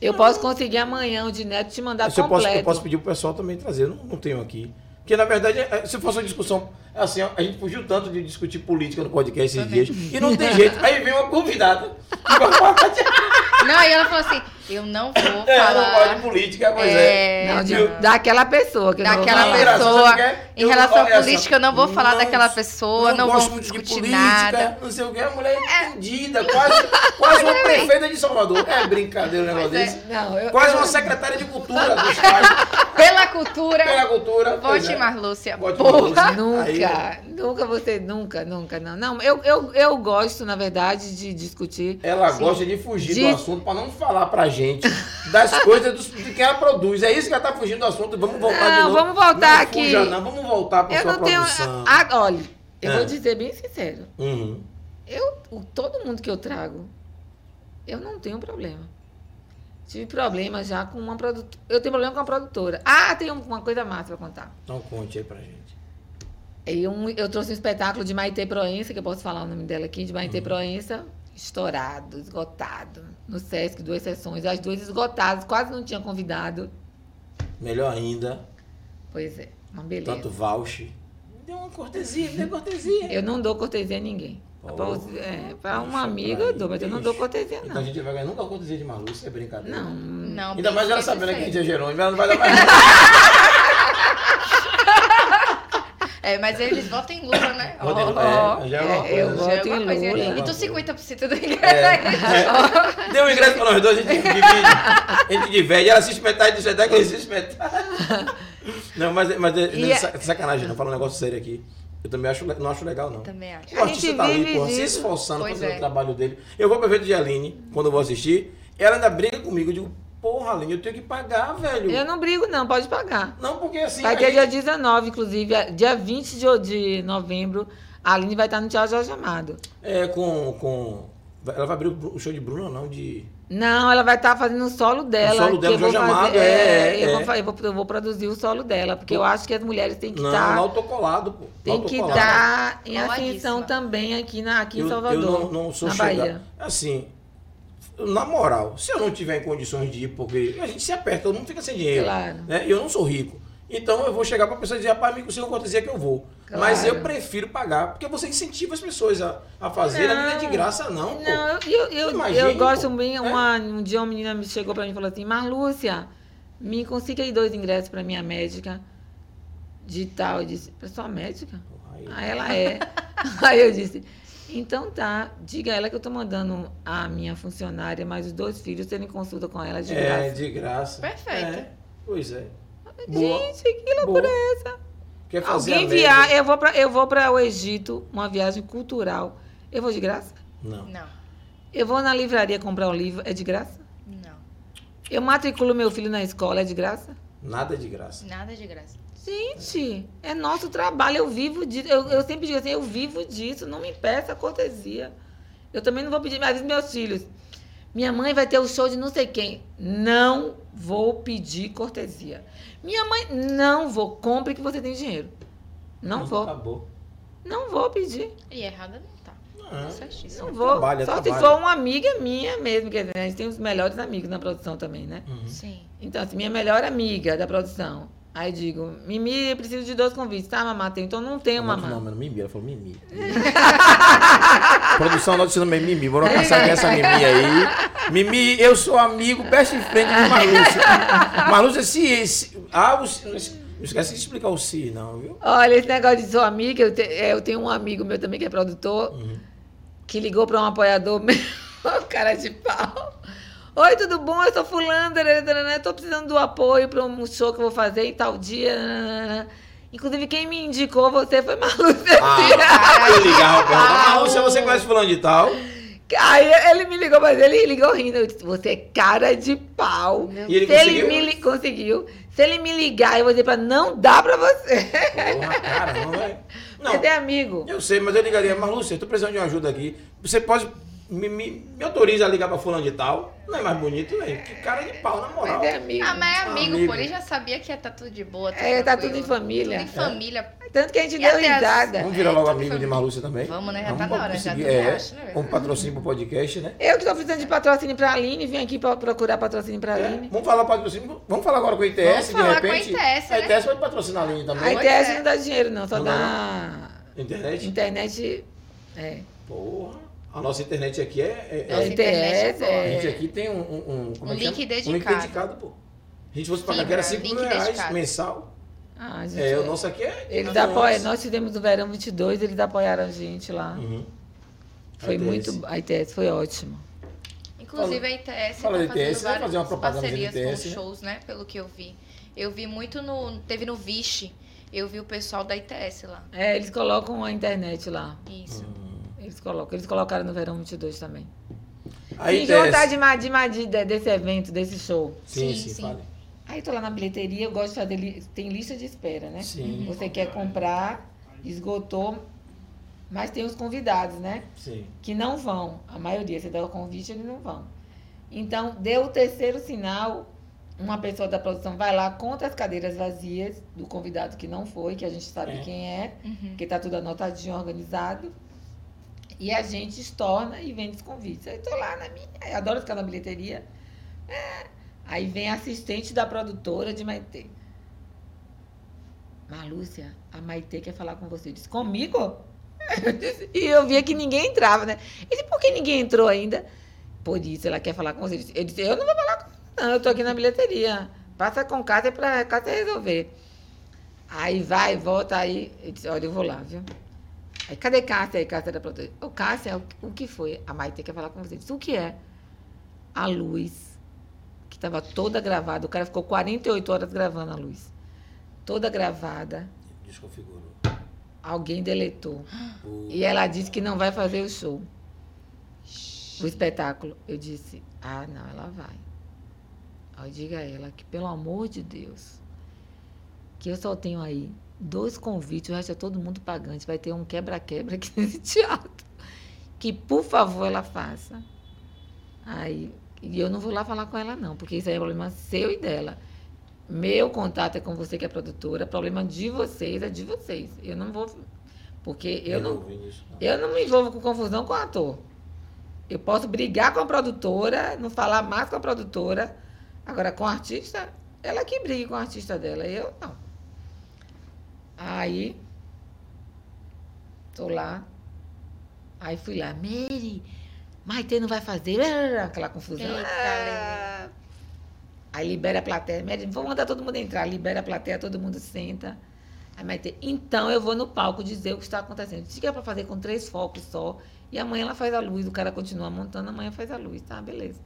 [SPEAKER 3] Eu posso conseguir amanhã o de neto e te mandar
[SPEAKER 2] Se eu
[SPEAKER 3] completo.
[SPEAKER 2] posso, eu posso pedir pro pessoal também trazer, eu não, não tenho aqui. Porque, na verdade, é- se fosse uma discussão, assim, ó, a gente fugiu tanto de discutir política no podcast esses dias, e não tem jeito. Aí vem uma convidada que vai falar de,
[SPEAKER 1] Não, e ela falou assim: eu não vou
[SPEAKER 2] é, ela fala
[SPEAKER 1] falar.
[SPEAKER 2] de política, pois é.
[SPEAKER 1] é,
[SPEAKER 3] Não, de-
[SPEAKER 2] Meu-
[SPEAKER 3] daquela pessoa que eu não vou
[SPEAKER 1] daquela
[SPEAKER 3] falar.
[SPEAKER 2] Não, graças a
[SPEAKER 1] pessoa.
[SPEAKER 2] Deus, quer?
[SPEAKER 1] Em
[SPEAKER 2] Eu-
[SPEAKER 1] relação à
[SPEAKER 2] olha só,
[SPEAKER 1] política, eu não vou falar
[SPEAKER 2] não-
[SPEAKER 1] daquela pessoa, não,
[SPEAKER 2] gosto
[SPEAKER 1] vou
[SPEAKER 2] muito de
[SPEAKER 1] discutir
[SPEAKER 2] política,
[SPEAKER 1] nada.
[SPEAKER 2] Não sei o que, a mulher é entendida, quase, quase uma prefeita de Salvador. É brincadeira um negócio
[SPEAKER 1] Pois é.
[SPEAKER 2] desse.
[SPEAKER 3] Não, eu,
[SPEAKER 2] Quase
[SPEAKER 3] eu-
[SPEAKER 2] uma secretária de cultura do estado,
[SPEAKER 1] Pela cultura,
[SPEAKER 2] pela cultura. pois
[SPEAKER 1] vote
[SPEAKER 2] é.
[SPEAKER 1] Marlúcia.
[SPEAKER 2] Vote
[SPEAKER 1] Porra!
[SPEAKER 2] Marlúcia.
[SPEAKER 3] Nunca, nunca você, nunca, nunca, não. Não, eu, eu, eu gosto, na verdade, de discutir.
[SPEAKER 2] Ela gosta de fugir
[SPEAKER 3] De-
[SPEAKER 2] do assunto pra não falar pra gente das coisas dos- de quem ela produz. É isso que ela tá fugindo do assunto. Vamos voltar
[SPEAKER 3] Não,
[SPEAKER 2] de novo.
[SPEAKER 3] vamos voltar
[SPEAKER 2] não
[SPEAKER 3] aqui.
[SPEAKER 2] Fuja, não, vamos voltar pra
[SPEAKER 3] Eu
[SPEAKER 2] sua
[SPEAKER 3] não tenho.
[SPEAKER 2] produção.
[SPEAKER 3] a- a- olha, eu
[SPEAKER 2] É.
[SPEAKER 3] vou dizer bem sincero.
[SPEAKER 2] Uhum.
[SPEAKER 3] Eu, o- todo mundo que eu trago, eu não tenho problema. Tive problema já com uma produtora. Eu tenho problema com a produtora. Ah, tem um- uma coisa massa pra contar.
[SPEAKER 2] Então conte aí pra gente.
[SPEAKER 3] Eu, eu trouxe um espetáculo de Maite Proença, que eu posso falar o nome dela aqui, de Maite
[SPEAKER 2] Uhum.
[SPEAKER 3] Proença, estourado, esgotado. No Sesc, duas sessões, as duas esgotadas, quase não tinha convidado.
[SPEAKER 2] Melhor ainda,
[SPEAKER 3] Pois é, uma beleza.
[SPEAKER 2] tanto voucher. Deu uma cortesia, me deu cortesia.
[SPEAKER 3] Eu não dou cortesia a ninguém.
[SPEAKER 2] Oh,
[SPEAKER 3] Pra os- é, pra
[SPEAKER 2] deixa
[SPEAKER 3] uma amiga
[SPEAKER 2] pra
[SPEAKER 3] eu dou, mas eu não dou
[SPEAKER 2] aí,
[SPEAKER 3] cortesia,
[SPEAKER 2] Então a
[SPEAKER 3] não.
[SPEAKER 2] gente vai ganhar nunca cortesia de Malu, isso é brincadeira.
[SPEAKER 3] Não,
[SPEAKER 1] Não,
[SPEAKER 2] Ainda mais ela
[SPEAKER 1] isso
[SPEAKER 2] sabendo que a
[SPEAKER 1] aí.
[SPEAKER 2] gente é Jerônimo, ela não vai dar mais nada.
[SPEAKER 1] É, mas eles votam em Lula, né?
[SPEAKER 2] Votam em
[SPEAKER 1] Ó,
[SPEAKER 2] Lula, é,
[SPEAKER 1] ó.
[SPEAKER 2] já é uma
[SPEAKER 1] É,
[SPEAKER 2] coisa.
[SPEAKER 1] já é
[SPEAKER 3] Eu voto
[SPEAKER 1] uma
[SPEAKER 3] em
[SPEAKER 1] coisinha.
[SPEAKER 3] Lula.
[SPEAKER 1] E tu 50% do ingresso aí.
[SPEAKER 2] É. Deu um ingresso pra nós dois, a gente divide. A gente divide. Ela assiste metade do espetáculo, eu assisto metade. Não, mas, mas é-
[SPEAKER 3] E
[SPEAKER 2] não é
[SPEAKER 3] a-
[SPEAKER 2] sa- sacanagem, não fala um negócio sério aqui. Eu também acho, le- não acho legal, não.
[SPEAKER 1] Também acho.
[SPEAKER 2] O artista
[SPEAKER 3] gente
[SPEAKER 2] tá ali,
[SPEAKER 3] vive
[SPEAKER 2] porra, se
[SPEAKER 3] disso.
[SPEAKER 2] esforçando pra
[SPEAKER 1] Pois
[SPEAKER 2] fazer
[SPEAKER 1] é.
[SPEAKER 2] o trabalho dele. Eu vou pro evento de Aline, quando eu vou assistir, ela ainda briga comigo. Eu digo, porra, Aline, eu tenho que pagar, velho.
[SPEAKER 3] eu não brigo, não, pode pagar.
[SPEAKER 2] Não, porque assim.
[SPEAKER 3] Vai
[SPEAKER 2] a
[SPEAKER 3] ter
[SPEAKER 2] gente-
[SPEAKER 3] Tá dia 19, inclusive, a- dia 20 de, de novembro, a Aline vai estar no Teatro Jorge Amado.
[SPEAKER 2] É, com, com. Ela vai abrir o Bru- o show de Bruno, não? De.
[SPEAKER 3] Não, ela vai estar fazendo o solo dela.
[SPEAKER 2] solo
[SPEAKER 3] que
[SPEAKER 2] dela,
[SPEAKER 3] eu vou
[SPEAKER 2] Jorge Amado,
[SPEAKER 3] fazer-
[SPEAKER 2] é,
[SPEAKER 3] eu,
[SPEAKER 2] é.
[SPEAKER 3] Vou, fa- eu, vou, eu vou produzir o solo dela, porque eu acho que as mulheres têm que
[SPEAKER 2] Não,
[SPEAKER 3] estar.
[SPEAKER 2] autocolado, pô.
[SPEAKER 3] Tem que
[SPEAKER 2] Autocolado.
[SPEAKER 3] estar em
[SPEAKER 1] Coladíssima.
[SPEAKER 3] ascensão também aqui, na, aqui em
[SPEAKER 2] eu,
[SPEAKER 3] Salvador.
[SPEAKER 2] Eu não, não sou
[SPEAKER 3] na
[SPEAKER 2] chegado.
[SPEAKER 3] Bahia.
[SPEAKER 2] Assim, na moral, se eu não tiver em condições de ir, porque a gente se aperta, todo mundo fica sem dinheiro.
[SPEAKER 3] Claro.
[SPEAKER 2] Né? E eu não sou rico. Então eu vou chegar pra pessoa e dizer, rapaz, me consigo acontecer que eu vou.
[SPEAKER 3] Claro.
[SPEAKER 2] Mas eu prefiro pagar, porque você incentiva as pessoas a, a fazer, a vida é de
[SPEAKER 3] Não.
[SPEAKER 2] graça, não. pô.
[SPEAKER 3] Não, eu, eu, eu,
[SPEAKER 2] Imagina,
[SPEAKER 3] eu gosto
[SPEAKER 2] pô.
[SPEAKER 3] bem.
[SPEAKER 2] É.
[SPEAKER 3] Uma, Um dia uma menina me chegou pra mim e falou assim: Marlúcia, me consiga aí dois ingressos pra minha médica de tal. Eu disse: Pra sua médica?
[SPEAKER 2] Aí,
[SPEAKER 3] Aí ela é. Aí eu disse: Então tá, diga a ela que eu tô mandando a minha funcionária, mas os dois filhos terem consulta com ela de
[SPEAKER 2] é,
[SPEAKER 3] graça.
[SPEAKER 2] de graça.
[SPEAKER 1] Perfeito.
[SPEAKER 2] É, pois é. Boa.
[SPEAKER 3] Gente, que
[SPEAKER 2] Boa.
[SPEAKER 3] loucura é essa?
[SPEAKER 2] Quer fazer
[SPEAKER 3] Alguém
[SPEAKER 2] a média?
[SPEAKER 3] viaja. Eu vou, pra, eu vou pra o Egito, uma viagem cultural. Eu vou de graça?
[SPEAKER 2] Não.
[SPEAKER 1] Não,
[SPEAKER 3] Eu vou na livraria comprar um livro, é de graça?
[SPEAKER 1] não.
[SPEAKER 3] Eu matriculo meu filho na escola, é de graça?
[SPEAKER 2] Nada de graça.
[SPEAKER 1] Nada de graça.
[SPEAKER 3] Gente, é nosso trabalho, eu vivo disso. Eu, eu sempre digo assim, eu vivo disso, não me peça a cortesia. Eu também não vou pedir, mas meus filhos, minha mãe vai ter o show de não sei quem. Não vou pedir cortesia. Minha mãe, não vou, compre que você tem dinheiro. Não
[SPEAKER 2] Pronto,
[SPEAKER 3] vou,
[SPEAKER 2] Acabou.
[SPEAKER 3] não vou pedir.
[SPEAKER 1] E errada não tá.
[SPEAKER 2] Não.
[SPEAKER 1] Certíssimo.
[SPEAKER 3] Não vou.
[SPEAKER 2] trabalho, é
[SPEAKER 3] Só se
[SPEAKER 2] trabalho.
[SPEAKER 3] for uma amiga minha mesmo, quer dizer, a gente tem os melhores amigos na produção também, né?
[SPEAKER 2] Uhum.
[SPEAKER 1] Sim.
[SPEAKER 3] Então, se minha melhor amiga da produção, aí digo, Mimi, eu preciso de dois convites, tá, mamá? Tem, então não tenho,
[SPEAKER 2] Não, Não,
[SPEAKER 3] mamá.
[SPEAKER 2] não, Mimi. Ela falou Mimi. Produção nota também, Mimi. Bora caçar quem é essa Mimi aí. Mimi, eu sou amigo best friend de Marlúcia. Marlúcia, se, se... Ah, o... se- não es- não esquece de explicar o se, não, viu?
[SPEAKER 3] Olha, esse negócio de sou amiga, eu, te- é, eu tenho um amigo meu também que é produtor,
[SPEAKER 2] Uhum.
[SPEAKER 3] que ligou pra um apoiador meu, cara de pau. Oi, tudo bom? Eu sou fulano, tararara, tô precisando do apoio pra um show que eu vou fazer em tal dia. tararara. Inclusive, quem me indicou você foi Maluca.
[SPEAKER 2] Ah, eu ligava pra ela. Marlúcia, você conhece fulano de tal?
[SPEAKER 3] Aí ele me ligou, mas ele ligou rindo. Eu disse, você é cara de pau.
[SPEAKER 2] E ele
[SPEAKER 3] Se ele
[SPEAKER 2] conseguiu?
[SPEAKER 3] me li- conseguiu. Se ele me ligar, eu vou dizer pra ele, não dá pra você.
[SPEAKER 2] Porra, caramba. é.
[SPEAKER 3] Você
[SPEAKER 2] Não,
[SPEAKER 3] tem amigo.
[SPEAKER 2] Eu sei, mas eu ligaria, mas Lúcia, eu tô precisando de uma ajuda aqui. Você pode. Me, me, me autoriza a ligar pra fulano de tal? Não é mais bonito, velho. Que cara de pau, na
[SPEAKER 3] Você
[SPEAKER 2] moral.
[SPEAKER 3] tem amigo.
[SPEAKER 1] Ah, mas é amigo,
[SPEAKER 2] Amigo.
[SPEAKER 1] pô. Ele já sabia que ia tá tudo de boa.
[SPEAKER 3] É, tá
[SPEAKER 1] tranquilo.
[SPEAKER 3] tudo em família.
[SPEAKER 1] Tudo em família.
[SPEAKER 3] Tanto que a gente
[SPEAKER 1] E
[SPEAKER 3] deu
[SPEAKER 1] até as-
[SPEAKER 3] risada.
[SPEAKER 2] Vamos virar logo
[SPEAKER 1] É,
[SPEAKER 2] amigo de Marlúcia também?
[SPEAKER 1] Vamos, né? Já tá
[SPEAKER 2] pra
[SPEAKER 1] na hora, já
[SPEAKER 2] conseguir-
[SPEAKER 1] também
[SPEAKER 2] é,
[SPEAKER 1] acho, né, velho?
[SPEAKER 2] Um patrocínio pro podcast, né?
[SPEAKER 3] Eu que tô precisando de patrocínio pra Aline, vim aqui pra procurar patrocínio pra
[SPEAKER 2] É,
[SPEAKER 3] Aline.
[SPEAKER 2] Vamos falar patrocínio. Vamos falar agora com a
[SPEAKER 1] Vamos
[SPEAKER 2] ITS, de
[SPEAKER 1] falar com a
[SPEAKER 2] repente.
[SPEAKER 1] ITS, né?
[SPEAKER 2] a ITS pode patrocinar a Aline
[SPEAKER 3] A
[SPEAKER 2] também.
[SPEAKER 1] Ai.
[SPEAKER 3] ITS
[SPEAKER 1] é.
[SPEAKER 3] não dá dinheiro, não, só
[SPEAKER 2] Não dá,
[SPEAKER 3] dá
[SPEAKER 2] Internet?
[SPEAKER 3] internet. É.
[SPEAKER 2] Porra. A nossa internet aqui é. é-
[SPEAKER 1] Nossa
[SPEAKER 2] é-
[SPEAKER 1] internet
[SPEAKER 3] ITS,
[SPEAKER 1] é
[SPEAKER 2] A
[SPEAKER 1] boa.
[SPEAKER 2] gente aqui tem um. um, um, como é
[SPEAKER 1] Um
[SPEAKER 2] que chama?
[SPEAKER 1] link
[SPEAKER 2] Um link
[SPEAKER 1] dedicado.
[SPEAKER 2] dedicado, pô. A gente fosse pagar que
[SPEAKER 1] Fibra,
[SPEAKER 2] era 5 mil
[SPEAKER 1] link
[SPEAKER 2] reais
[SPEAKER 1] dedicado.
[SPEAKER 2] mensal.
[SPEAKER 3] Ah, gente.
[SPEAKER 2] É, o nosso aqui é.
[SPEAKER 3] Eles
[SPEAKER 2] Nossa.
[SPEAKER 3] apoiam, nós fizemos no verão 22, eles apoiaram a gente lá.
[SPEAKER 2] Uhum.
[SPEAKER 3] Foi
[SPEAKER 2] ITS.
[SPEAKER 3] muito. A ITS foi ótimo.
[SPEAKER 1] Inclusive a ITS
[SPEAKER 2] fala
[SPEAKER 1] tá
[SPEAKER 2] da
[SPEAKER 1] fazendo
[SPEAKER 2] ITS, vamos fazer uma
[SPEAKER 1] várias
[SPEAKER 2] propaganda de
[SPEAKER 1] parcerias
[SPEAKER 2] ITS,
[SPEAKER 1] com
[SPEAKER 2] né?
[SPEAKER 1] shows, né? Pelo que eu vi. Eu vi muito no... Teve no Vixe. Eu vi o pessoal da ITS lá.
[SPEAKER 3] É, eles colocam a internet lá.
[SPEAKER 1] Isso.
[SPEAKER 3] Eles colocam. Eles colocaram no verão 22 também.
[SPEAKER 2] Aí
[SPEAKER 3] Sim,
[SPEAKER 2] desce.
[SPEAKER 3] vontade de, ma- de, ma- de, de- desse evento, desse show.
[SPEAKER 2] Sim,
[SPEAKER 1] Sim,
[SPEAKER 2] sim,
[SPEAKER 1] sim.
[SPEAKER 2] fale.
[SPEAKER 3] Aí tô lá na bilheteria, eu gosto de fazer. li- Tem lista de espera, né?
[SPEAKER 2] Sim,
[SPEAKER 3] Você quer comprar, esgotou, mas tem os convidados, né?
[SPEAKER 2] sim.
[SPEAKER 3] Que não vão. A maioria, você dá o convite, eles não vão. Então, deu o terceiro sinal, uma pessoa da produção vai lá, conta as cadeiras vazias do convidado que não foi, que a gente sabe
[SPEAKER 2] É.
[SPEAKER 3] quem é.
[SPEAKER 1] Uhum.
[SPEAKER 3] porque tá tudo anotadinho, organizado. E a gente estorna e vende os convites. Aí tô lá na minha, eu adoro ficar na bilheteria. É. Aí vem a assistente da produtora de Maitê. Malúcia, a Maitê quer falar com você. Eu disse, comigo? Eu disse, E eu via que ninguém entrava, né? Eu disse, por que ninguém entrou ainda? Por isso, ela quer falar com você. Eu disse, eu, disse, eu não vou falar com você, não, eu tô aqui na bilheteria. Passa com casa pra casa resolver. Aí vai, volta aí. Eu disse, olha, eu vou lá, viu? Aí, cadê Cássia? Aí Cássia era produtora. Ô, Cássia, o, o que foi? A Maite quer falar com você. Eu Disse, o que é? A luz, que estava toda gravada. O cara ficou 48 horas gravando a luz. Toda gravada.
[SPEAKER 2] Desconfigurou.
[SPEAKER 3] Alguém deletou.
[SPEAKER 2] O-
[SPEAKER 3] E ela disse que não vai fazer o show. O espetáculo. Eu disse, ah, não, ela vai. Aí eu digo a ela que, pelo amor de Deus, que eu só tenho aí dois convites, o resto é todo mundo pagante. Vai ter um quebra-quebra aqui nesse teatro. Que, por favor, ela faça. Aí, e eu não vou lá falar com ela, não, porque isso aí é problema seu e dela. Meu contato é com você que é produtora, problema de vocês é de vocês. Eu não vou. Porque eu não,
[SPEAKER 2] ouvi nisso, não.
[SPEAKER 3] eu não me envolvo com confusão com o ator. Eu posso brigar com a produtora, não falar mais com a produtora. Agora, com o artista, ela que briga com o artista dela, eu não. Aí, tô lá. Aí fui lá, Mary, Maite não vai fazer. Aquela confusão.
[SPEAKER 1] Eita,
[SPEAKER 3] Ah. Aí libera a plateia. Mary, vou mandar todo mundo entrar. Libera a plateia, todo mundo senta. Aí Maite, então eu vou no palco dizer o que está acontecendo. Diz que é para fazer com três focos só. E amanhã ela faz a luz. O cara continua montando, amanhã faz a luz. Tá, beleza.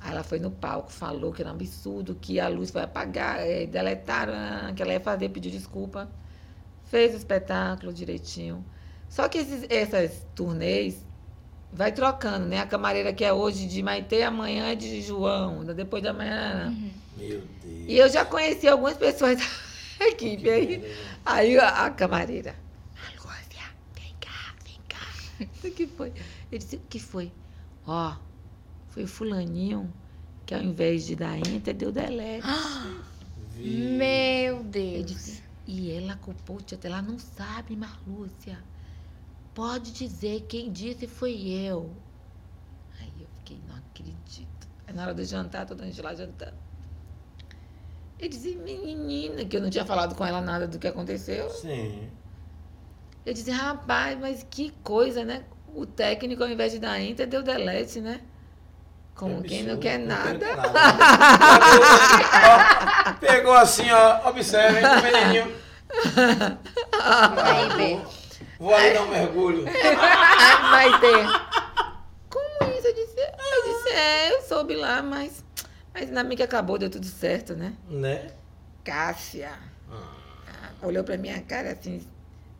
[SPEAKER 3] Aí ela foi no palco, falou que era um absurdo, que a luz foi apagar, eh, deletaram, ah, que ela ia fazer, pediu desculpa. Fez o espetáculo direitinho. Só que esses, essas turnês vai trocando, né? A camareira que é hoje de Maitê, amanhã é de João, depois da manhã.
[SPEAKER 2] Meu Deus.
[SPEAKER 3] E eu já conheci algumas pessoas da equipe aí. Aí a, a camareira. Alúvia, vem cá, vem cá. O que foi? Eu disse, o que foi? Ó, foi o fulaninho que ao invés de dar enter, deu delete.
[SPEAKER 1] Ah! Meu
[SPEAKER 3] Eu
[SPEAKER 1] Deus.
[SPEAKER 3] disse, e ela culpou o Tietê. Ela não sabe, Marlúcia. Pode dizer, quem disse foi eu. Aí eu fiquei, não acredito. Aí na hora do jantar, toda gente lá jantando. Eu disse, menina, que eu não tinha falado com ela nada do que aconteceu.
[SPEAKER 2] Sim.
[SPEAKER 3] Eu disse, rapaz, mas que coisa, né? O técnico, ao invés de dar enter, deu delete, né? Como
[SPEAKER 2] é
[SPEAKER 3] quem não quer nada.
[SPEAKER 2] Ó, Pegou assim, ó. Observe, hein, pequenininho.
[SPEAKER 1] Aí, Bê.
[SPEAKER 2] Vou ali dar um mergulho.
[SPEAKER 3] Aí vai ter. Como isso? Eu disse, eu disse, é, eu soube lá, mas. Mas na minha que acabou, deu tudo certo, né?
[SPEAKER 2] Né?
[SPEAKER 3] Cássia ah, olhou pra minha cara assim,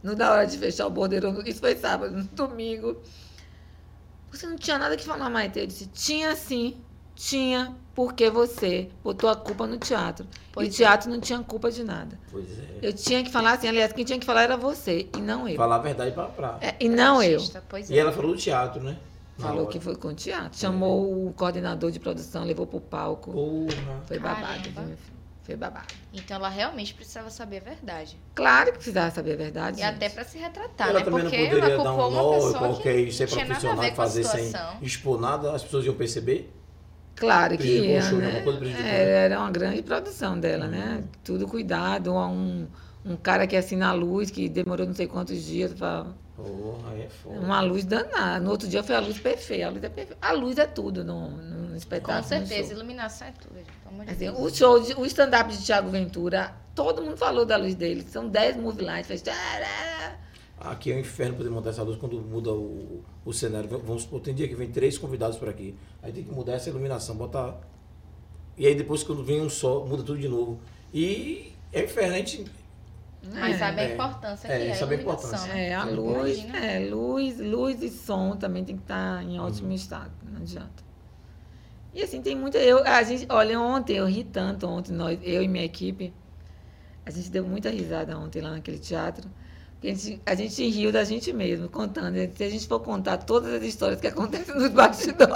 [SPEAKER 3] não dá hora de fechar o bordeiro. Isso foi sábado, no domingo. Você não tinha nada que falar, Maite. Eu disse, tinha sim, tinha, porque você botou a culpa no teatro.
[SPEAKER 1] Pois
[SPEAKER 3] e
[SPEAKER 1] é.
[SPEAKER 3] teatro não tinha culpa de nada.
[SPEAKER 2] Pois é.
[SPEAKER 3] Eu tinha que falar assim, aliás, quem tinha que falar era você, e não eu.
[SPEAKER 2] Falar a verdade pra praia.
[SPEAKER 3] É, e não eu.
[SPEAKER 1] Artista, Pois
[SPEAKER 2] E
[SPEAKER 1] é.
[SPEAKER 2] ela falou do teatro, né? Na
[SPEAKER 3] Falou
[SPEAKER 2] hora. É.
[SPEAKER 3] que foi com o teatro. Chamou o coordenador de produção, levou pro palco.
[SPEAKER 2] Porra.
[SPEAKER 3] Foi babado,
[SPEAKER 1] Caramba.
[SPEAKER 3] viu, meu filho? Foi babado.
[SPEAKER 1] Então ela realmente precisava saber a verdade.
[SPEAKER 3] Claro que precisava saber a verdade.
[SPEAKER 1] E
[SPEAKER 3] gente.
[SPEAKER 1] até pra se retratar,
[SPEAKER 2] ela
[SPEAKER 1] né?
[SPEAKER 2] também
[SPEAKER 1] Porque
[SPEAKER 2] não poderia
[SPEAKER 1] ela
[SPEAKER 2] dar
[SPEAKER 1] culpou
[SPEAKER 2] um
[SPEAKER 1] uma
[SPEAKER 2] nó
[SPEAKER 1] pessoa
[SPEAKER 2] qualquer
[SPEAKER 1] que
[SPEAKER 2] e ser
[SPEAKER 1] não tinha nada a ver
[SPEAKER 2] profissional e
[SPEAKER 1] com a
[SPEAKER 2] fazer sem
[SPEAKER 1] situação.
[SPEAKER 2] expor nada, as pessoas iam perceber.
[SPEAKER 3] Claro que
[SPEAKER 2] Prejudicou o
[SPEAKER 3] ia,
[SPEAKER 2] show, né? Uhum.
[SPEAKER 3] né?
[SPEAKER 2] Uma coisa prejudicou.
[SPEAKER 3] É, era uma grande produção dela, né? Tudo cuidado, um, um cara que assina a luz, que demorou não sei quantos dias pra...
[SPEAKER 2] Porra, aí é foda.
[SPEAKER 3] Uma luz danada. No outro dia foi a luz perfeita. A luz é, perfeita. A luz é tudo no, no espetáculo.
[SPEAKER 1] Com
[SPEAKER 3] no
[SPEAKER 1] certeza,
[SPEAKER 2] né?
[SPEAKER 3] show.
[SPEAKER 1] iluminação é tudo, gente. Pelo amor de
[SPEAKER 3] Assim,
[SPEAKER 1] Deus.
[SPEAKER 3] o show, de- o stand-up de Thiago Ventura, todo mundo falou da luz dele. São 10 movie lights. Fez... tarará.
[SPEAKER 2] Aqui é um inferno poder montar essa luz quando muda o, o cenário. V- Vamos supor, tem dia que vem três convidados por aqui. Aí tem que mudar essa iluminação, botar. E aí depois quando vem um só, muda tudo de novo. E é inferno, a gente.
[SPEAKER 3] né?
[SPEAKER 1] Mas sabe a
[SPEAKER 2] é.
[SPEAKER 1] importância
[SPEAKER 2] É,
[SPEAKER 1] que é a
[SPEAKER 2] sabe a
[SPEAKER 1] iluminação,
[SPEAKER 2] importância.
[SPEAKER 1] né?
[SPEAKER 3] É, a
[SPEAKER 2] Sabe,
[SPEAKER 3] luz,
[SPEAKER 1] imagina.
[SPEAKER 3] é, luz, luz e som também tem que estar em ótimo
[SPEAKER 2] Uhum.
[SPEAKER 3] estado, não adianta. E assim, tem muita. Eu, a gente, olha, ontem eu ri tanto, ontem, nós, eu e minha equipe, a gente deu muita risada ontem lá naquele teatro. porque A gente, a gente riu da gente mesmo, contando. Se a gente for contar todas as histórias que acontecem nos bastidores.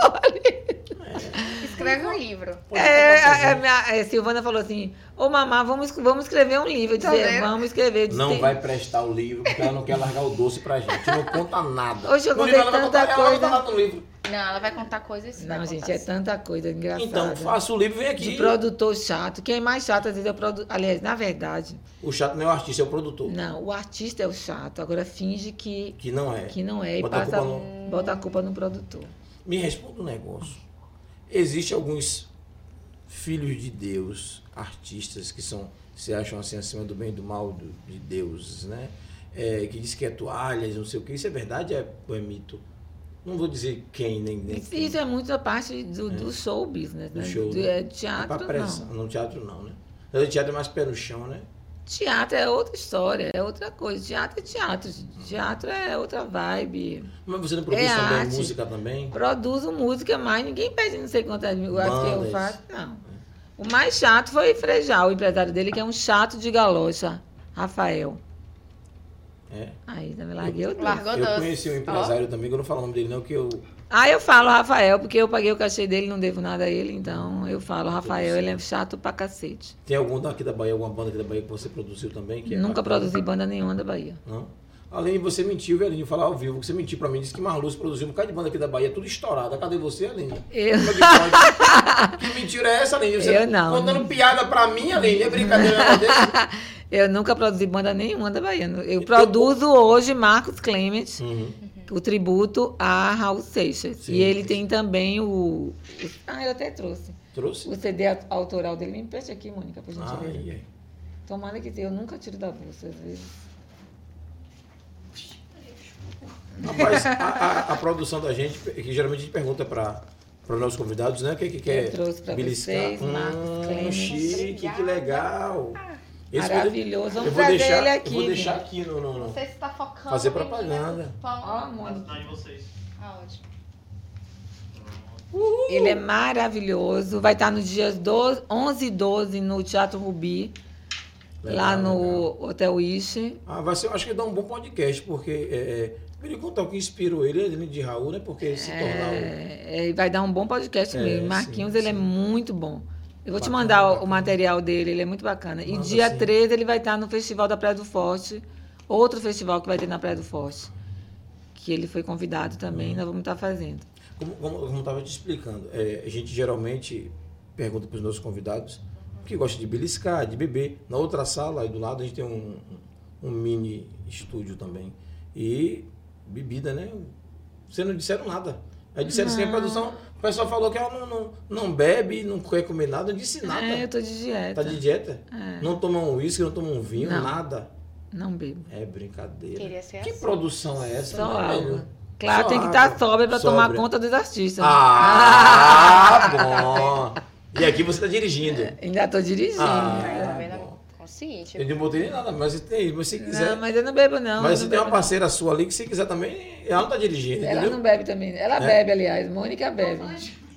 [SPEAKER 1] Escreve um livro.
[SPEAKER 2] Pode
[SPEAKER 3] É,
[SPEAKER 2] acabar
[SPEAKER 3] a, a
[SPEAKER 2] sozinho.
[SPEAKER 3] minha- é, Silvana falou assim: Ô mamá, vamos, vamos escrever um livro. Eu
[SPEAKER 1] Tá
[SPEAKER 3] disse, "É,
[SPEAKER 1] vendo?
[SPEAKER 3] vamos escrever. Eu disse,
[SPEAKER 2] Não
[SPEAKER 3] "Tem-
[SPEAKER 2] vai prestar o livro, porque ela não quer largar o doce pra gente. Não conta nada.
[SPEAKER 3] Hoje eu
[SPEAKER 2] No
[SPEAKER 3] contei
[SPEAKER 2] livro ela vai
[SPEAKER 3] tanta
[SPEAKER 2] contar- ela vai
[SPEAKER 3] coisa.
[SPEAKER 2] contar nada no livro.
[SPEAKER 1] Não, ela vai contar coisas sim.
[SPEAKER 3] Não,
[SPEAKER 1] vai
[SPEAKER 3] gente,
[SPEAKER 1] contar assim.
[SPEAKER 3] é
[SPEAKER 1] sim.
[SPEAKER 3] tanta coisa engraçada.
[SPEAKER 2] Então, faça o livro e vem
[SPEAKER 3] De
[SPEAKER 2] aqui.
[SPEAKER 3] produtor chato. Quem é mais chato, às vezes, é o produtor. Aliás, na verdade,
[SPEAKER 2] O chato não é o artista, é o produtor.
[SPEAKER 3] não, o artista é o chato. Agora finge que,
[SPEAKER 2] Que não é.
[SPEAKER 3] que não é e
[SPEAKER 2] Bota a
[SPEAKER 3] passa.
[SPEAKER 2] culpa no-
[SPEAKER 3] Bota a culpa no produtor.
[SPEAKER 2] Me responda um negócio. Existem alguns filhos de Deus, artistas que são se acham assim acima do bem e do mal do- de Deus, né? É, que diz que é toalhas, não sei o que. Isso é verdade é, ou é mito? Não vou dizer quem nem nem
[SPEAKER 3] Isso, isso é muito a parte do, do show business,
[SPEAKER 2] É. Do
[SPEAKER 3] né?
[SPEAKER 2] show,
[SPEAKER 3] Do-
[SPEAKER 2] né?
[SPEAKER 3] é, teatro,
[SPEAKER 2] pra pressão.
[SPEAKER 3] não.
[SPEAKER 2] No teatro não, né? Mas o teatro é mais pé no chão, né?
[SPEAKER 3] Teatro é outra história, é outra coisa. Teatro é teatro. Teatro é outra vibe.
[SPEAKER 2] Mas você não produz
[SPEAKER 3] É
[SPEAKER 2] também
[SPEAKER 3] arte.
[SPEAKER 2] música também?
[SPEAKER 3] Produzo música, mas ninguém pede não sei quantas mil acho que
[SPEAKER 2] Bandas.
[SPEAKER 3] eu faço, não. O mais chato foi Frejal, o empresário dele, que é um chato de galocha, Rafael.
[SPEAKER 2] É.
[SPEAKER 3] Aí também larguei o doce.
[SPEAKER 1] Largou
[SPEAKER 2] Eu
[SPEAKER 1] doce.
[SPEAKER 2] conheci um empresário também, que eu não falo o nome dele não, que eu...
[SPEAKER 3] Ah, eu falo Rafael, porque eu paguei o cachê dele, não devo nada a ele, então eu falo Rafael, ele é chato pra cacete.
[SPEAKER 2] Tem algum daqui da Bahia, alguma banda aqui da Bahia que você produziu também? Que é
[SPEAKER 3] Nunca
[SPEAKER 2] bacana?
[SPEAKER 3] produzi banda nenhuma da Bahia.
[SPEAKER 2] Não. Aline, você mentiu, Aline, falar ao vivo. que Você mentiu pra mim, disse que Marluz produziu um bocado de banda aqui da Bahia, tudo estourada. Cadê você, Aline?
[SPEAKER 3] Eu-
[SPEAKER 2] Como é que pode? que mentira é essa, Aline? Você
[SPEAKER 3] Eu não.
[SPEAKER 2] Contando piada pra mim, Aline, é brincadeira não desse?
[SPEAKER 3] Eu nunca produzi banda nenhuma da Bahia. Eu produzo hoje Marcos Clemens,
[SPEAKER 2] Uhum.
[SPEAKER 3] o tributo a Raul Seixas.
[SPEAKER 2] Sim.
[SPEAKER 3] e ele tem também o... o- Ah, eu até trouxe.
[SPEAKER 2] Trouxe?
[SPEAKER 3] O CD aut- autoral dele me empreste aqui, Mônica, pra gente ver.
[SPEAKER 2] Ai, ai.
[SPEAKER 3] Tomara que tenha, eu nunca tiro da bolsa, às vezes.
[SPEAKER 2] Rapaz, a, a- a produção da gente, que geralmente a gente pergunta pra, pra nossos convidados, né? O que que quer
[SPEAKER 3] Eu trouxe pra
[SPEAKER 2] beliscar? Hum,
[SPEAKER 3] vocês, Marcos Clemens.
[SPEAKER 2] chique, que legal. Esse
[SPEAKER 3] Maravilhoso.
[SPEAKER 2] Eu
[SPEAKER 3] Vamos
[SPEAKER 2] vou
[SPEAKER 3] trazer
[SPEAKER 2] deixar,
[SPEAKER 3] ele aqui.
[SPEAKER 2] Eu vou
[SPEAKER 3] né?
[SPEAKER 2] deixar aqui no... no- no-
[SPEAKER 1] Não sei se tá focando.
[SPEAKER 2] Fazer
[SPEAKER 1] menina,
[SPEAKER 2] propaganda.
[SPEAKER 4] é
[SPEAKER 1] do pão. Ah,
[SPEAKER 3] Ó,
[SPEAKER 5] Tá
[SPEAKER 3] Mônica.
[SPEAKER 5] de vocês.
[SPEAKER 1] Aonde?
[SPEAKER 3] Ele é maravilhoso. Vai estar nos dias 12, 11 e 12 no Teatro Rubi,
[SPEAKER 2] Legal,
[SPEAKER 3] lá no
[SPEAKER 2] legal.
[SPEAKER 3] Hotel Ishi.
[SPEAKER 2] Ah, vai ser, acho que dá um bom podcast, porque é, é, ele contar o que inspirou ele, ele de Raul, né? Porque ele se tornar o.
[SPEAKER 3] É, é, e vai dar um bom podcast
[SPEAKER 2] É,
[SPEAKER 3] mesmo.
[SPEAKER 2] sim,
[SPEAKER 3] Marquinhos, ele é
[SPEAKER 2] sim.
[SPEAKER 3] muito bom. Eu vou te
[SPEAKER 2] Bacana,
[SPEAKER 3] mandar o- o
[SPEAKER 2] bacana.
[SPEAKER 3] material dele, ele é muito bacana. E
[SPEAKER 2] Manda
[SPEAKER 3] dia
[SPEAKER 2] sim.
[SPEAKER 3] 13 ele vai estar no Festival da Praia do Forte, outro festival que vai ter na Praia do Forte, que ele foi convidado também,
[SPEAKER 2] Hum.
[SPEAKER 3] nós vamos estar fazendo.
[SPEAKER 2] Como, como, como eu estava te explicando, é, a gente geralmente pergunta para os nossos convidados que gosta de beliscar, de beber. Na outra sala, aí do lado, a gente tem um, um mini estúdio também. E bebida, né? Vocês não disseram nada. Aí disseram assim, a produção, o pessoal falou que ela não, não, não bebe, não quer comer nada, não disse nada.
[SPEAKER 3] É, eu tô de dieta.
[SPEAKER 2] Tá de dieta? Não toma um uísque, não toma um vinho,
[SPEAKER 3] Não.
[SPEAKER 2] nada.
[SPEAKER 3] Não bebo.
[SPEAKER 2] É brincadeira.
[SPEAKER 1] Queria ser
[SPEAKER 2] que
[SPEAKER 1] assim.
[SPEAKER 2] produção é essa?
[SPEAKER 3] Só
[SPEAKER 2] meu
[SPEAKER 3] água.
[SPEAKER 2] velho?
[SPEAKER 3] Claro,
[SPEAKER 2] Só
[SPEAKER 3] tem que
[SPEAKER 2] água.
[SPEAKER 3] estar sóbria para tomar
[SPEAKER 2] Sóbria.
[SPEAKER 3] conta dos artistas. né?
[SPEAKER 2] Ah, bom. E aqui você tá dirigindo.
[SPEAKER 3] Ainda tô dirigindo.
[SPEAKER 2] Ah.
[SPEAKER 1] Tá vendo?
[SPEAKER 2] bom.
[SPEAKER 1] Consegui, tipo,
[SPEAKER 2] Eu não botei nem nada, mas se tem, mas se quiser.
[SPEAKER 3] Não, mas eu não bebo, não.
[SPEAKER 2] mas
[SPEAKER 3] eu
[SPEAKER 2] se
[SPEAKER 3] não
[SPEAKER 2] tem uma
[SPEAKER 3] bebo, não.
[SPEAKER 2] parceira sua ali que se quiser também, ela não tá dirigindo,
[SPEAKER 3] Ela
[SPEAKER 2] entendeu?
[SPEAKER 3] não bebe também. né? Ela bebe, aliás. Mônica bebe.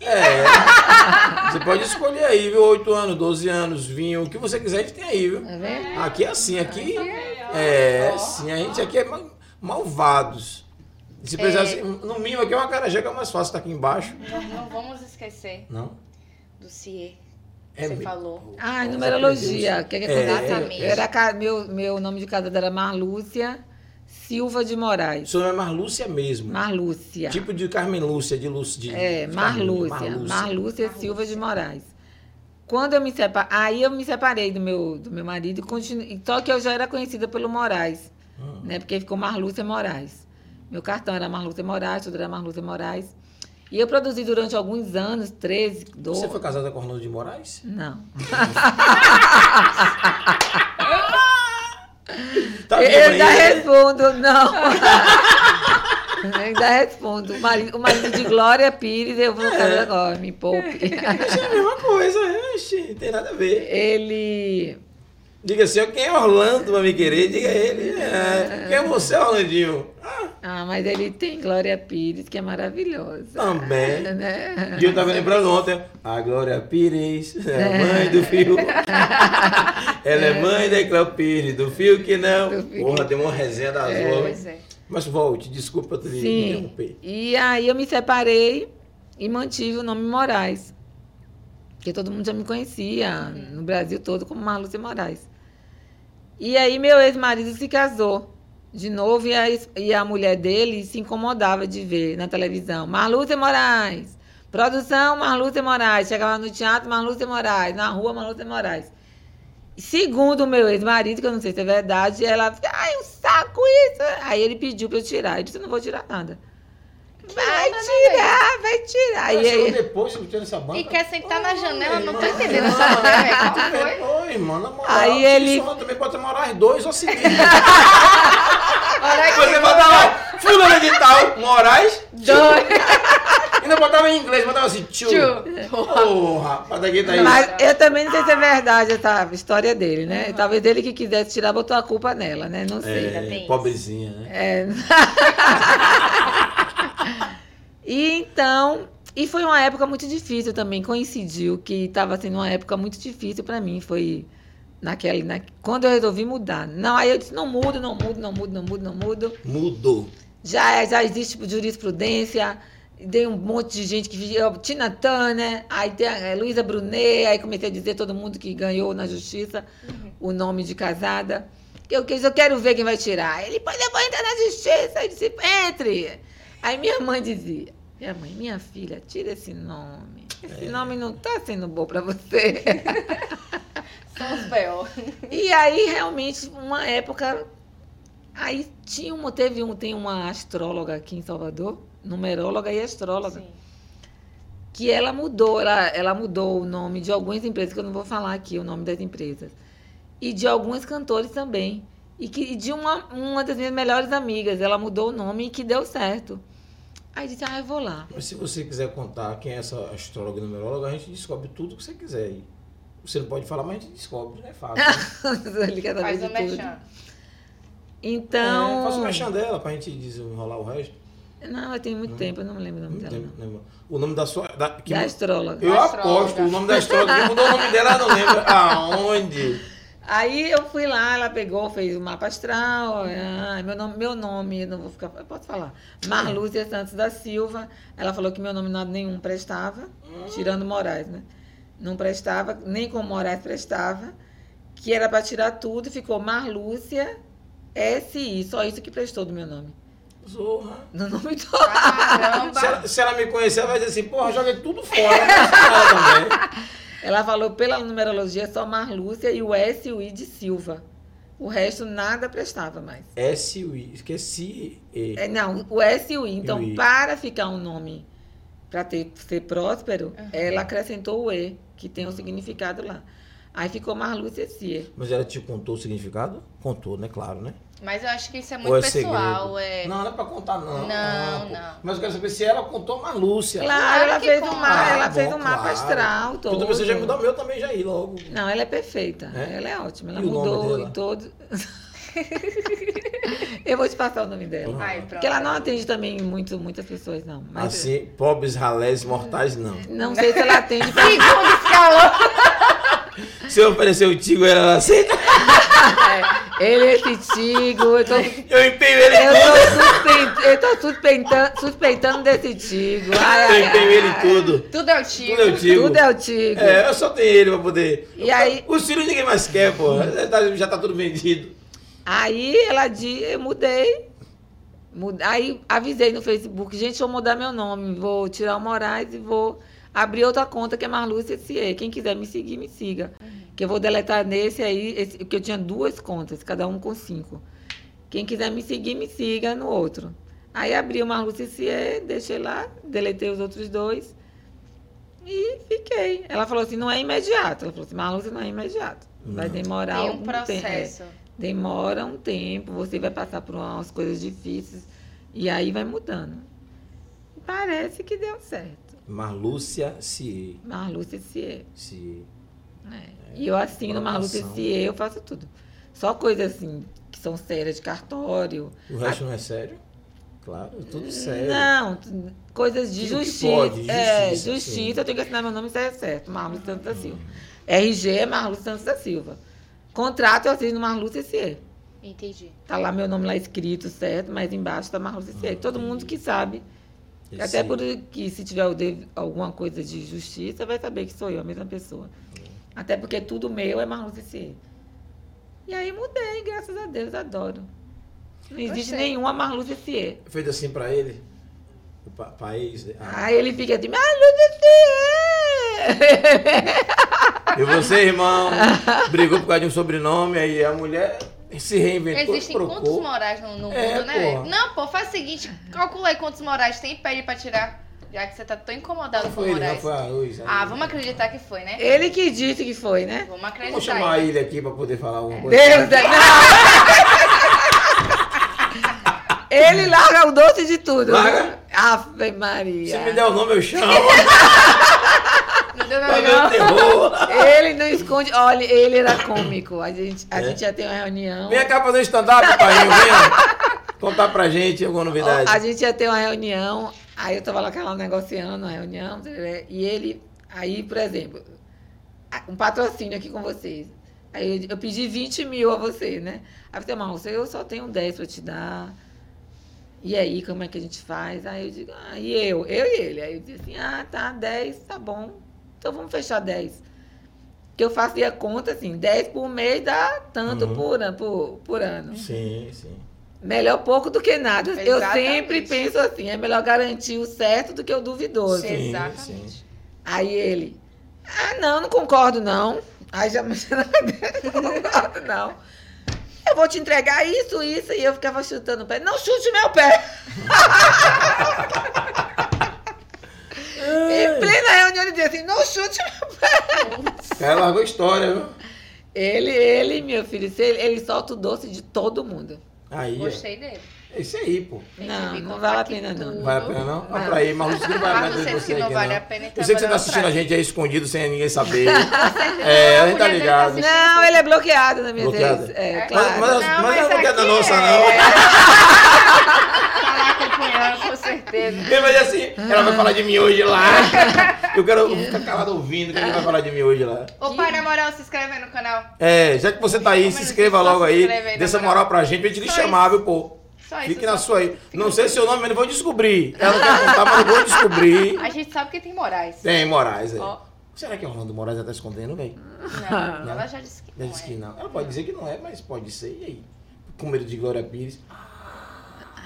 [SPEAKER 2] É. você pode escolher aí, viu? 8 anos, 12 anos, vinho, o que você quiser, a gente tem aí, viu?
[SPEAKER 3] Tá vendo?
[SPEAKER 2] Aqui é assim, aqui é sim, a gente aqui é ma- malvados. Se precisasse, no mínimo aqui é uma carajé que é mais fácil, tá aqui embaixo.
[SPEAKER 1] não, não vamos esquecer
[SPEAKER 2] Não?
[SPEAKER 1] do CIE.
[SPEAKER 2] É
[SPEAKER 1] Você
[SPEAKER 2] mesmo.
[SPEAKER 1] falou.
[SPEAKER 3] Ah,
[SPEAKER 2] Nós
[SPEAKER 3] numerologia. O que, que
[SPEAKER 2] É,
[SPEAKER 3] acontece?
[SPEAKER 1] é,
[SPEAKER 3] Eu era ca- meu, meu nome de casada era Marlúcia Silva de
[SPEAKER 2] O
[SPEAKER 3] Moraes.
[SPEAKER 2] seu nome é Marlúcia mesmo.
[SPEAKER 3] Marlúcia.
[SPEAKER 2] Tipo de Carmen Lúcia, de Lúcia. De,
[SPEAKER 3] É,
[SPEAKER 2] de
[SPEAKER 3] Marlúcia.
[SPEAKER 2] Carmen,
[SPEAKER 3] Marlúcia Silva de Moraes. Quando eu me separei, aí eu me separei do meu, do meu marido, e continu... só que eu já era conhecida pelo Moraes,
[SPEAKER 2] Hum.
[SPEAKER 3] né? Porque ficou Marlúcia Moraes. Meu cartão era Marlúcia Moraes, tudo era Marlúcia Moraes. E eu produzi durante alguns anos, 13, 12...
[SPEAKER 2] Você foi casada com Arnaldo de Moraes?
[SPEAKER 3] Não.
[SPEAKER 2] Tá
[SPEAKER 3] eu
[SPEAKER 2] vivo
[SPEAKER 3] eu ainda
[SPEAKER 2] ainda?
[SPEAKER 3] respondo, não. eu ainda respondo. O marido, o marido de Glória Pires, eu vou
[SPEAKER 2] É.
[SPEAKER 3] casar agora, me poupe.
[SPEAKER 2] Oxe, É a mesma coisa, é, oxe, não tem nada a ver.
[SPEAKER 3] Ele...
[SPEAKER 2] Diga assim, ó, quem é Orlando pra me querer? Diga ele. É, quem é você, Orlandinho? Ah,
[SPEAKER 3] Ah, mas ele tem Glória Pires, que é maravilhosa.
[SPEAKER 2] também.
[SPEAKER 3] Né?
[SPEAKER 2] E eu tava lembrando ontem, a Glória Pires é mãe do fio. Ela é mãe da Cléo Pires, do fio que não.
[SPEAKER 3] Do fio
[SPEAKER 2] Porra, tem uma resenha das
[SPEAKER 1] Pois
[SPEAKER 2] horas.
[SPEAKER 1] é.
[SPEAKER 2] Mas volte, desculpa te
[SPEAKER 3] Sim.
[SPEAKER 2] interromper.
[SPEAKER 3] E aí eu me separei e mantive o nome Moraes. Porque todo mundo já me conhecia no Brasil todo como Marluce Moraes. E aí meu ex-marido se casou de novo e a, es- e a mulher dele se incomodava de ver na televisão. Marluce Moraes. Produção Marluce Moraes. Chegava no teatro Marluce Moraes. Na rua Marluce Moraes. Segundo o meu ex-marido, que eu não sei se é verdade, ela fica, ai, um saco isso. Aí ele pediu pra eu tirar. Eu disse, eu não vou tirar nada.
[SPEAKER 1] é
[SPEAKER 3] Vai tirar, vai tirar.
[SPEAKER 2] Ela
[SPEAKER 3] E
[SPEAKER 2] chegou
[SPEAKER 3] aí,
[SPEAKER 2] depois, você essa banca.
[SPEAKER 1] E quer sentar na
[SPEAKER 2] Ô,
[SPEAKER 1] janela, não tô
[SPEAKER 2] irmã,
[SPEAKER 1] entendendo essa
[SPEAKER 2] irmã,
[SPEAKER 1] ideia, velho. Qual
[SPEAKER 2] tá
[SPEAKER 1] foi?
[SPEAKER 2] vendo? Ô, irmã, na moral.
[SPEAKER 3] Aí
[SPEAKER 2] se
[SPEAKER 3] ele-
[SPEAKER 2] só também pode morar as dois ou seguinte.
[SPEAKER 1] Olha
[SPEAKER 2] Você bota lá, fulano de tal, Moraes.
[SPEAKER 3] dois.
[SPEAKER 2] E não botava em inglês, botava assim, tio.
[SPEAKER 1] Tio.
[SPEAKER 2] Porra, rapaz, daqui tá aí.
[SPEAKER 3] Mas eu também não sei se é verdade essa história dele, né? Talvez ele que quisesse tirar, botou a culpa nela, né? Não sei.
[SPEAKER 1] ainda tem
[SPEAKER 2] É,
[SPEAKER 1] isso.
[SPEAKER 2] pobrezinha, né?
[SPEAKER 3] É. e então, e foi uma época muito difícil também, coincidiu que estava sendo uma época muito difícil para mim, foi naquela, na, quando eu resolvi mudar. Não, aí eu disse, não mudo, não mudo, não mudo, não mudo, não mudo.
[SPEAKER 2] Mudou.
[SPEAKER 3] Já, é- já existe jurisprudência, tem um monte de gente que eu- Tina Turner, aí tem a é, Luísa Brunet, aí comecei a dizer todo mundo que ganhou na justiça o nome de casada. Eu, quis- eu quero ver quem vai tirar. Ele, pois eu vou entrar na justiça. Eu disse, entre. Aí minha mãe dizia, minha mãe, minha filha, tira esse nome. Esse nome não tá sendo bom para você.
[SPEAKER 1] São os B.O.
[SPEAKER 3] E aí, realmente, uma época. Aí tinha uma, teve um, tem uma astróloga aqui em Salvador, numeróloga e astróloga,
[SPEAKER 1] Sim.
[SPEAKER 3] que ela mudou, ela, ela mudou o nome de algumas empresas, que eu não vou falar aqui o nome das empresas, e de alguns cantores também. E, que, e de uma, uma das minhas melhores amigas, ela mudou o nome e que deu certo. Aí disse, ah, eu vou lá.
[SPEAKER 2] Mas se você quiser contar quem é essa astróloga e numeróloga, a gente descobre tudo que você quiser aí. Você não pode falar, mas a gente descobre, não é fácil.
[SPEAKER 3] Ele quer saber
[SPEAKER 1] Faz um
[SPEAKER 3] de
[SPEAKER 1] o
[SPEAKER 3] tudo.
[SPEAKER 1] mechan.
[SPEAKER 3] Então. um
[SPEAKER 2] um É, faça o mexão dela pra gente desenrolar o resto.
[SPEAKER 3] Não, eu tenho Uhum. muito tempo, eu não me lembro o nome dela. não.
[SPEAKER 2] Lembra? O nome da sua. Da, que-
[SPEAKER 3] Da astróloga.
[SPEAKER 2] eu
[SPEAKER 1] Da
[SPEAKER 2] aposto,
[SPEAKER 1] astróloga.
[SPEAKER 2] o nome da história. Quem mudou o nome dela, ela não lembra. Aonde?
[SPEAKER 3] Aí eu fui lá, ela pegou, fez o mapa astral. ah, meu, nome, meu nome, eu não vou ficar. Eu posso falar. Marlúcia Santos da Silva. Ela falou que meu nome nada nenhum prestava, tirando Moraes, né? Não prestava, nem como Moraes prestava. Que era para tirar tudo, ficou Marlúcia SI. Só isso que prestou do meu nome.
[SPEAKER 2] Zorra.
[SPEAKER 3] No nome todo.
[SPEAKER 2] Se
[SPEAKER 1] Caramba!
[SPEAKER 2] ela, se ela me conhecer, ela vai dizer assim, porra, joguei tudo fora. Não preciso dela também.
[SPEAKER 3] Ela falou pela numerologia só Marlúcia e o S e o I de Silva. O resto nada prestava mais.
[SPEAKER 2] S-U-I. Esqueci. E.
[SPEAKER 3] É, não, o S e o I. Então,
[SPEAKER 2] E o I.
[SPEAKER 3] para ficar um nome, para ser próspero, ela acrescentou o E, que tem um significado lá. Aí ficou Marlúcia Cie.
[SPEAKER 2] Mas ela te contou o significado? Contou, né? Claro, né?
[SPEAKER 1] Mas eu acho que isso é
[SPEAKER 2] Ou é
[SPEAKER 1] muito pessoal.
[SPEAKER 2] segredo?
[SPEAKER 1] É...
[SPEAKER 2] Não, não é pra contar, não. Ah,
[SPEAKER 1] Não,
[SPEAKER 2] pô.
[SPEAKER 1] não.
[SPEAKER 2] Mas eu quero saber se ela contou a Lúcia.
[SPEAKER 3] Claro, ela
[SPEAKER 1] que
[SPEAKER 3] fez um
[SPEAKER 1] conta.
[SPEAKER 3] mapa,
[SPEAKER 2] Ah,
[SPEAKER 3] ela
[SPEAKER 2] bom,
[SPEAKER 3] fez um mapa
[SPEAKER 2] claro.
[SPEAKER 3] astral todo.
[SPEAKER 2] Eu também você já mudar o meu também já ir logo.
[SPEAKER 3] Não, ela é perfeita.
[SPEAKER 2] É?
[SPEAKER 3] Ela é ótima. Ela
[SPEAKER 2] E o nome
[SPEAKER 3] mudou
[SPEAKER 2] dela?
[SPEAKER 3] e todo. Eu vou te passar o nome dela.
[SPEAKER 2] Pronto.
[SPEAKER 1] Ai, pronto.
[SPEAKER 3] Porque ela não atende também muito, muitas pessoas, não. Mas é.
[SPEAKER 2] assim, pobres ralés mortais, não.
[SPEAKER 3] não sei se ela atende.
[SPEAKER 1] Segundo escalão!
[SPEAKER 2] Se eu oferecer o Tigo, ela assim? aceita.
[SPEAKER 3] É, ele é esse tigo, eu tô
[SPEAKER 2] Eu empenho ele
[SPEAKER 3] Eu
[SPEAKER 2] todo.
[SPEAKER 3] tô, suspeitando, eu tô suspeitando, suspeitando desse Tigo. Ai,
[SPEAKER 2] Eu
[SPEAKER 3] ai, ai.
[SPEAKER 2] empenho ele todo.
[SPEAKER 1] Tudo é o
[SPEAKER 2] Tudo eu
[SPEAKER 1] Tigo.
[SPEAKER 2] Tigo.
[SPEAKER 3] Tudo é o Tigo.
[SPEAKER 2] É, eu só tenho ele pra poder.
[SPEAKER 3] E aí-
[SPEAKER 2] Os filhos ninguém mais quer, pô. Já tá- Já tá tudo vendido.
[SPEAKER 3] Aí ela disse, eu mudei. Mud- Aí avisei no Facebook, gente, vou mudar meu nome. Vou tirar o Moraes e vou abrir outra conta que é Marlúcia SE. Quem quiser me seguir, me siga. Que eu vou deletar nesse aí, esse, porque eu tinha duas contas, cada um com cinco. Quem quiser me seguir, me siga no outro. Aí abri o Marlúcia SE, deixei lá, deletei os outros dois e fiquei. Ela falou assim, não é imediato. Ela falou assim, Marlúcia não é imediato. Vai
[SPEAKER 2] Não.
[SPEAKER 3] demorar
[SPEAKER 1] Tem um
[SPEAKER 3] algum tempo. É
[SPEAKER 1] processo.
[SPEAKER 3] demora um tempo, você vai passar por umas coisas difíceis e aí vai mudando. Parece que deu certo.
[SPEAKER 2] Marlúcia se.
[SPEAKER 3] Marlúcia Cie.
[SPEAKER 2] se...
[SPEAKER 3] Né? E eu assino Marlúcia
[SPEAKER 2] Colocação.
[SPEAKER 3] Cie, eu faço tudo. Só coisas assim que são sérias de cartório.
[SPEAKER 2] O resto não é sério? Claro, é tudo sério.
[SPEAKER 3] Não, tu- coisas de
[SPEAKER 2] Tudo que
[SPEAKER 3] justiça.
[SPEAKER 2] pode,
[SPEAKER 3] é,
[SPEAKER 2] justiça,
[SPEAKER 3] justiça,
[SPEAKER 2] sim. Hum.
[SPEAKER 3] eu tenho que assinar meu nome, isso é certo. Marlúcia Santos da Silva. RG é Marlúcia Santos da Silva. Contrato eu assino Marlúcia Cie.
[SPEAKER 1] Entendi.
[SPEAKER 3] Tá lá meu nome lá escrito, certo? Mas embaixo tá Marlúcia
[SPEAKER 2] Hum.
[SPEAKER 3] Cier. Todo mundo que sabe.
[SPEAKER 2] Esse-
[SPEAKER 3] Até porque se tiver o dev- alguma coisa de justiça, vai saber que sou eu, a mesma pessoa.
[SPEAKER 2] É.
[SPEAKER 3] Até porque tudo meu é Marlúcia Cier. E aí mudei, graças a Deus, adoro. Não existe
[SPEAKER 1] Gostei.
[SPEAKER 3] nenhuma Marlúcia Cier.
[SPEAKER 2] Fez assim pra ele? O pa país. Ah.
[SPEAKER 3] Aí ele fica assim, Marlúcia Cier!
[SPEAKER 2] E você, irmão, brigou por causa de um sobrenome, aí a mulher se reinventou.
[SPEAKER 1] Existem
[SPEAKER 2] trocou.
[SPEAKER 1] quantos morais no, no mundo,
[SPEAKER 2] É,
[SPEAKER 1] né?
[SPEAKER 2] porra.
[SPEAKER 1] Não, pô, faz o seguinte, calcula aí quantos morais tem e pede pra tirar. Já que você tá tão incomodado
[SPEAKER 2] Não
[SPEAKER 1] com
[SPEAKER 2] foi ele, não
[SPEAKER 1] morais.
[SPEAKER 2] foi a Luz. aí.
[SPEAKER 1] Ah, vamos acreditar que foi, né?
[SPEAKER 3] Ele que disse que foi, né?
[SPEAKER 1] Vamos acreditar.
[SPEAKER 2] Vamos chamar ele aqui pra poder falar alguma coisa.
[SPEAKER 3] Deus é... Não! Ele larga o doce de tudo.
[SPEAKER 2] Larga?
[SPEAKER 3] Ave
[SPEAKER 2] Se
[SPEAKER 3] Maria.
[SPEAKER 2] me der o nome, eu chamo.
[SPEAKER 1] Não deu nada,
[SPEAKER 2] pra ver o
[SPEAKER 1] não.
[SPEAKER 2] terror.
[SPEAKER 3] Ele não esconde. Olha, ele era cômico. A gente, a gente ia ter uma reunião.
[SPEAKER 2] Vem cá fazer stand-up, pai. Vem contar pra gente alguma novidade.
[SPEAKER 3] A gente ia ter uma reunião. Aí eu tava lá, lá negociando uma reunião. tarará, E ele. Aí, por exemplo, a- um patrocínio aqui com vocês. Aí eu, eu pedi 20 mil a você, né? Aí você, Marlon, eu só tenho 10 pra te dar. E aí, como é que a gente faz? Aí eu digo, ah, e eu? Eu e ele. Aí eu disse assim, ah, tá, 10, tá bom. Então vamos fechar 10. Que eu fazia conta assim, 10 por mês dá tanto
[SPEAKER 2] Uhum.
[SPEAKER 3] por, an- por, por ano.
[SPEAKER 2] Sim, sim.
[SPEAKER 3] Melhor pouco do que nada. Eu
[SPEAKER 1] Exatamente.
[SPEAKER 3] sempre penso assim, é melhor garantir o certo do que o duvidoso.
[SPEAKER 2] Sim,
[SPEAKER 1] Exatamente.
[SPEAKER 2] sim.
[SPEAKER 3] Aí ele, ah, não, não concordo não. Aí já não concordo não. Eu vou te entregar isso, isso. E eu ficava chutando o pé. Não chute meu pé. em plena reunião ele dizia assim, não chute meu pé.
[SPEAKER 2] O cara largou a história, viu?
[SPEAKER 3] Ele, ele, meu filho, se ele, ele solta o doce de todo mundo.
[SPEAKER 2] Aí, ó.
[SPEAKER 1] Gostei dele.
[SPEAKER 2] É isso aí, pô.
[SPEAKER 1] Tem que
[SPEAKER 3] Não,
[SPEAKER 1] vir
[SPEAKER 3] não
[SPEAKER 1] contar
[SPEAKER 3] vale a
[SPEAKER 1] aqui
[SPEAKER 3] pena não.
[SPEAKER 1] tudo.
[SPEAKER 2] Vale a pena não?
[SPEAKER 3] Não.
[SPEAKER 2] Olha pra aí, Marlon Ciro vai
[SPEAKER 1] Ah,
[SPEAKER 2] atrás de
[SPEAKER 1] você
[SPEAKER 2] você
[SPEAKER 1] que não
[SPEAKER 2] aqui,
[SPEAKER 1] vale
[SPEAKER 2] não.
[SPEAKER 1] a pena, então
[SPEAKER 2] Eu sei que você tá
[SPEAKER 1] agora
[SPEAKER 2] assistindo
[SPEAKER 1] eu
[SPEAKER 2] a
[SPEAKER 1] trago.
[SPEAKER 2] gente aí escondido, sem ninguém saber. é, a
[SPEAKER 1] mulher dele
[SPEAKER 2] gente tá
[SPEAKER 1] tá
[SPEAKER 2] ligado.
[SPEAKER 1] assistindo.
[SPEAKER 3] Não, ele é bloqueado na minha
[SPEAKER 2] Bloqueado?
[SPEAKER 3] vez. É,
[SPEAKER 1] É?
[SPEAKER 3] claro.
[SPEAKER 2] Mas, mas,
[SPEAKER 1] Não,
[SPEAKER 3] é.
[SPEAKER 2] mas
[SPEAKER 1] mas
[SPEAKER 2] ela não quer da
[SPEAKER 1] aqui
[SPEAKER 2] nossa,
[SPEAKER 1] é-
[SPEAKER 2] não.
[SPEAKER 3] Tá
[SPEAKER 1] Falar com o Cunhã, com certeza.
[SPEAKER 2] Ele vai dizer assim, ela vai falar de mim hoje lá. Eu quero ficar calado ouvindo que ele vai falar de mim hoje lá.
[SPEAKER 1] Ô pai, na moral, se inscreve aí no canal.
[SPEAKER 2] É, já que você tá aí,
[SPEAKER 1] Pelo
[SPEAKER 2] se
[SPEAKER 1] menos
[SPEAKER 2] inscreva
[SPEAKER 1] isso, só
[SPEAKER 2] logo
[SPEAKER 1] se
[SPEAKER 2] aí.
[SPEAKER 1] inscreve aí,
[SPEAKER 2] Dê essa
[SPEAKER 1] na moral.
[SPEAKER 2] moral pra gente, pra gente lhe
[SPEAKER 1] né, Só
[SPEAKER 2] chamar, viu, pô?
[SPEAKER 1] Só isso. tá
[SPEAKER 2] Fique na
[SPEAKER 1] só.
[SPEAKER 2] sua aí. Não sei seu nome, mas eu vou descobrir. Ela não quer contar, mas eu vou descobrir.
[SPEAKER 1] A gente sabe que tem Moraes.
[SPEAKER 2] Tem Moraes aí.
[SPEAKER 1] Ó.
[SPEAKER 2] Será que Orlando Moraes já tá escondendo, velho?
[SPEAKER 1] Não, ela já disse que
[SPEAKER 2] Ela
[SPEAKER 1] não
[SPEAKER 2] disse
[SPEAKER 1] é.
[SPEAKER 2] que não. Ela pode dizer que não é, mas pode ser. E aí? Com medo de Glória Pires.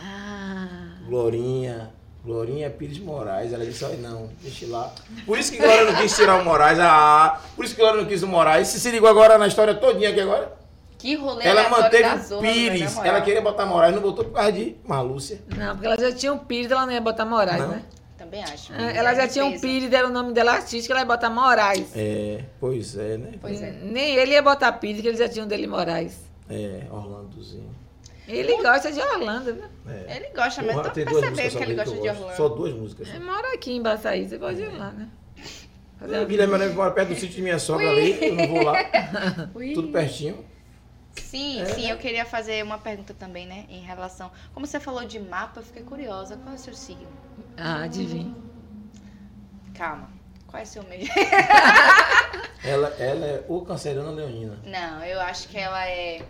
[SPEAKER 3] Ah,
[SPEAKER 2] Glorinha. Glorinha Pires Moraes. Ela disse, ai não, deixa lá. Por isso que Glória não quis tirar o Moraes. Ah, por isso que Glória não quis o Moraes. Se se ligou agora na história todinha aqui agora.
[SPEAKER 1] Que rolê
[SPEAKER 2] Ela
[SPEAKER 1] aleatório
[SPEAKER 2] manteve
[SPEAKER 1] da
[SPEAKER 2] o
[SPEAKER 1] Zorra, né,
[SPEAKER 2] Pires.
[SPEAKER 1] na moral.
[SPEAKER 2] Ela queria botar Moraes, não botou por causa de Marlúcia.
[SPEAKER 3] não, porque ela já tinha um Pires, ela não ia botar Moraes,
[SPEAKER 2] Não.
[SPEAKER 3] né?
[SPEAKER 1] Também acho. né?
[SPEAKER 3] Ah, Ela já tinha um
[SPEAKER 1] Peso.
[SPEAKER 3] Pires, era o nome dela artístico, ela ia botar Moraes.
[SPEAKER 2] É, pois é, né?
[SPEAKER 1] Pois é.
[SPEAKER 3] Nem ele ia botar Pires, que ele já tinha um dele Moraes.
[SPEAKER 2] É, Orlandozinho.
[SPEAKER 3] Ele gosta de Orlando, né?
[SPEAKER 2] É.
[SPEAKER 1] Ele gosta, mas
[SPEAKER 2] Porra,
[SPEAKER 1] tô
[SPEAKER 2] tem duas músicas
[SPEAKER 1] percebendo que
[SPEAKER 2] só
[SPEAKER 1] ele
[SPEAKER 2] dele que
[SPEAKER 1] gosta
[SPEAKER 2] eu
[SPEAKER 1] de
[SPEAKER 2] gosto. Só
[SPEAKER 1] Orlando.
[SPEAKER 2] duas músicas.
[SPEAKER 3] Ele mora aqui em Baçaí, você pode ir lá, né? Fazer
[SPEAKER 2] O
[SPEAKER 3] uma-
[SPEAKER 2] Guilherme Neves mora perto do é sítio de minha sogra ali, eu não vou lá.
[SPEAKER 1] Ui.
[SPEAKER 2] Tudo pertinho.
[SPEAKER 1] Sim,
[SPEAKER 2] É, né?
[SPEAKER 1] sim, eu queria fazer uma pergunta também, né? Em relação. Como você falou de mapa, eu fiquei curiosa. Qual é o seu signo?
[SPEAKER 3] Ah, adivinha.
[SPEAKER 1] Calma. Qual é o seu meio?
[SPEAKER 2] Ela, ela é o Canceriana Leonina.
[SPEAKER 1] Não, eu acho que ela é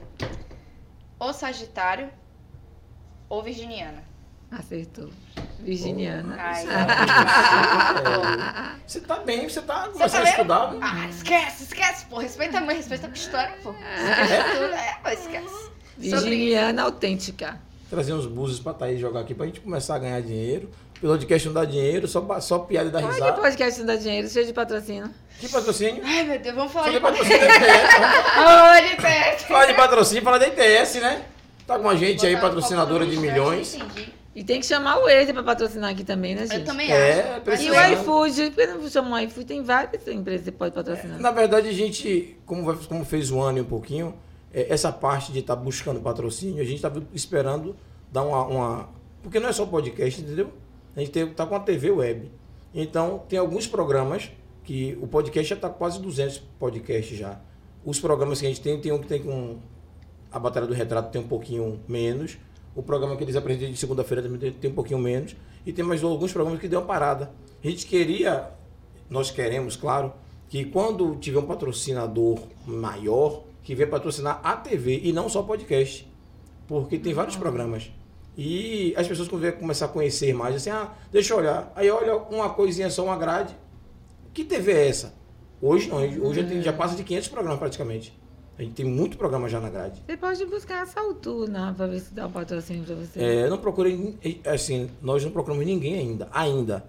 [SPEAKER 1] ou Sagitário ou Virginiana.
[SPEAKER 3] Acertou. Virginiana.
[SPEAKER 1] Ai,
[SPEAKER 3] Ah,
[SPEAKER 2] É, Você tá bem, você tá começando a
[SPEAKER 1] bem?
[SPEAKER 2] estudar. viu?
[SPEAKER 1] Ah, esquece, esquece, pô. Respeita a mãe, respeita a história, pô. Esquece tudo. É, pô, esquece.
[SPEAKER 3] Virginiana autêntica.
[SPEAKER 2] Trazer uns búzios pra Thaís jogar aqui pra gente começar a ganhar dinheiro. Pelo podcast não dá dinheiro, só, ba- só piada e dá
[SPEAKER 3] Olha que
[SPEAKER 2] risada.
[SPEAKER 3] podcast não dá dinheiro, cheio de patrocínio.
[SPEAKER 2] Que patrocínio?
[SPEAKER 1] Ai, meu Deus, vamos falar
[SPEAKER 2] Fala
[SPEAKER 1] de
[SPEAKER 2] de
[SPEAKER 1] patrocínio.
[SPEAKER 2] patrocínio da ITS.
[SPEAKER 1] Fala de patrocínio.
[SPEAKER 2] Fala de patrocínio, fala da ITS, né? Tá com a gente
[SPEAKER 1] é um
[SPEAKER 2] aí, patrocinadora de milhões.
[SPEAKER 1] Entendi.
[SPEAKER 3] E tem que chamar o Waze pra patrocinar aqui também, né, gente?
[SPEAKER 1] Eu também
[SPEAKER 2] É,
[SPEAKER 1] acho.
[SPEAKER 3] E
[SPEAKER 2] precisa.
[SPEAKER 1] Mas
[SPEAKER 3] o
[SPEAKER 1] eu-
[SPEAKER 3] iFood, por que não chamar o iFood? Tem várias empresas que você pode patrocinar.
[SPEAKER 2] Na verdade, a gente, como, vai- como fez o ano e um pouquinho, é, essa parte de estar buscando patrocínio, a gente estava esperando dar uma, uma- Porque não é só podcast, entendeu? A gente está com a TV web. Então, tem alguns programas que o podcast já está quase 200 podcasts já. Os programas que a gente tem, tem um que tem com. A Batalha do Retrato tem um pouquinho menos. O programa que eles apresentam de segunda-feira também tem- tem um pouquinho menos. E tem mais alguns programas que deu uma parada. A gente queria, nós queremos, claro, que quando tiver um patrocinador maior, que venha patrocinar a TV e não só podcast. Porque tem vários programas. E as pessoas quando vêm começar a conhecer mais, assim, ah, deixa eu olhar. Aí olha uma coisinha só, uma grade. Que TV é essa? Hoje não, hoje a gente já passa de 500 programas praticamente. A gente tem muito programa já na grade.
[SPEAKER 3] Você pode buscar a Salturna pra ver se dá um patrocínio pra você.
[SPEAKER 2] É, eu não procurei, nin- assim, nós não procuramos ninguém ainda, ainda.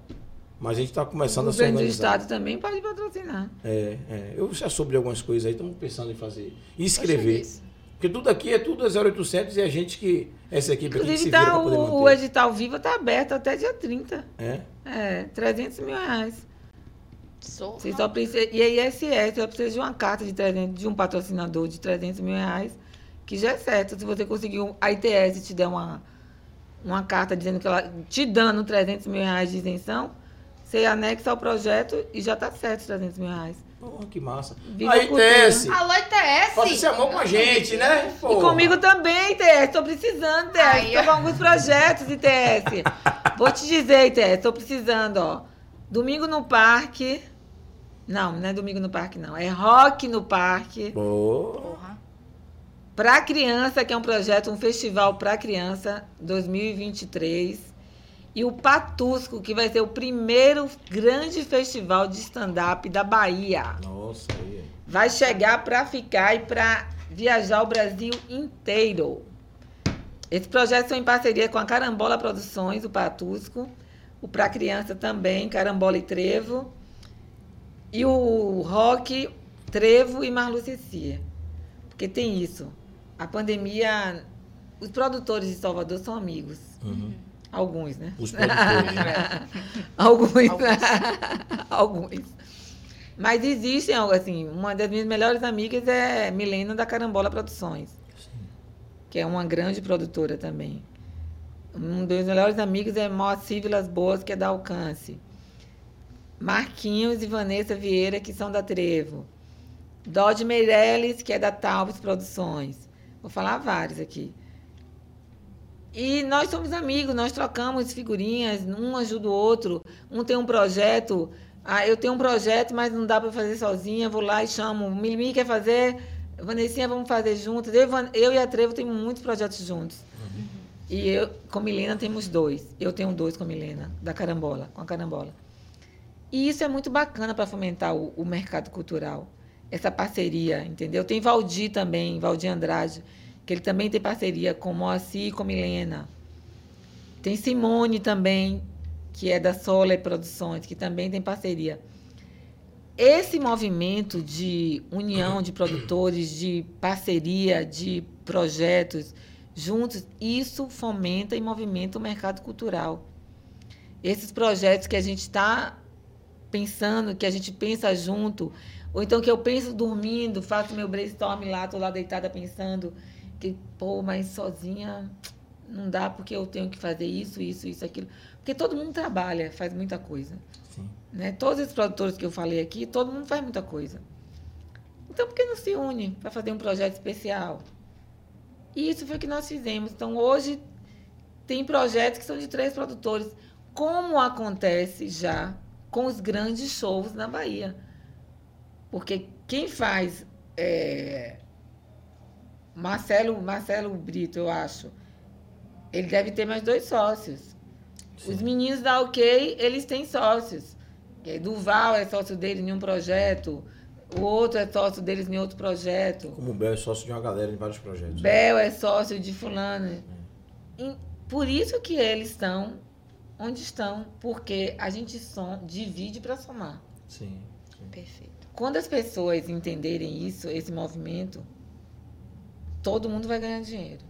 [SPEAKER 2] Mas a gente está
[SPEAKER 3] o
[SPEAKER 2] começando a se
[SPEAKER 3] governo do
[SPEAKER 2] organizar.
[SPEAKER 3] estado também pode patrocinar.
[SPEAKER 2] É, é, eu já soube de algumas coisas aí, estamos pensando em fazer. E
[SPEAKER 1] Poxa,
[SPEAKER 2] escrever.
[SPEAKER 1] isso.
[SPEAKER 2] Porque tudo aqui é tudo é 0800 e a gente que, essa equipe aqui que se
[SPEAKER 3] Inclusive,
[SPEAKER 2] vira
[SPEAKER 3] tá,
[SPEAKER 2] para poder
[SPEAKER 3] o, o
[SPEAKER 2] manter.
[SPEAKER 3] edital Viva tá aberto até dia 30.
[SPEAKER 2] É,
[SPEAKER 3] É, 300 mil reais.
[SPEAKER 1] Sou.
[SPEAKER 3] Você só precisa, e a ISS só precisa de uma carta de, 300, de um patrocinador de 300 mil reais, que já é certo. Se você conseguir, um- a ITS te der uma, uma carta dizendo que ela te dando 300 mil reais de isenção, você anexa ao projeto e já está certo os 300 mil reais.
[SPEAKER 2] Porra, que massa.
[SPEAKER 3] Viva
[SPEAKER 2] aí,
[SPEAKER 3] a cultura. Ah,
[SPEAKER 2] Tess,
[SPEAKER 1] Alô, ITS!
[SPEAKER 2] você se amou com a gente, né?
[SPEAKER 3] E
[SPEAKER 2] Porra.
[SPEAKER 3] comigo também, ITS. Estou precisando, ITS.
[SPEAKER 1] Aí, ó.
[SPEAKER 3] Estou com alguns projetos, ITS. Vou te dizer, ITS. Estou precisando, ó. Domingo no parque. Não, não é domingo no parque, não. É rock no parque.
[SPEAKER 2] Porra.
[SPEAKER 1] Porra.
[SPEAKER 3] Pra Criança, que é um projeto, um festival pra criança 2023. E o Patusco, que vai ser o primeiro grande festival de stand-up da Bahia.
[SPEAKER 2] Nossa, aí. aí.
[SPEAKER 3] Vai chegar pra ficar e pra viajar o Brasil inteiro. Esses projetos são em parceria com a Carambola Produções, o Patusco, o Pra Criança também, Carambola e Trevo, e o Rock, Trevo e Marlu Ceci. Porque tem isso. A pandemia, os produtores de Salvador são amigos.
[SPEAKER 2] Uhum.
[SPEAKER 3] Alguns, né?
[SPEAKER 2] Os produtores. né?
[SPEAKER 3] Alguns.
[SPEAKER 1] Alguns.
[SPEAKER 3] Alguns. Mas existem, assim, uma das minhas melhores amigas é Milena da Carambola Produções, que é uma grande produtora também. Um dos meus melhores amigos é Moacir Vilas Boas, que é da Alcance. Marquinhos e Vanessa Vieira, que são da Trevo. Dodge Meirelles, que é da Taubes Produções. Vou falar vários aqui. E nós somos amigos, nós trocamos figurinhas, um ajuda o outro, um tem um projeto, ah, eu tenho um projeto, mas não dá para fazer sozinha, vou lá e chamo, Mimi quer fazer, Vanessinha, vamos fazer juntos. Eu, e Van- eu e a Trevo temos muitos projetos juntos. E eu, com Milena temos dois. Eu tenho dois com Milena, da carambola, com a carambola. E isso é muito bacana para fomentar o, o mercado cultural, essa parceria, entendeu? Tem Valdir também, Valdir Andrade, que ele também tem parceria com Moacir e com Milena. Tem Simone também, que é da Sole Produções, que também tem parceria. Esse movimento de união de produtores, de parceria, de projetos juntos, isso fomenta e movimenta o mercado cultural. Esses projetos que a gente está pensando, que a gente pensa junto, ou então que eu penso dormindo, faço meu brainstorm lá, tô lá deitada pensando que, pô, mas sozinha não dá porque eu tenho que fazer isso, isso, isso, aquilo. Porque todo mundo trabalha, faz muita coisa.
[SPEAKER 6] Sim.
[SPEAKER 3] Né? Todos esses produtores que eu falei aqui, todo mundo faz muita coisa. Então, por que não se une para fazer um projeto especial? E isso foi o que nós fizemos. Então, hoje tem projetos que são de três produtores, como acontece já com os grandes shows na Bahia. Porque quem faz. é, Marcelo, Marcelo Brito, eu acho. Ele deve ter mais dois sócios. Os meninos da OK, eles têm sócios. É, Duval é sócio deles em um projeto, o outro é sócio deles em outro projeto.
[SPEAKER 2] Como o Bel é sócio de uma galera em vários projetos.
[SPEAKER 3] Bel é sócio de fulano. E por isso que eles estão onde estão, porque a gente som, divide para somar.
[SPEAKER 2] Sim.
[SPEAKER 1] Perfeito.
[SPEAKER 3] Quando as pessoas entenderem isso, esse movimento, todo mundo vai ganhar dinheiro.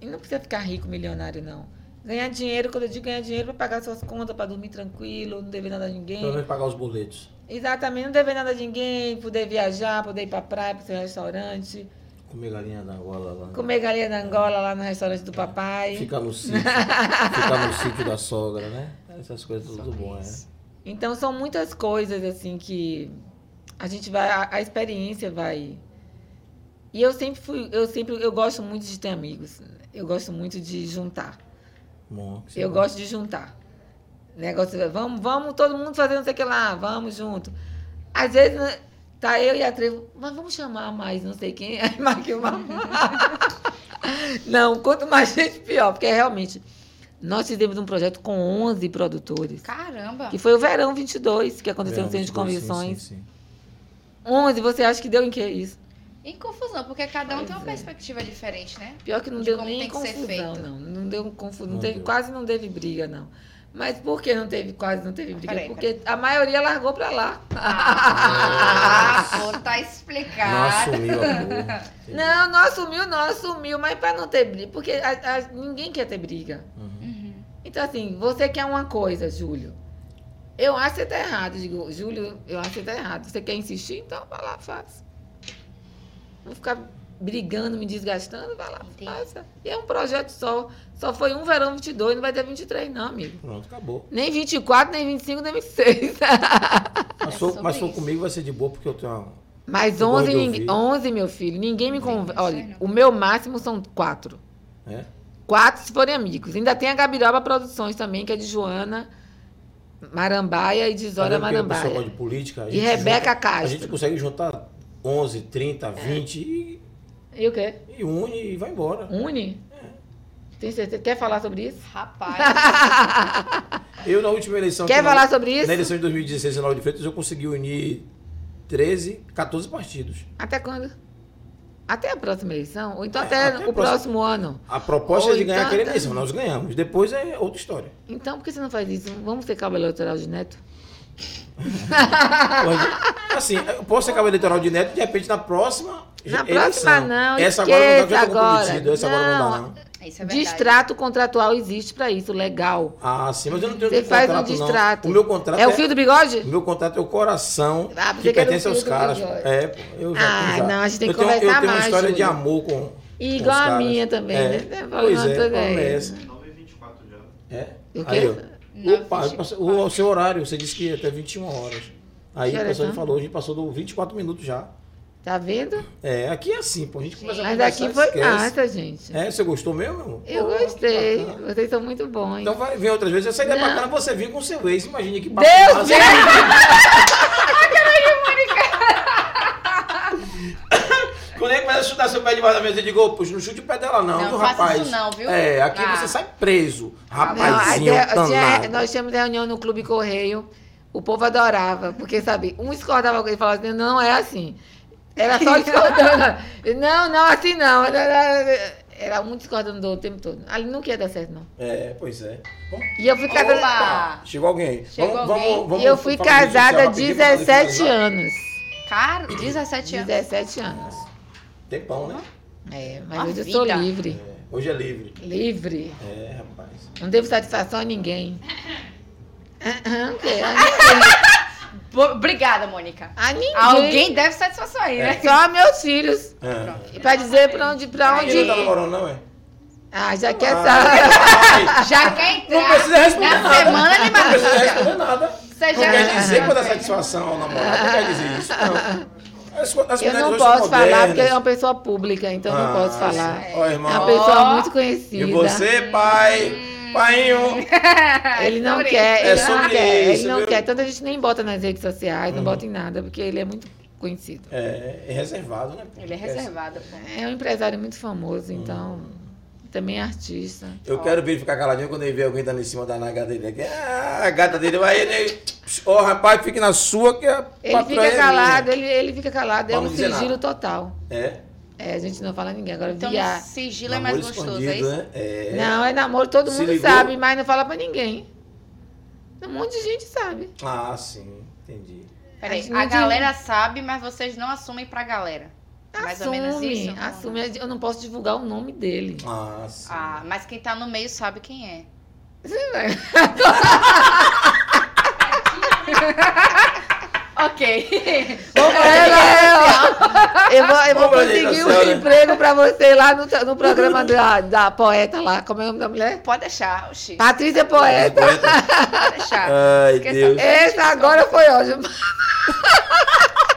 [SPEAKER 3] E não precisa ficar rico, milionário, não. Ganhar dinheiro, quando eu digo ganhar dinheiro, para pagar suas contas, para dormir tranquilo, não dever nada a ninguém.
[SPEAKER 2] Pelo menos pagar os boletos.
[SPEAKER 3] Exatamente, não dever nada a ninguém, poder viajar, poder ir para praia, para seu restaurante,
[SPEAKER 2] Comer galinha da Angola lá. né?
[SPEAKER 3] comer galinha da Angola lá no restaurante do papai.
[SPEAKER 2] Ficar no sítio. Ficar no sítio da sogra, né? Essas coisas tudo bom, né?
[SPEAKER 3] Então são muitas coisas assim que a gente vai a, a experiência vai. E eu sempre fui, eu sempre eu gosto muito de ter amigos. Eu gosto muito de juntar.
[SPEAKER 2] é. Bom, que
[SPEAKER 3] eu
[SPEAKER 2] bom.
[SPEAKER 3] gosto de juntar. Negócio, vamos, vamos todo mundo fazer não sei o que lá, vamos junto. Às vezes né, tá eu e a Trevo, mas vamos chamar mais não sei quem, aí marquei uma. não, quanto mais gente pior, porque realmente nós fizemos um projeto com 11
[SPEAKER 2] é.
[SPEAKER 3] produtores.
[SPEAKER 1] Caramba!
[SPEAKER 3] Que foi o verão 22 que aconteceu no
[SPEAKER 2] Verão,
[SPEAKER 3] centro de
[SPEAKER 2] sim, sim,
[SPEAKER 3] convenções.
[SPEAKER 2] assim, sim, sim.
[SPEAKER 3] 11, você acha que deu em que isso?
[SPEAKER 1] Em confusão, porque cada um tem uma
[SPEAKER 3] Pois é.
[SPEAKER 1] perspectiva diferente, né?
[SPEAKER 3] Pior que não
[SPEAKER 1] De
[SPEAKER 3] deu
[SPEAKER 1] como
[SPEAKER 3] nem
[SPEAKER 1] tem que ser
[SPEAKER 3] confusão,
[SPEAKER 1] feito.
[SPEAKER 3] não. Não deu confusão,
[SPEAKER 2] Não
[SPEAKER 3] não teve,
[SPEAKER 2] deu.
[SPEAKER 3] quase não teve briga, não. Mas por que não teve quase não teve briga?
[SPEAKER 1] Peraí,
[SPEAKER 3] Porque a maioria largou pra lá.
[SPEAKER 1] Ah, pô, tá
[SPEAKER 2] Não
[SPEAKER 1] explicado.
[SPEAKER 2] assumiu a porra.
[SPEAKER 3] Não, não assumiu, não assumiu, mas pra não ter briga, porque a- a- ninguém quer ter briga.
[SPEAKER 1] Uhum.
[SPEAKER 3] Então, assim, você quer uma coisa, Júlio. Eu acho que você tá errado. Eu Digo, Júlio, eu acho que você tá errado. Você quer insistir? Então, vai lá, faça. Não ficar brigando, me desgastando, vai lá,
[SPEAKER 1] Entendi.
[SPEAKER 3] faça. E é um projeto só. Só foi um verão 22, não vai ter 23, não, amigo.
[SPEAKER 2] Pronto, acabou.
[SPEAKER 3] Nem 24, nem 25, nem 26.
[SPEAKER 2] Mas
[SPEAKER 1] É
[SPEAKER 2] for,
[SPEAKER 1] sobre
[SPEAKER 2] mas for
[SPEAKER 1] isso.
[SPEAKER 2] comigo vai ser de boa, porque eu tenho uma.
[SPEAKER 3] Mas
[SPEAKER 2] Gosto
[SPEAKER 3] 11,
[SPEAKER 2] de
[SPEAKER 3] ninguém-
[SPEAKER 2] ouvir.
[SPEAKER 3] 11 meu filho, ninguém me convence.
[SPEAKER 1] não sei
[SPEAKER 3] Olha,
[SPEAKER 1] não.
[SPEAKER 3] o meu máximo são quatro.
[SPEAKER 2] É?
[SPEAKER 3] Quatro se forem amigos. Ainda tem a Gabiroba Produções também, que é de Joana Marambaia e de
[SPEAKER 2] Tá
[SPEAKER 3] Zora
[SPEAKER 2] vendo que a pessoa gosta
[SPEAKER 3] Marambaia.
[SPEAKER 2] de política. a
[SPEAKER 3] E
[SPEAKER 2] gente
[SPEAKER 3] Rebeca
[SPEAKER 2] junta- A
[SPEAKER 3] Castro. É.
[SPEAKER 2] gente consegue juntar 11, 30, 20 e,
[SPEAKER 3] E o quê?
[SPEAKER 2] e une e vai embora.
[SPEAKER 3] Une? Tem certeza? Quer falar sobre isso?
[SPEAKER 1] Rapaz,
[SPEAKER 2] Eu, na última eleição.
[SPEAKER 3] Quer
[SPEAKER 2] que na-
[SPEAKER 3] falar sobre isso?
[SPEAKER 2] Na eleição de 2016, na Lauro de Freitas, eu consegui unir 13, 14 partidos.
[SPEAKER 3] Até quando? Até a próxima eleição? Ou então
[SPEAKER 2] É,
[SPEAKER 3] até,
[SPEAKER 2] até a
[SPEAKER 3] o próximo ano?
[SPEAKER 2] A proposta é de ganhar
[SPEAKER 3] Oitenta.
[SPEAKER 2] aquela eleição, nós ganhamos. Depois é outra história.
[SPEAKER 3] Então por que você não faz isso? Vamos ser cabo eleitoral de neto?
[SPEAKER 2] Mas, assim, eu posso ser cabo eleitoral de neto, de repente, na próxima.
[SPEAKER 3] Na
[SPEAKER 2] eleição.
[SPEAKER 3] próxima não,
[SPEAKER 2] Essa agora não dá,
[SPEAKER 3] esqueça
[SPEAKER 2] porque eu tô
[SPEAKER 3] agora.
[SPEAKER 2] comprometido. Essa agora não dá,
[SPEAKER 3] Não.
[SPEAKER 2] não.
[SPEAKER 1] isso é verdade.
[SPEAKER 3] Distrato contratual existe pra isso, legal.
[SPEAKER 2] Ah, sim, mas eu não tenho
[SPEAKER 3] Você faz um
[SPEAKER 2] não.
[SPEAKER 3] distrato.
[SPEAKER 2] O meu contrato
[SPEAKER 3] É o fio do bigode?
[SPEAKER 2] O meu contrato é o coração
[SPEAKER 3] Ah,
[SPEAKER 2] que
[SPEAKER 3] pensei que era o
[SPEAKER 2] pertence aos
[SPEAKER 3] filho do
[SPEAKER 2] caras.
[SPEAKER 3] Bigode.
[SPEAKER 2] É, pô, eu já,
[SPEAKER 3] Ah,
[SPEAKER 2] eu já.
[SPEAKER 3] não, a gente tem
[SPEAKER 2] eu
[SPEAKER 3] que
[SPEAKER 2] tenho, Eu
[SPEAKER 3] conversar
[SPEAKER 2] tenho uma
[SPEAKER 3] mais,
[SPEAKER 2] história de
[SPEAKER 3] Júlio.
[SPEAKER 2] amor com.
[SPEAKER 3] E
[SPEAKER 2] com os
[SPEAKER 3] igual a
[SPEAKER 2] caras.
[SPEAKER 3] minha também,
[SPEAKER 2] É.
[SPEAKER 3] né? Tá
[SPEAKER 2] Pois
[SPEAKER 3] falando
[SPEAKER 2] é,
[SPEAKER 3] também.
[SPEAKER 2] começa.
[SPEAKER 4] 9h24 já.
[SPEAKER 2] É.
[SPEAKER 3] O quê?
[SPEAKER 2] Aí, ó.
[SPEAKER 1] Nove
[SPEAKER 2] Opa,
[SPEAKER 1] e
[SPEAKER 2] passou- o, o seu horário, você disse que ia até 21 horas. Aí
[SPEAKER 3] Que
[SPEAKER 2] o
[SPEAKER 3] horas
[SPEAKER 2] pessoal
[SPEAKER 3] são?
[SPEAKER 2] falou, a gente passou do 24 minutos já.
[SPEAKER 3] Tá vendo?
[SPEAKER 7] É, aqui é assim, pô. A gente começa a
[SPEAKER 3] Mas
[SPEAKER 7] conversar,
[SPEAKER 3] aqui foi
[SPEAKER 7] esquece.
[SPEAKER 3] massa, gente.
[SPEAKER 7] É, você gostou mesmo? irmão?
[SPEAKER 3] Eu
[SPEAKER 7] Pô,
[SPEAKER 3] gostei.
[SPEAKER 7] que
[SPEAKER 2] tá,
[SPEAKER 7] bacana.
[SPEAKER 3] Vocês são muito bons.
[SPEAKER 7] Então vai vir outras vezes. Eu seria
[SPEAKER 2] é
[SPEAKER 3] Não.
[SPEAKER 7] bacana você vir com seu ex. Imagine que me
[SPEAKER 3] Deus
[SPEAKER 2] Quando ele começa a chutar seu pé debaixo da mesa, eu digo, ô, puxa, não chute o pé dela não,
[SPEAKER 1] Não,
[SPEAKER 2] viu,
[SPEAKER 1] faça
[SPEAKER 2] rapaz?
[SPEAKER 1] isso não, é, viu?
[SPEAKER 2] É, aqui
[SPEAKER 1] Ah.
[SPEAKER 2] você sai preso,
[SPEAKER 3] Não, aí
[SPEAKER 2] rapazinho
[SPEAKER 3] tem-
[SPEAKER 1] assim,
[SPEAKER 3] tinha-
[SPEAKER 2] assim, danado.
[SPEAKER 3] nós tínhamos reunião no Clube Correio, o povo adorava, porque, sabe, um discordava com ele e falava assim, não é assim. Era só discordando. não, não, assim não. Era, era- era um discordando do outro o tempo todo. Ali nunca ia dar certo, não.
[SPEAKER 2] É, pois é. Bom,
[SPEAKER 3] E eu fui casada,
[SPEAKER 1] Opa!
[SPEAKER 2] chegou alguém aí.
[SPEAKER 1] Chegou alguém.
[SPEAKER 3] e eu fui
[SPEAKER 2] falar de rede social
[SPEAKER 3] casada há
[SPEAKER 2] rapidinho pra poder
[SPEAKER 3] 17
[SPEAKER 2] finalizar.
[SPEAKER 3] anos.
[SPEAKER 1] Cara, 17 anos.
[SPEAKER 3] 17 anos.
[SPEAKER 2] Tempão, né?
[SPEAKER 3] É, mas
[SPEAKER 1] Uma
[SPEAKER 3] hoje eu sou
[SPEAKER 1] vida.
[SPEAKER 3] livre.
[SPEAKER 2] É, Hoje é livre.
[SPEAKER 3] Livre.
[SPEAKER 2] É, rapaz.
[SPEAKER 3] Não devo satisfação a ninguém. Aham, é.
[SPEAKER 1] Bo- Obrigada, Mônica.
[SPEAKER 3] A ninguém.
[SPEAKER 1] Alguém deve satisfação aí, né?
[SPEAKER 3] Só a meus filhos.
[SPEAKER 2] É.
[SPEAKER 3] E Pra dizer pra onde, pra
[SPEAKER 2] Ele não tá
[SPEAKER 3] onde.
[SPEAKER 2] namorando, não, é?
[SPEAKER 3] Ah, já quer saber.
[SPEAKER 2] Ai,
[SPEAKER 1] Já quer entrar.
[SPEAKER 2] Não precisa responder
[SPEAKER 3] é
[SPEAKER 1] Na
[SPEAKER 2] nada.
[SPEAKER 1] semana ele
[SPEAKER 2] Não
[SPEAKER 1] marcou.
[SPEAKER 2] precisa responder nada.
[SPEAKER 1] Você
[SPEAKER 2] Não quer dizer quando
[SPEAKER 1] já.
[SPEAKER 2] dá satisfação ao namorado, não quer dizer isso, não. As, as
[SPEAKER 3] Eu
[SPEAKER 2] mulheres
[SPEAKER 3] não
[SPEAKER 2] hoje são
[SPEAKER 3] posso falar porque é
[SPEAKER 2] modernas.
[SPEAKER 3] uma pessoa pública, então eu não
[SPEAKER 2] Ah,
[SPEAKER 3] posso falar.
[SPEAKER 2] sim. Ó,
[SPEAKER 3] É
[SPEAKER 2] irmão.
[SPEAKER 3] uma pessoa
[SPEAKER 1] Ó.
[SPEAKER 3] muito
[SPEAKER 2] E
[SPEAKER 3] conhecida.
[SPEAKER 2] você, pai? Painho,
[SPEAKER 3] Ele não
[SPEAKER 1] Sobre
[SPEAKER 3] quer,
[SPEAKER 2] É
[SPEAKER 3] ele não
[SPEAKER 2] sobre
[SPEAKER 3] quer,
[SPEAKER 2] isso,
[SPEAKER 3] ele não
[SPEAKER 2] viu? Hum.
[SPEAKER 3] quer. Tanto a gente nem bota nas redes sociais, não bota em nada, porque ele é muito conhecido.
[SPEAKER 2] É, é reservado, né? pô?
[SPEAKER 1] Ele é reservado, pô.
[SPEAKER 3] É um empresário muito famoso,
[SPEAKER 2] Hum.
[SPEAKER 3] então. Também é artista.
[SPEAKER 2] Eu quero ver ele ficar caladinho quando ele vê alguém dando em cima da na gata dele. aqui. Ah, a gata dele vai ele. Ó, rapaz, fique na sua que a
[SPEAKER 3] Ele
[SPEAKER 2] patroa é
[SPEAKER 3] fica
[SPEAKER 2] minha.
[SPEAKER 3] calado, ele, ele fica calado. É
[SPEAKER 2] Pra
[SPEAKER 3] um
[SPEAKER 2] não dizer
[SPEAKER 3] sigilo
[SPEAKER 2] nada.
[SPEAKER 3] total.
[SPEAKER 2] É.
[SPEAKER 3] É, a gente não fala a ninguém. Agora,
[SPEAKER 1] Então,
[SPEAKER 3] via...
[SPEAKER 1] sigilo é mais
[SPEAKER 2] Namoro
[SPEAKER 1] gostoso, é
[SPEAKER 2] escondido,
[SPEAKER 1] isso?
[SPEAKER 2] né? É.
[SPEAKER 3] Não, é namoro, todo
[SPEAKER 2] Se
[SPEAKER 3] mundo
[SPEAKER 2] ligou?
[SPEAKER 3] sabe, mas não fala pra ninguém. Um monte de gente sabe.
[SPEAKER 2] Ah, sim, entendi.
[SPEAKER 1] Peraí,
[SPEAKER 3] A gente
[SPEAKER 1] a
[SPEAKER 3] não
[SPEAKER 1] galera sabe, mas vocês não assumem pra galera. Mais ou menos isso?
[SPEAKER 3] Assume, eu não posso divulgar o nome dele.
[SPEAKER 2] Ah, sim.
[SPEAKER 1] Ah, mas quem tá no meio sabe quem é. ok.
[SPEAKER 3] Vamos pra ela, eu, vou, eu vou
[SPEAKER 2] Ô, Brasil
[SPEAKER 3] conseguir
[SPEAKER 2] da
[SPEAKER 3] um
[SPEAKER 2] senhora.
[SPEAKER 3] emprego pra você lá no, no programa da, da poeta lá. Como é o nome da mulher?
[SPEAKER 1] Pode deixar, oxi.
[SPEAKER 3] Patrícia Poeta.
[SPEAKER 1] Pode deixar.
[SPEAKER 2] Ai,
[SPEAKER 1] Esqueça.
[SPEAKER 2] Deus.
[SPEAKER 3] Essa agora foi ótima.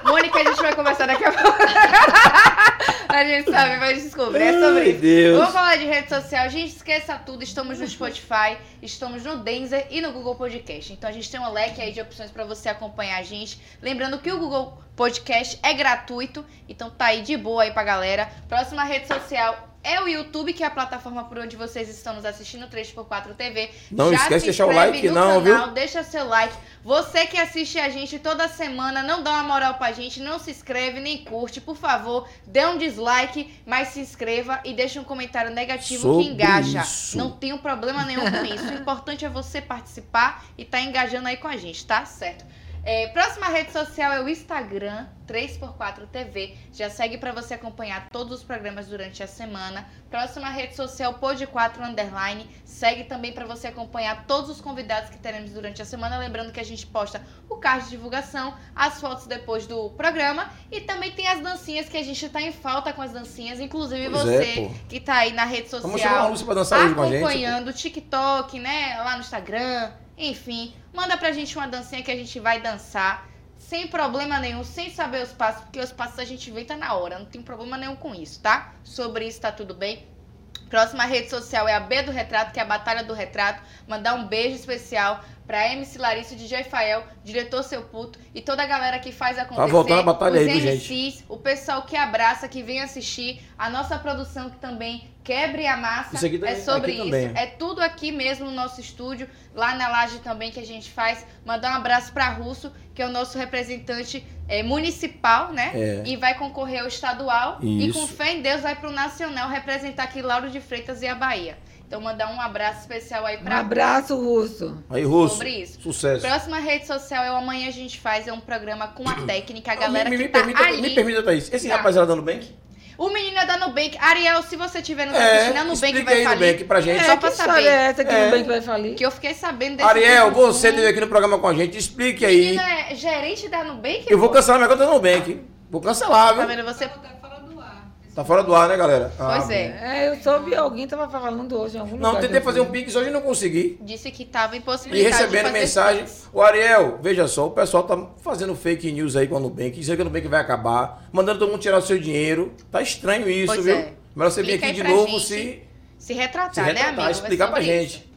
[SPEAKER 1] Mônica, a gente vai conversar daqui a pouco. a gente sabe, vai descobrir. É sobre
[SPEAKER 2] Ai,
[SPEAKER 1] isso.
[SPEAKER 2] Deus.
[SPEAKER 1] Vamos falar de rede social. Gente, esqueça tudo. Estamos no Spotify, estamos no Denzer e no Google Podcast. Então a gente tem um leque aí de opções para você acompanhar a gente. Lembrando que o Google Podcast é gratuito, então tá aí de boa aí pra galera. Próxima rede social é o YouTube, que é a plataforma por onde vocês estão nos assistindo, 3x4 TV.
[SPEAKER 2] Não
[SPEAKER 1] Já se
[SPEAKER 2] esquece de deixar o
[SPEAKER 1] inscreve
[SPEAKER 2] like,
[SPEAKER 1] no
[SPEAKER 2] não,
[SPEAKER 1] canal, Deixa seu like. Você que assiste a gente toda semana, não dá uma moral pra gente, não se inscreve nem curte, por favor, dê um dislike, mas se inscreva e deixa um comentário negativo
[SPEAKER 2] Sobre
[SPEAKER 1] que engaja.
[SPEAKER 2] isso.
[SPEAKER 1] Não tem um problema nenhum com isso. O importante é você participar e tá engajando aí com a gente, tá certo? É, próxima rede social é o Instagram 3x4 TV. Já segue pra você acompanhar todos os programas durante a semana. Próxima rede social Pod 4 Underline. Segue também pra você acompanhar todos os convidados que teremos durante a semana. Lembrando que a gente posta o card de divulgação, as fotos depois do programa e também tem as dancinhas que a gente tá em falta com as dancinhas. Inclusive
[SPEAKER 2] Pois
[SPEAKER 1] você
[SPEAKER 2] é, pô.
[SPEAKER 1] que tá aí na rede
[SPEAKER 2] Vamos chamar a
[SPEAKER 1] social
[SPEAKER 2] Lúcia pra dançar hoje com a gente.
[SPEAKER 1] acompanhando o TikTok, né? Lá no Instagram, enfim. Manda pra gente uma dancinha que a gente vai dançar. Sem problema nenhum, sem saber os passos, porque os passos a gente inventa na hora, não tem problema nenhum com isso, tá? Sobre isso tá tudo bem. Próxima rede social é a B do Retrato, que é a Batalha do Retrato. Mandar um beijo especial pra MC Larissa, DJ Fael, diretor Seu Puto e toda a galera que faz acontecer.
[SPEAKER 2] Tá voltando a batalha
[SPEAKER 1] os
[SPEAKER 2] aí, viu,
[SPEAKER 1] MCs,
[SPEAKER 2] gente?
[SPEAKER 1] o pessoal que abraça, que vem assistir, a nossa produção que também quebre a massa.
[SPEAKER 2] Isso aqui tá-
[SPEAKER 1] é sobre
[SPEAKER 2] aqui
[SPEAKER 1] isso.
[SPEAKER 2] também.
[SPEAKER 1] É tudo aqui mesmo no nosso estúdio, lá na laje também que a gente faz. Mandar um abraço pra Russo, que é o nosso representante eh, municipal, né?
[SPEAKER 2] É.
[SPEAKER 1] E vai concorrer ao estadual. E
[SPEAKER 2] Isso.
[SPEAKER 1] com fé em Deus vai pro nacional representar aqui Lauro de Freitas e a Bahia. Então mandar um abraço especial aí
[SPEAKER 3] Um
[SPEAKER 1] pra
[SPEAKER 3] abraço, Russo.
[SPEAKER 2] Aí, Russo.
[SPEAKER 1] sobre isso.
[SPEAKER 2] Sucesso.
[SPEAKER 1] Próxima rede social é o Amanhã a gente faz, é um programa com a técnica, a galera
[SPEAKER 2] me, me,
[SPEAKER 1] que
[SPEAKER 2] me
[SPEAKER 1] tá
[SPEAKER 2] permita,
[SPEAKER 1] ali.
[SPEAKER 2] me permita, Thaís. Esse
[SPEAKER 1] Tá.
[SPEAKER 2] rapaz era da Nubank?
[SPEAKER 1] O menino é da Nubank. Ariel, se você tiver no
[SPEAKER 2] É,
[SPEAKER 1] assistindo, a Nubank
[SPEAKER 2] explica
[SPEAKER 1] vai
[SPEAKER 2] aí,
[SPEAKER 1] falir.
[SPEAKER 2] Nubank, pra gente.
[SPEAKER 1] É,
[SPEAKER 3] Só
[SPEAKER 1] pra
[SPEAKER 3] que
[SPEAKER 1] saber.
[SPEAKER 3] história é essa que
[SPEAKER 2] É.
[SPEAKER 3] o Nubank vai falir?
[SPEAKER 1] Que eu fiquei sabendo desse
[SPEAKER 2] Ariel,
[SPEAKER 1] tipo de
[SPEAKER 2] você
[SPEAKER 1] assunto.
[SPEAKER 2] esteve aqui no programa com a gente, explique
[SPEAKER 1] O menino
[SPEAKER 2] aí.
[SPEAKER 1] é gerente da Nubank?
[SPEAKER 2] Eu vou
[SPEAKER 1] pô?
[SPEAKER 2] cancelar minha conta da Nubank. Vou cancelar,
[SPEAKER 1] Tá
[SPEAKER 2] viu?
[SPEAKER 1] vendo você?
[SPEAKER 8] Vou botar fora do ar.
[SPEAKER 2] Tá fora do ar, né, galera? Ah,
[SPEAKER 1] Pois é.
[SPEAKER 3] É, eu soube, alguém tava falando hoje em algum
[SPEAKER 2] Não,
[SPEAKER 3] lugar.
[SPEAKER 2] tentei
[SPEAKER 3] eu
[SPEAKER 2] fazer um
[SPEAKER 3] vi.
[SPEAKER 2] pix hoje e não consegui.
[SPEAKER 1] Disse que estava
[SPEAKER 2] E
[SPEAKER 1] impossibilitado de
[SPEAKER 2] recebendo
[SPEAKER 1] fazer
[SPEAKER 2] mensagem.
[SPEAKER 1] Pix.
[SPEAKER 2] O Ariel, veja só, o pessoal tá fazendo fake news aí com a Nubank, dizendo que a Nubank vai acabar, mandando todo mundo tirar o seu dinheiro. Tá estranho isso,
[SPEAKER 1] Pois
[SPEAKER 2] viu?
[SPEAKER 1] é.
[SPEAKER 2] Melhor você vir
[SPEAKER 1] Explica
[SPEAKER 2] aqui
[SPEAKER 1] aí
[SPEAKER 2] de
[SPEAKER 1] pra
[SPEAKER 2] novo
[SPEAKER 1] gente,
[SPEAKER 2] se,
[SPEAKER 1] Se
[SPEAKER 2] se
[SPEAKER 1] retratar, né,
[SPEAKER 2] retratar,
[SPEAKER 1] amigo? Vai
[SPEAKER 2] explicar pra
[SPEAKER 1] sobre isso.
[SPEAKER 2] gente.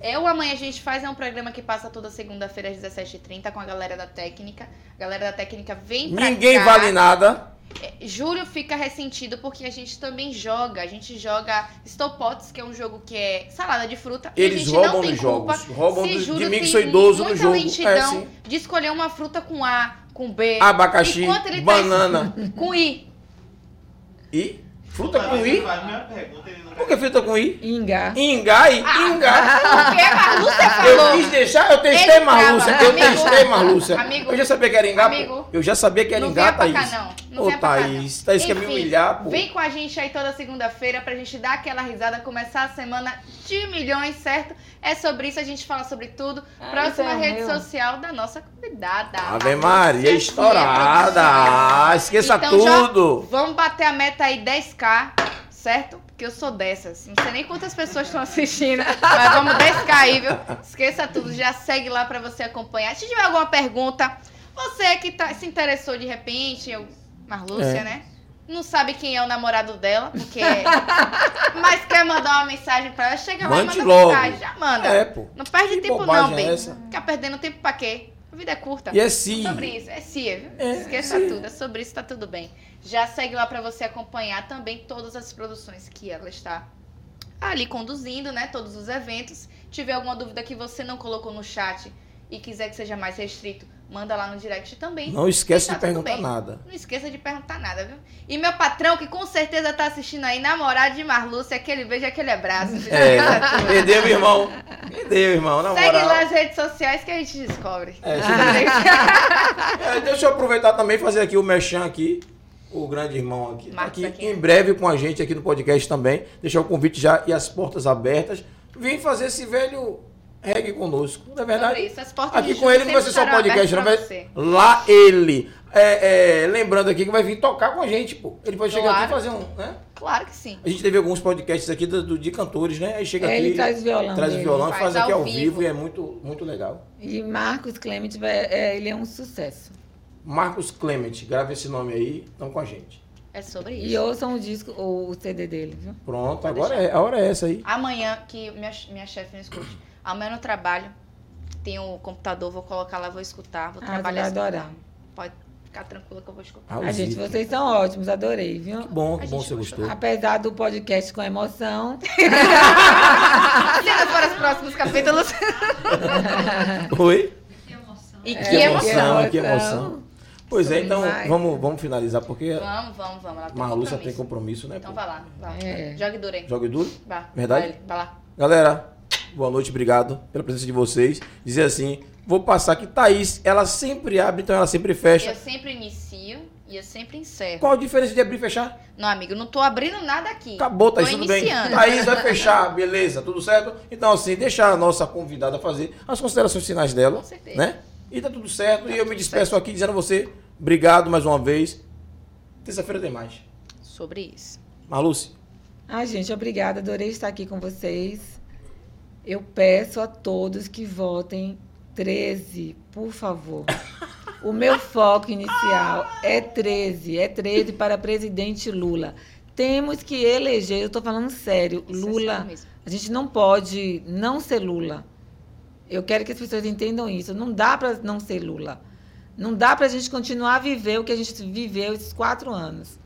[SPEAKER 1] É, o Amanhã a gente faz é um programa que passa toda segunda-feira às 17h30 com a galera da técnica. A galera da técnica vem pra
[SPEAKER 2] Ninguém
[SPEAKER 1] cá.
[SPEAKER 2] vale nada.
[SPEAKER 1] Júlio fica ressentido porque a gente também joga. A gente joga Stopots, que é um jogo que é salada de fruta. e a
[SPEAKER 2] Eles
[SPEAKER 1] gente
[SPEAKER 2] roubam
[SPEAKER 1] não tem
[SPEAKER 2] dos
[SPEAKER 1] culpa
[SPEAKER 2] jogos. Roubam
[SPEAKER 1] se
[SPEAKER 2] dos-
[SPEAKER 1] Júlio
[SPEAKER 2] de mim que
[SPEAKER 1] tem
[SPEAKER 2] sou idoso
[SPEAKER 1] muita
[SPEAKER 2] no jogo. É,
[SPEAKER 1] lentidão
[SPEAKER 2] sim.
[SPEAKER 1] de escolher uma fruta com A, com B,
[SPEAKER 2] Abacaxi,
[SPEAKER 1] Enquanto ele tá-
[SPEAKER 2] banana
[SPEAKER 1] com I.
[SPEAKER 2] e fruta
[SPEAKER 4] Mas
[SPEAKER 2] com
[SPEAKER 4] ele
[SPEAKER 2] I.
[SPEAKER 4] faz a minha pergunta, ele não
[SPEAKER 2] Por que fruta com I?
[SPEAKER 3] Inga.
[SPEAKER 2] Ingai,
[SPEAKER 1] Por
[SPEAKER 2] ingai.
[SPEAKER 1] que Marlúcia
[SPEAKER 2] Eu
[SPEAKER 1] Ah, é falou?
[SPEAKER 2] quis deixar, eu testei
[SPEAKER 1] Ele
[SPEAKER 2] Marlúcia,
[SPEAKER 1] trava.
[SPEAKER 2] eu
[SPEAKER 1] Amigo,
[SPEAKER 2] testei Marlúcia.
[SPEAKER 1] amigo,
[SPEAKER 2] eu já sabia que era engar,
[SPEAKER 1] amigo.
[SPEAKER 2] eu já sabia que era
[SPEAKER 1] Não venha
[SPEAKER 2] engar,
[SPEAKER 1] pra cá,
[SPEAKER 2] Thaís.
[SPEAKER 1] não. Não
[SPEAKER 2] Ô,
[SPEAKER 1] venha pra cá, não.
[SPEAKER 2] Thaís, Thaís quer me
[SPEAKER 1] Enfim,
[SPEAKER 2] humilhar, pô.
[SPEAKER 1] Vem com a gente aí toda segunda-feira pra gente dar aquela risada, começar a semana de milhões, certo? É sobre isso, a gente fala sobre tudo.
[SPEAKER 3] Ah,
[SPEAKER 1] Próxima
[SPEAKER 3] isso é
[SPEAKER 1] rede
[SPEAKER 3] meu.
[SPEAKER 1] social da nossa convidada.
[SPEAKER 2] Ave
[SPEAKER 1] Lúcia
[SPEAKER 2] Maria,
[SPEAKER 1] Tia,
[SPEAKER 2] estourada. Esqueça
[SPEAKER 1] Então já-
[SPEAKER 2] tudo.
[SPEAKER 1] produção. Vamos bater a meta aí 10k, certo? Porque eu sou dessas. Não sei nem quantas pessoas estão assistindo, mas vamos 10k aí, viu? Esqueça tudo, já segue lá pra você acompanhar. Se tiver alguma pergunta, você que tá- se interessou de repente, eu, Marlúcia,
[SPEAKER 2] É.
[SPEAKER 1] né? Não sabe quem é o namorado dela, porque. é. Mas quer mandar uma mensagem pra ela, chega lá
[SPEAKER 2] Mande
[SPEAKER 1] e manda
[SPEAKER 2] logo.
[SPEAKER 1] mensagem. Já manda.
[SPEAKER 2] É, pô.
[SPEAKER 1] Não perde
[SPEAKER 2] Que
[SPEAKER 1] tempo,
[SPEAKER 2] bobagem
[SPEAKER 1] não,
[SPEAKER 2] é
[SPEAKER 1] bem.
[SPEAKER 2] essa?
[SPEAKER 1] Fica perdendo tempo pra quê? A vida é curta.
[SPEAKER 2] E é sim.
[SPEAKER 1] Sobre isso, é CIA, viu?
[SPEAKER 2] É,
[SPEAKER 1] Esqueça tudo, é sobre isso, tá tudo bem. Já segue lá pra você acompanhar também todas as produções que ela está ali conduzindo, né? Todos os eventos. Tiver alguma dúvida que você não colocou no chat e quiser que seja mais restrito, manda lá no direct também.
[SPEAKER 2] Não esquece
[SPEAKER 1] Tá
[SPEAKER 2] de
[SPEAKER 1] tudo
[SPEAKER 2] perguntar
[SPEAKER 1] bem.
[SPEAKER 2] nada.
[SPEAKER 1] Não esqueça de perguntar nada, viu? E meu patrão, que com certeza tá assistindo aí, namorado de Marlúcia, aquele beijo, aquele abraço.
[SPEAKER 2] É, perdeu, irmão. Perdeu, irmão, na
[SPEAKER 1] Segue lá
[SPEAKER 2] moral.
[SPEAKER 1] as redes sociais que a gente descobre.
[SPEAKER 2] É, É, deixa eu aproveitar também e fazer aqui o Merchan aqui. O grande irmão aqui. Tá
[SPEAKER 1] Marcos
[SPEAKER 2] aqui
[SPEAKER 1] aqui. né?
[SPEAKER 2] em breve com a gente aqui no podcast também. Deixar o convite já e as portas abertas. Vim fazer esse velho reggae conosco. Não é
[SPEAKER 1] Sobre
[SPEAKER 2] verdade?
[SPEAKER 1] isso, as portas
[SPEAKER 2] Aqui
[SPEAKER 1] de
[SPEAKER 2] com
[SPEAKER 1] Júlio
[SPEAKER 2] ele não vai ser
[SPEAKER 1] sempre
[SPEAKER 2] só
[SPEAKER 1] estarão
[SPEAKER 2] podcast, não vai
[SPEAKER 1] abertas pra você.
[SPEAKER 2] lá ele. É, é, lembrando aqui que vai vir tocar com a gente, pô. Ele vai chegar aqui e fazer um, né?
[SPEAKER 1] Claro que sim.
[SPEAKER 2] A gente teve alguns podcasts aqui do, do- de cantores, né? Aí chega
[SPEAKER 3] É,
[SPEAKER 2] aqui,
[SPEAKER 3] ele traz o violão
[SPEAKER 2] traz
[SPEAKER 3] dele.
[SPEAKER 2] violão,
[SPEAKER 1] Faz
[SPEAKER 2] faz, aqui
[SPEAKER 1] ao
[SPEAKER 2] ao vivo.
[SPEAKER 1] vivo
[SPEAKER 2] e é muito, muito legal.
[SPEAKER 3] E Marcos Clemente, vai- é, ele é um sucesso.
[SPEAKER 2] Marcos Clement, grava esse nome aí, estão com a gente.
[SPEAKER 1] É sobre isso.
[SPEAKER 3] E ouçam o disco, ou o CD dele, viu?
[SPEAKER 2] Pronto, agora é, a hora é essa aí.
[SPEAKER 1] Amanhã, que minha, minha chefe não escute. Amanhã no trabalho, tem o computador, vou colocar lá, vou escutar, vou
[SPEAKER 3] Ah, você vai
[SPEAKER 1] trabalhar.
[SPEAKER 3] adorar.
[SPEAKER 1] Pode ficar tranquila que eu vou escutar.
[SPEAKER 2] Ah, o
[SPEAKER 3] Ah, gente,
[SPEAKER 2] Zito.
[SPEAKER 3] vocês são ótimos, adorei, viu?
[SPEAKER 2] Que Tá bom,
[SPEAKER 1] A
[SPEAKER 2] que bom
[SPEAKER 1] gente
[SPEAKER 2] você
[SPEAKER 1] gostou.
[SPEAKER 2] gostou.
[SPEAKER 3] Apesar do podcast com emoção,
[SPEAKER 1] Cenas para os próximos capítulos.
[SPEAKER 2] Oi?
[SPEAKER 1] E que
[SPEAKER 2] Que
[SPEAKER 3] É,
[SPEAKER 1] emoção.
[SPEAKER 2] emoção, que emoção. Pois é,
[SPEAKER 3] Sobre
[SPEAKER 2] então
[SPEAKER 3] mais.
[SPEAKER 2] vamos, vamos finalizar, porque
[SPEAKER 1] Vamos, vamos, vamos. Ela tá tem
[SPEAKER 2] Marluça
[SPEAKER 1] compromisso.
[SPEAKER 2] tem compromisso, né?
[SPEAKER 1] Então
[SPEAKER 2] pô?
[SPEAKER 1] vai lá, vai.
[SPEAKER 3] É.
[SPEAKER 1] Jogue duro aí.
[SPEAKER 2] Jogue duro.
[SPEAKER 1] Vá.
[SPEAKER 2] Verdade?
[SPEAKER 1] Vai, vai lá.
[SPEAKER 2] Galera, boa noite, obrigado pela presença de vocês. Dizer assim, vou passar que Thaís, ela sempre abre, então ela sempre fecha.
[SPEAKER 1] Eu sempre inicio e eu sempre encerro.
[SPEAKER 2] Qual a diferença de abrir e fechar?
[SPEAKER 1] Não, amigo, não tô abrindo nada aqui.
[SPEAKER 2] Acabou, Thaís,
[SPEAKER 1] tô
[SPEAKER 2] tudo
[SPEAKER 1] iniciando.
[SPEAKER 2] bem? Tá Thaís vai fechar, beleza, tudo certo? Então, assim, deixar a nossa convidada fazer as considerações finais dela,
[SPEAKER 1] Com certeza.
[SPEAKER 2] né? E tá tudo certo, e eu me
[SPEAKER 1] tudo
[SPEAKER 2] despeço aqui dizendo a você, obrigado mais uma vez. Terça-feira tem mais.
[SPEAKER 1] Sobre isso.
[SPEAKER 2] Marluce,
[SPEAKER 3] Ah, gente, obrigada. Adorei estar aqui com vocês. Eu peço a todos que votem 13, por favor. O meu foco inicial é 13, é 13 para presidente Lula. Temos que eleger, eu estou falando sério,
[SPEAKER 1] Isso é sério
[SPEAKER 3] Lula.
[SPEAKER 1] mesmo.
[SPEAKER 3] A gente não pode não ser Lula. Eu quero que as pessoas entendam isso. Não dá para não ser Lula. Não dá para a gente continuar a viver o que a gente viveu esses quatro anos.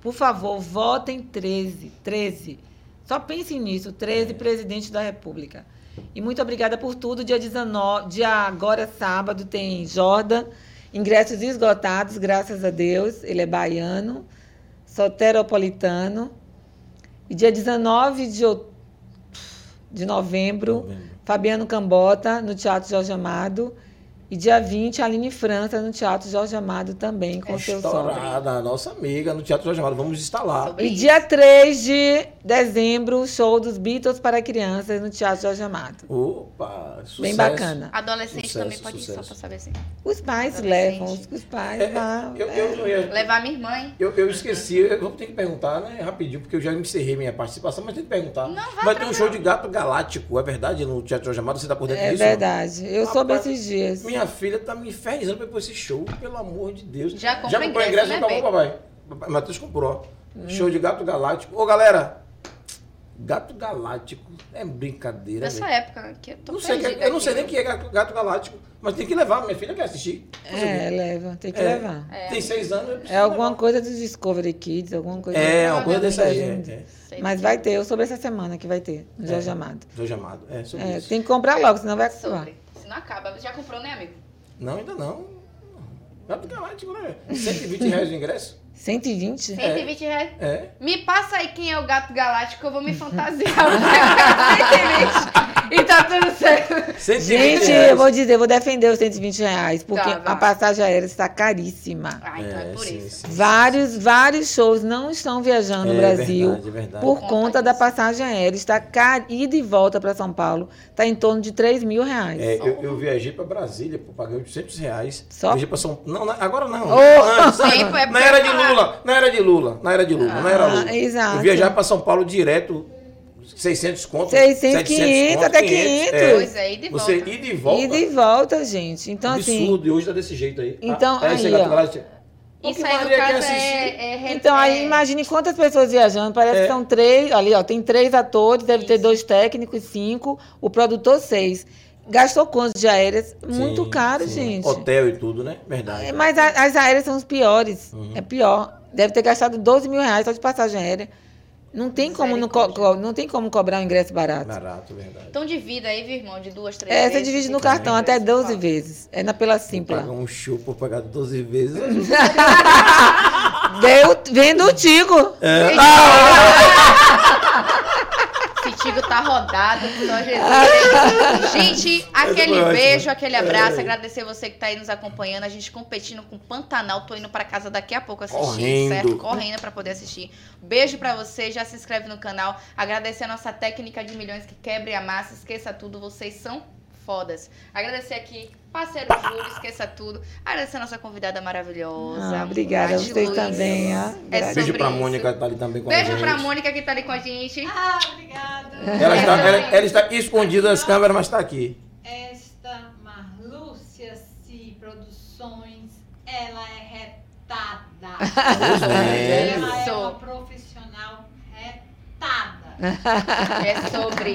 [SPEAKER 3] Por favor, votem 13. 13. Só pensem nisso. 13, presidente da República. E muito obrigada por tudo. Dia 19, dia agora sábado, tem Jordan. Ingressos esgotados, graças a Deus. Ele é baiano, soteropolitano. E dia 19 de, out-
[SPEAKER 1] É.
[SPEAKER 3] de novembro, Fabiano Cambota, no Teatro Jorge Amado. E dia 20, Aline França no Teatro Jorge Amado também,
[SPEAKER 2] É
[SPEAKER 3] com o seu sol.
[SPEAKER 2] Estourada, a nossa amiga no Teatro Jorge Amado. Vamos instalar.
[SPEAKER 1] Sobre
[SPEAKER 3] E
[SPEAKER 1] isso.
[SPEAKER 3] dia 3 de dezembro, show dos Beatles para crianças no Teatro Jorge Amado.
[SPEAKER 2] Opa, sucesso.
[SPEAKER 3] Bem bacana.
[SPEAKER 1] Adolescente
[SPEAKER 2] Sucesso,
[SPEAKER 1] também pode ir, só
[SPEAKER 2] sucesso.
[SPEAKER 1] pra saber assim.
[SPEAKER 3] Os pais
[SPEAKER 1] Adolescente.
[SPEAKER 3] levam, os os pais
[SPEAKER 2] É,
[SPEAKER 3] vão.
[SPEAKER 2] Eu, eu não ia-
[SPEAKER 1] Levar minha irmã, hein?
[SPEAKER 2] eu- eu esqueci, eu vou ter que perguntar, né, rapidinho, porque eu já encerrei minha participação, mas tem que perguntar.
[SPEAKER 1] Não, vai
[SPEAKER 2] Vai ter um show de gato galáctico, é verdade? No Teatro Jorge Amado, você tá por dentro
[SPEAKER 3] É
[SPEAKER 2] disso?
[SPEAKER 3] verdade. Eu soube
[SPEAKER 2] Rapaz,
[SPEAKER 3] esses dias.
[SPEAKER 2] Minha filha tá me infernizando pra ir pra esse show, pelo amor de Deus.
[SPEAKER 1] Já comprou
[SPEAKER 2] Já comprou
[SPEAKER 1] ingresso,
[SPEAKER 2] ingresso,
[SPEAKER 1] né,
[SPEAKER 2] não acabou, papai? Papai Matheus comprou. Show de Gato Galáctico. Ô, galera! Gato Galáctico é brincadeira,
[SPEAKER 1] Dessa
[SPEAKER 2] velho.
[SPEAKER 1] época que eu é, tô
[SPEAKER 2] Não sei, que-
[SPEAKER 1] perdida
[SPEAKER 2] eu não
[SPEAKER 1] aqui.
[SPEAKER 2] sei nem o que é Gato Gato Galáctico, mas tem que levar. Minha filha quer assistir.
[SPEAKER 3] É, leva, tem que
[SPEAKER 2] É.
[SPEAKER 3] levar.
[SPEAKER 2] Tem seis anos. eu
[SPEAKER 3] É
[SPEAKER 2] preciso
[SPEAKER 3] alguma
[SPEAKER 2] levar.
[SPEAKER 3] coisa do Discovery Kids, alguma coisa.
[SPEAKER 2] É, uma coisa dessa aí.
[SPEAKER 3] Mas
[SPEAKER 2] É, é.
[SPEAKER 1] Sei
[SPEAKER 3] Mas
[SPEAKER 1] que-
[SPEAKER 3] vai ter, eu soube essa semana que vai ter, no Jorge Amado.
[SPEAKER 2] Jorge Amado. É, sobre
[SPEAKER 3] É,
[SPEAKER 2] isso.
[SPEAKER 3] tem que comprar logo, senão vai acabar.
[SPEAKER 1] Sobre. Se não acaba. Já comprou, né, amigo?
[SPEAKER 2] Não, ainda não. Gato Galáctico, né? 120 reais de ingresso?
[SPEAKER 3] 120?
[SPEAKER 1] 120 reais.
[SPEAKER 2] É.
[SPEAKER 1] Me passa aí quem é o gato galáctico, eu vou me fantasiar. Vai, 120. e tá tudo certo.
[SPEAKER 2] 120
[SPEAKER 3] Gente,
[SPEAKER 2] reais.
[SPEAKER 3] eu vou dizer, eu vou defender os 120 reais, porque
[SPEAKER 1] Tá, vai.
[SPEAKER 3] a passagem aérea está caríssima.
[SPEAKER 1] Ah, então é,
[SPEAKER 2] É,
[SPEAKER 1] por
[SPEAKER 2] sim,
[SPEAKER 1] isso.
[SPEAKER 2] sim.
[SPEAKER 3] Vários, vários shows não estão viajando
[SPEAKER 2] É
[SPEAKER 3] no Brasil
[SPEAKER 2] verdade, é verdade.
[SPEAKER 3] por
[SPEAKER 1] Conta
[SPEAKER 3] conta da
[SPEAKER 1] disso.
[SPEAKER 3] passagem aérea. Está cara, ida e volta para São Paulo, está em torno de 3 mil reais.
[SPEAKER 2] É, eu, eu viajei pra Brasília, pô, paguei 800 reais.
[SPEAKER 3] Só?
[SPEAKER 2] Viajei pra São Não, na- agora não.
[SPEAKER 3] Oh!
[SPEAKER 2] Antes,
[SPEAKER 1] Sim,
[SPEAKER 2] na,
[SPEAKER 1] foi-
[SPEAKER 2] na era de Lula, na era de Lula, na era de Lula, na era
[SPEAKER 3] Ah,
[SPEAKER 2] Lula.
[SPEAKER 3] exato.
[SPEAKER 2] Eu viajava pra São Paulo direto, 600 conto,
[SPEAKER 3] 600,
[SPEAKER 2] 700 conto,
[SPEAKER 3] até
[SPEAKER 2] 500, é.
[SPEAKER 1] Pois é, e de volta.
[SPEAKER 2] Você ida e volta,
[SPEAKER 3] Ida e volta, gente. Então, assim,
[SPEAKER 2] absurdo, e hoje tá desse jeito aí.
[SPEAKER 3] Então,
[SPEAKER 2] aí,
[SPEAKER 3] aí,
[SPEAKER 2] chega
[SPEAKER 3] ó.
[SPEAKER 2] atrás, chega- Pô, que
[SPEAKER 1] Isso aí, no
[SPEAKER 2] Maria quer
[SPEAKER 1] caso,
[SPEAKER 2] assistir?
[SPEAKER 1] é, é... re-
[SPEAKER 3] Então, aí
[SPEAKER 1] é-
[SPEAKER 3] imagine quantas pessoas viajando. Parece
[SPEAKER 2] É.
[SPEAKER 3] que são três. Ali, ó, tem três atores, deve ter
[SPEAKER 1] Isso.
[SPEAKER 3] dois técnicos, cinco, o produtor, seis. Gastou quantas de aéreas? Muito
[SPEAKER 2] Sim,
[SPEAKER 3] caro,
[SPEAKER 2] sim.
[SPEAKER 3] gente.
[SPEAKER 2] Hotel e tudo, né? Verdade.
[SPEAKER 3] É, Mas a- as aéreas são os piores.
[SPEAKER 2] Uhum.
[SPEAKER 3] É pior. Deve ter gastado 12 mil reais só de passagem aérea. Não tem, como não, co-
[SPEAKER 1] Misericórdia.
[SPEAKER 3] co- não tem como cobrar um ingresso barato.
[SPEAKER 2] Barato, verdade.
[SPEAKER 1] Então divida aí, viu, irmão, de duas, três
[SPEAKER 3] É, você
[SPEAKER 1] vezes,
[SPEAKER 3] divide
[SPEAKER 1] de
[SPEAKER 3] no
[SPEAKER 1] três
[SPEAKER 2] Então,
[SPEAKER 3] cartão
[SPEAKER 1] vezes,
[SPEAKER 3] até 12
[SPEAKER 1] fala.
[SPEAKER 3] vezes. É na pela simples.
[SPEAKER 2] Pagar um show por pagar 12 vezes.
[SPEAKER 3] Deu, vendo o Tigo.
[SPEAKER 2] É.
[SPEAKER 1] Esse Tigo tá rodado, só Jesus. Gente, aquele
[SPEAKER 2] foi ótimo.
[SPEAKER 1] beijo, aquele
[SPEAKER 3] É.
[SPEAKER 1] abraço. Agradecer você que tá aí nos acompanhando. A gente competindo com o Pantanal. Tô indo pra casa daqui a pouco assistir,
[SPEAKER 2] Correndo.
[SPEAKER 1] certo? Correndo pra poder assistir. Beijo pra você. Já se inscreve no canal. Agradecer a nossa técnica de milhões que quebre a massa. Esqueça tudo. Vocês são fodas. Agradecer aqui. Parceiro Júlio, esqueça tudo. Agradecer a nossa convidada maravilhosa. Tá
[SPEAKER 3] Ah, obrigada a
[SPEAKER 1] Nath
[SPEAKER 3] vocês
[SPEAKER 1] Luiz.
[SPEAKER 3] também. ó.
[SPEAKER 1] É sobre
[SPEAKER 2] Beijo pra
[SPEAKER 1] isso.
[SPEAKER 2] Mônica que tá ali também com a
[SPEAKER 1] Beijo
[SPEAKER 2] gente.
[SPEAKER 1] pra Mônica que tá ali com a gente.
[SPEAKER 8] Ah, obrigada.
[SPEAKER 2] Ela está, ela, ela está escondida nas câmeras, mas está aqui.
[SPEAKER 8] Esta Marlúcia Si Produções, ela é retada.
[SPEAKER 2] Pois é.
[SPEAKER 8] Ela é
[SPEAKER 1] Isso.
[SPEAKER 8] uma profissional retada.
[SPEAKER 1] É sobre.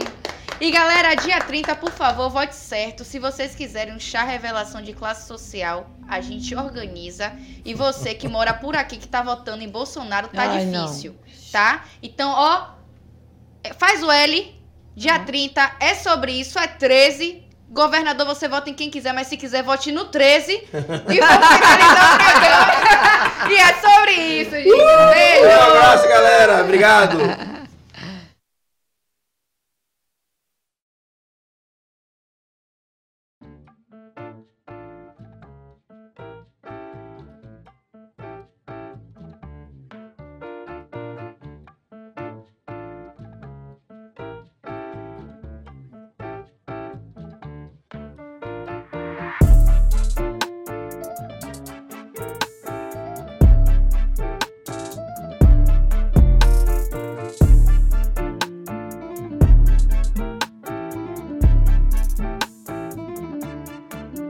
[SPEAKER 1] E galera, dia 30, por favor, vote certo. Se vocês quiserem um chá revelação de classe social, a gente organiza. E você que mora por aqui, que tá votando em Bolsonaro, tá
[SPEAKER 3] Ai, não.
[SPEAKER 1] difícil. Tá? Então, ó, é, faz o L. Dia
[SPEAKER 3] Uhum.
[SPEAKER 1] 30, é sobre isso, é 13. Governador, você vota em quem quiser, mas se quiser, vote no 13. E vamos finalizar o
[SPEAKER 3] Uh!
[SPEAKER 1] programa. e é sobre isso, gente. Beijo!
[SPEAKER 2] Um abraço, galera. Obrigado.